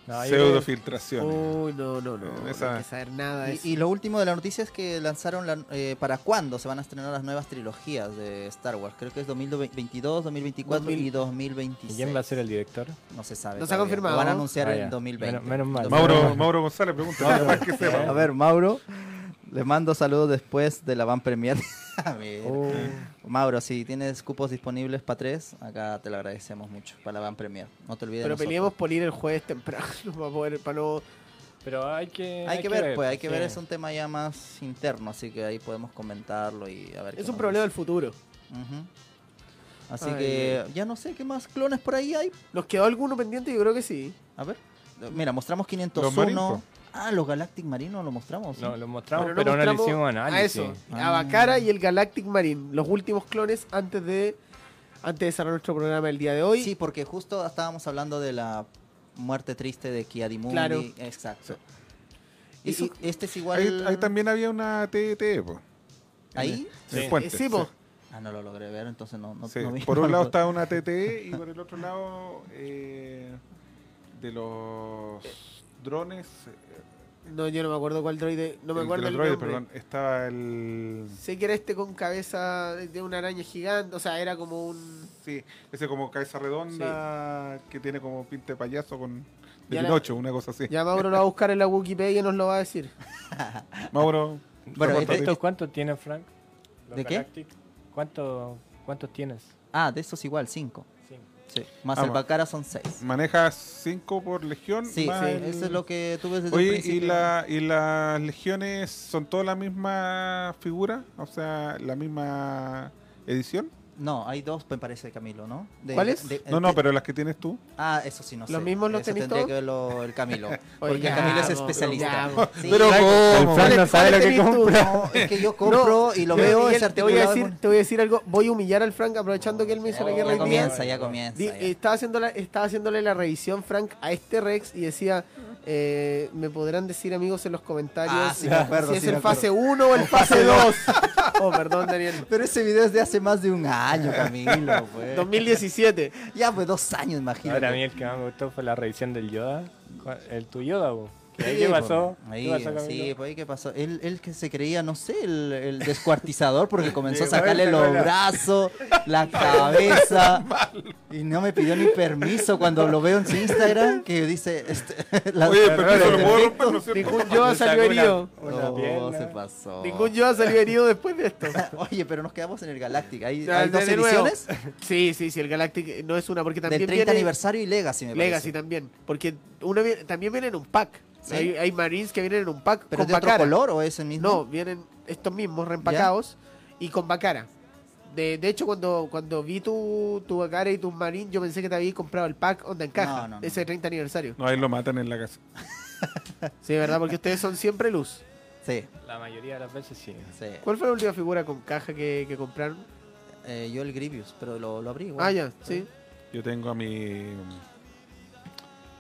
No, Ah, yo creo- pseudofiltraciones. Uy, no, no, no. No hay que Esa- saber nada de Y- eso. Y, lo último de la noticia es que lanzaron la- eh, para cuándo se van a estrenar las nuevas trilogías de Star Wars. Creo que es 2022, 2024 y 2026. ¿Quién va a ser el director? No se sabe. No se ha todavía. confirmado. Lo van a anunciar Ah, ya. en 2020. Menos- menos mal. Mauro, Mauro González pregunta. para que sepa. A ver, Mauro, le mando saludos después de la van premier. A ver. Oh, Mauro, si tienes cupos disponibles para tres, acá te lo agradecemos mucho para la van premier. No te olvides. de Pero nosotros. peleemos por ir el jueves temprano para, poder, para no... pero hay que. Hay que ver, pues hay que sí. ver, es un tema ya más interno, así que ahí podemos comentarlo y a ver. qué Es un nos problema del dice. futuro. Ujú. Así Ay, que ya no sé qué más clones por ahí hay. ¿Nos quedó alguno pendiente? Yo creo que sí. A ver. Mira, mostramos Los marinos. 501. Ah, los Galactic Marinos lo mostramos. No, ¿sí? lo mostramos, Bueno, pero no, mostramos le hicimos A análisis. eso, Ah. a Bacara y el Galactic Marine, los últimos clones antes de antes de cerrar nuestro programa el día de hoy. Eh, Sí, porque justo estábamos hablando de la muerte triste de Kiadimundi. Claro. Exacto. Y- Eso- y- este es igual. Ahí, ahí también había una TT, po. ¿Ahí? En el Sí. Eh, puente, sí, po. sí. Ah, no lo logré ver, entonces no, no, Sí. no vi. Por un lado estaba una TT y por el otro lado eh, de los drones. eh, No, yo no me acuerdo cuál droide, no me el- de acuerdo los el droides, nombre. perdón. Estaba el. Sé que era este con cabeza de una araña gigante, o sea, era como un Sí, ese como cabeza redonda que tiene como pinta de payaso con de Ya la- Pinocho, una cosa así. Ya Mauro lo va a buscar en la Wikipedia y nos lo va a decir. Mauro, reporta Bueno, este- a ¿Estos ti. cuántos tienes, Frank? ¿De qué? Galactic? ¿Cuánto- ¿Cuántos tienes? Ah, de estos igual, cinco. Sí. Sí. Más Ah, el bueno. Bacara son seis. maneja 5 por legión. Sí, más sí, el- eso es lo que tú ves desde el Oye, ¿y, principio. la, ¿y las legiones son todas la misma figura? O sea, la misma edición. No, hay dos, me parece, Camilo, ¿no? De- ¿Cuáles? de- No, no, pero las que tienes tú. Ah, eso sí, no sé. ¿Los mismos los Eso tenéis tendría todos? que verlo el Camilo. Oye, Porque ya, Camilo es vos, especialista. ya, vos. Sí, Pero El ¿cómo? Fran no ¿Cuáles- sabe lo cuáles que tenés tú? compra. no, es que yo compro y lo Pero veo Miguel, te voy a desarticulado. decir, te voy a decir algo, voy a humillar al Frank aprovechando que él me hizo la guerra ya hoy día. Oh, comienza, ya comienza. Di- eh, ya. estaba, haciendo la- estaba haciéndole la revisión, Frank, a este Rex y decía, eh, me podrán decir amigos en los comentarios Ah, sí, me acuerdo, si sí, es el me acuerdo. fase 1 o el fase 2. oh, perdón, Daniel. Pero ese video es de hace más de un año, Camilo. pues. 2017. Ya, pues dos años, imagínate. Ahora a mí el que más me gustó fue la revisión del Yoda. Cu- El tu Yoda, bo, ¿Qué, qué pasó? ¿Qué Ahí, pasó, sí, Camilo? pues ahí qué pasó. Él, él que se creía, no sé, el, el descuartizador, porque comenzó a Sí, bueno, sacarle los bueno. brazos, la cabeza. Y no me pidió ni permiso cuando lo veo en su Instagram, que dice. este, la- Oye, pero errores eso lo del puedo romper, pues, ¿no es cierto? Ningún Le Yoda sacó salió una- herido. una No, pierna. se pasó. Ningún Yoda salió herido después de esto. Oye, pero nos quedamos en el Galactic. Hay, Ya, hay de- dos de nuevo. ediciones Sí, sí, sí, el Galactic eh, no es una, porque del también 30 viene aniversario y Legacy, me parece. Legacy también, porque uno viene- también vienen en un pack. Sí. Hay, hay Marines que vienen en un pack ¿Pero con de otro Bacara. color o es el mismo? No, vienen estos mismos reempacados y con Bacara. De, de hecho, cuando, cuando vi tu, tu Bacara y tu Marine, yo pensé que te habías comprado el pack onda en caja, No, no, no. ese 30 aniversario. No, ahí lo matan en la casa. Sí, verdad, porque ustedes son siempre luz. Sí, La mayoría de las veces sí. sí. ¿Cuál fue la última figura con caja que, que compraron? Eh, yo el Grievous, pero lo, lo abrí igual. Ah, ya, sí. Yo tengo a mi. mm,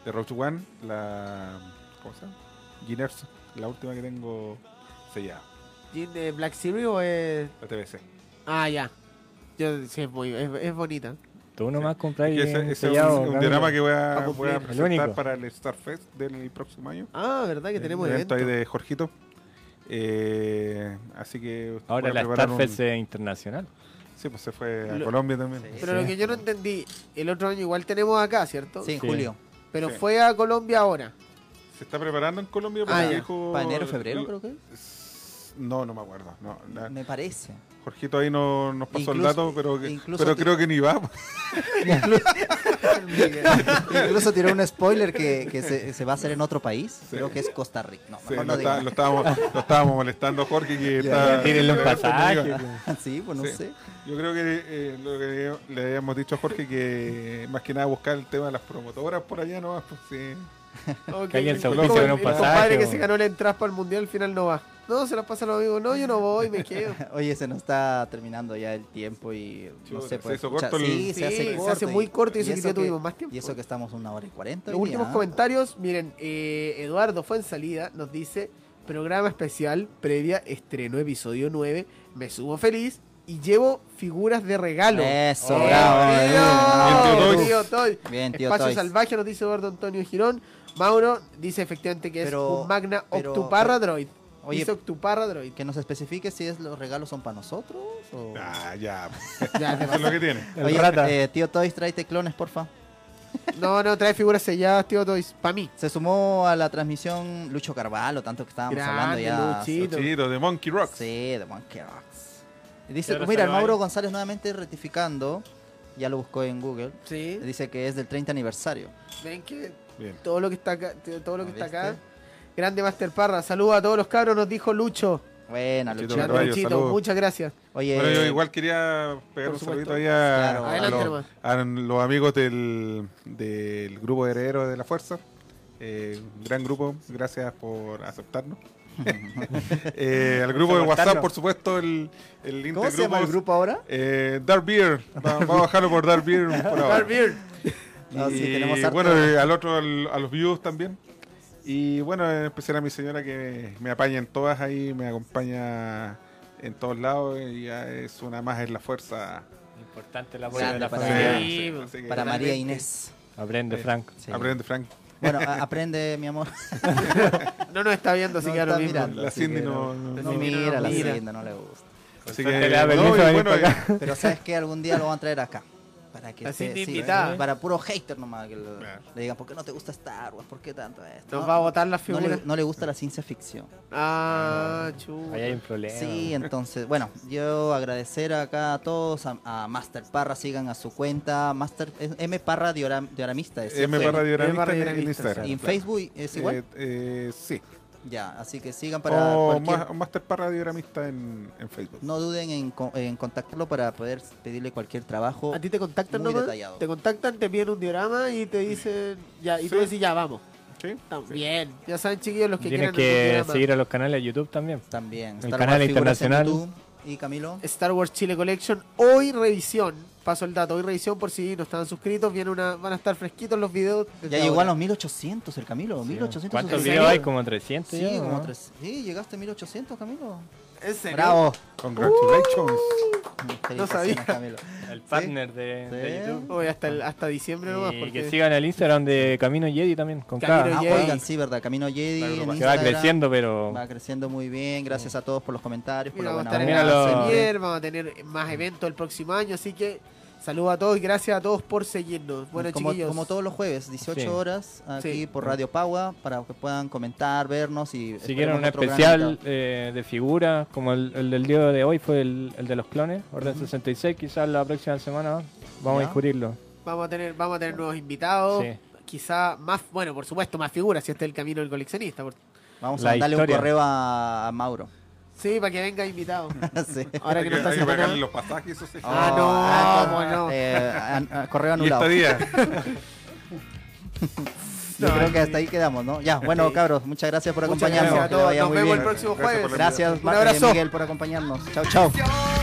De Road to One, la. ¿Cómo se llama? Guinness, la última que tengo sellada, ¿Jean eh, de Black Series o es...? la TBC. Ah, ya. Yo, sí, es, muy, es, es bonita. Tú nomás compras Y y ese, ese sellado, es un- un, Camilo. diorama que voy Va a a, voy cumplir. a El presentar único. para el Starfest del próximo año. Ah, verdad que tenemos Un evento. ahí de Jorgito. Eh, así que. Ahora voy a la eh. preparar un- Starfest es internacional. Sí, pues se fue a Lo- Colombia también. Sí. Pero lo que yo no entendí, el otro año igual tenemos acá, ¿cierto? Sí, en Sí. julio. Pero Sí. fue a Colombia ahora. Se está preparando en Colombia Ah, porque ya. dijo. Para enero, febrero, el- creo que. s- No, no me acuerdo. No, la- Me parece. Jorgito ahí no, nos pasó el Incluso- dato, pero, que- incluso pero te- creo que ni va. pues, Incluso tiró un spoiler que, que se, se va a hacer en otro país. Creo que es Costa Rica. No, Sí, lo, mejor no está- digas. lo estábamos, lo estábamos molestando a Jorge que está... Tírenle un pasaje. Sí, pues no Sí. sé. Yo creo que eh, lo que le habíamos dicho a Jorge que más que nada buscar el tema de las promotoras por allá nomás, pues sí. Ok. Que alguien se Como auspicie el- con un el compadre pasaje, que o- se ganó la entrada para el mundial al final no va. No, se las pasa a los amigos. No, yo no voy, me quedo. Oye, se nos está terminando ya el tiempo y no Chuta, sé, se pues. hizo escucha- corto el- Sí, Sí, se hace, corto muy corto y, eso que ya que- tuvimos más tiempo. Y eso que estamos una hora y cuarenta. Los hoy día, últimos ¿eh? comentarios, miren, eh, Eduardo fue en salida, nos dice, programa especial, previa, estreno, episodio 9, me subo feliz y llevo figuras de regalo. Eso, ¡Eh, bravo. tío, Bien, tío tío Toy. Toys. Bien, tío Espacio Toys. Salvaje nos dice Eduardo Antonio Girón. Mauro dice efectivamente que Pero- es un Magna pero- Octuparra pero- Droid. Oye, dice Octuparra Droid. que nos especifique si es los regalos son para nosotros o... Ah, ya. Ya, te Eso es lo pasó. que tiene. El Oye, rata. eh, tío Toys, tráete clones, porfa. no, no, trae figuras selladas, tío Toys. Para mí. Se sumó a la transmisión Lucho Carvalho, tanto que estábamos hablando Grande, ya. Luchito. Chido, de Monkey Rock. Sí, de Monkey Rocks. Y Dice, Ya lo mira, el saludáis. Mauro González nuevamente rectificando, ya lo buscó en Google, Sí. dice que es del 30 aniversario. Ven que Bien. todo lo que está acá, t- todo lo que ¿No está acá. viste? Grande Master Parra, saludos a todos los cabros, nos dijo Lucho. Luchito Buena, Luchito. Grande Carvalho, Luchito, saludos. muchas gracias. Oye, Bueno, yo igual quería pegar Por un supuesto. saludito ahí a, Claro. a Adelante los, nomás. a los amigos del, del grupo de herederos de la fuerza. Eh, un gran grupo, gracias por aceptarnos. Eh, al grupo de WhatsApp, Soportarnos. por supuesto, el, el ¿cómo se llama el intergrupo, grupo ahora? Eh, Dark Beer. Va- Vamos a bajarlo por Dark Beer. Por ahora. No, Ah, sí, Y, tenemos harto. bueno, eh, al otro, al- a los views también. Y bueno, en especial a mi señora que me apaña en todas ahí, me acompaña en todos lados. Y ya es una más en la fuerza. Importante el apoyo Grande de la para- familia. Sí, así que Para María Totalmente. Inés. Aprende, Sí. Frank. Sí. Pues Aprende, Frank. Bueno, a- aprende, mi amor. No nos está viendo, así No que ahora está mismo. mirando. La Así que Cindy no. no- no- No Sí, mira, mira, la mira. leyenda no le gusta. Así Suerte, que. le da no, permiso y a venir bueno, para eh, Pero sabes que algún día lo van a traer acá. Para que Así esté- te sí, ¿eh? invitaba. Para puro hater nomás. Que lo- Claro. le digan, ¿por qué no te gusta Star Wars? ¿Por qué tanto esto? Nos No, va a botar las no figuras. le, no le gusta la ciencia ficción. Ah, chulo. Ahí hay un problema. Sí, entonces, bueno, yo agradecer acá a todos, a, a Master Parra, sigan a su cuenta, Master es M Parra Dioram- Dioramista, es eh, M cierto? barra M barra dioramista en- en dioramista, Instagram. Y en claro. Facebook es igual, Eh, eh, sí. ya, así que sigan para oh, o cualquier- Uh. ma- Master Parra dioramista en, en Facebook. No duden en, co- en contactarlo para poder pedirle cualquier trabajo. A ti te contactan, Muy nomás, detallado. Te contactan, te piden un diorama y te dicen. Ya, y tú Sí. decís, ya, vamos. Sí. Estamos Bien. Ya saben, chiquillos, los que Tienen quieran que algún seguir diorama. a los canales de YouTube también. También. El Star canal Wars figuras en internacional. YouTube. Y Camilo. Star Wars Chile Collection, hoy revisión. Paso el dato, hoy revisión por si no estaban suscritos. Viene una, van a estar fresquitos los videos. desde Ya llegó a ahora. los 1800 el Camilo, 1800. ¿Cuántos ¿En serio? videos hay? Como 300 Sí, este ya, ¿o como no? tres- sí, llegaste a 1800 Camilo. ¿En serio? Bravo. Congratulations. Felicitaciones, sabía. Camilo. El partner de, Sí. de YouTube. Oye, hasta, el- hasta diciembre nomás. Y que porque- sigan el Instagram de Camino Jedi también, con K. Camino Ah, Jedi. oigan, sí, verdad. Camino Jedi. La en agrupación. Que va Instagram. creciendo, pero Va creciendo muy bien. Gracias a todos por los comentarios, por Mira, la vamos a buena estar en onda. la Míralo. premier, vamos a tener más eventos el próximo año, así que saludos a todos y gracias a todos por seguirnos. Bueno, como, chiquillos. como todos los jueves, 18 Sí. horas, aquí Sí. por Radio Paua, para que puedan comentar, vernos y... si quieren un esperemos otro gran especial invitado. eh, de figuras, como el, el del día de hoy fue el, el de los clones, Orden 66, quizás la próxima semana vamos a Ya. descubrirlo. Vamos a tener, vamos a tener nuevos invitados. Sí. Quizá más, bueno, por supuesto, más figuras, si este es el camino del coleccionista. por- Vamos la a mandarle historia. un correo a, a Mauro. Sí, para que venga invitado. Sí. Ahora que no está Hay que haciendo pagarle nada. los pasajes, eso sí. Ah, no, con- bueno. eh, an- a- correo y anulado. estadía. Yo No, creo que sí. hasta ahí quedamos, ¿no? Ya, bueno, Sí. cabros, muchas gracias por Muchas acompañarnos. gracias a que le todos. vaya Nos muy vemos el bien. próximo Gracias por jueves. la Gracias, Un Marta y abrazo. Miguel, por acompañarnos. Chao, chao. Chao.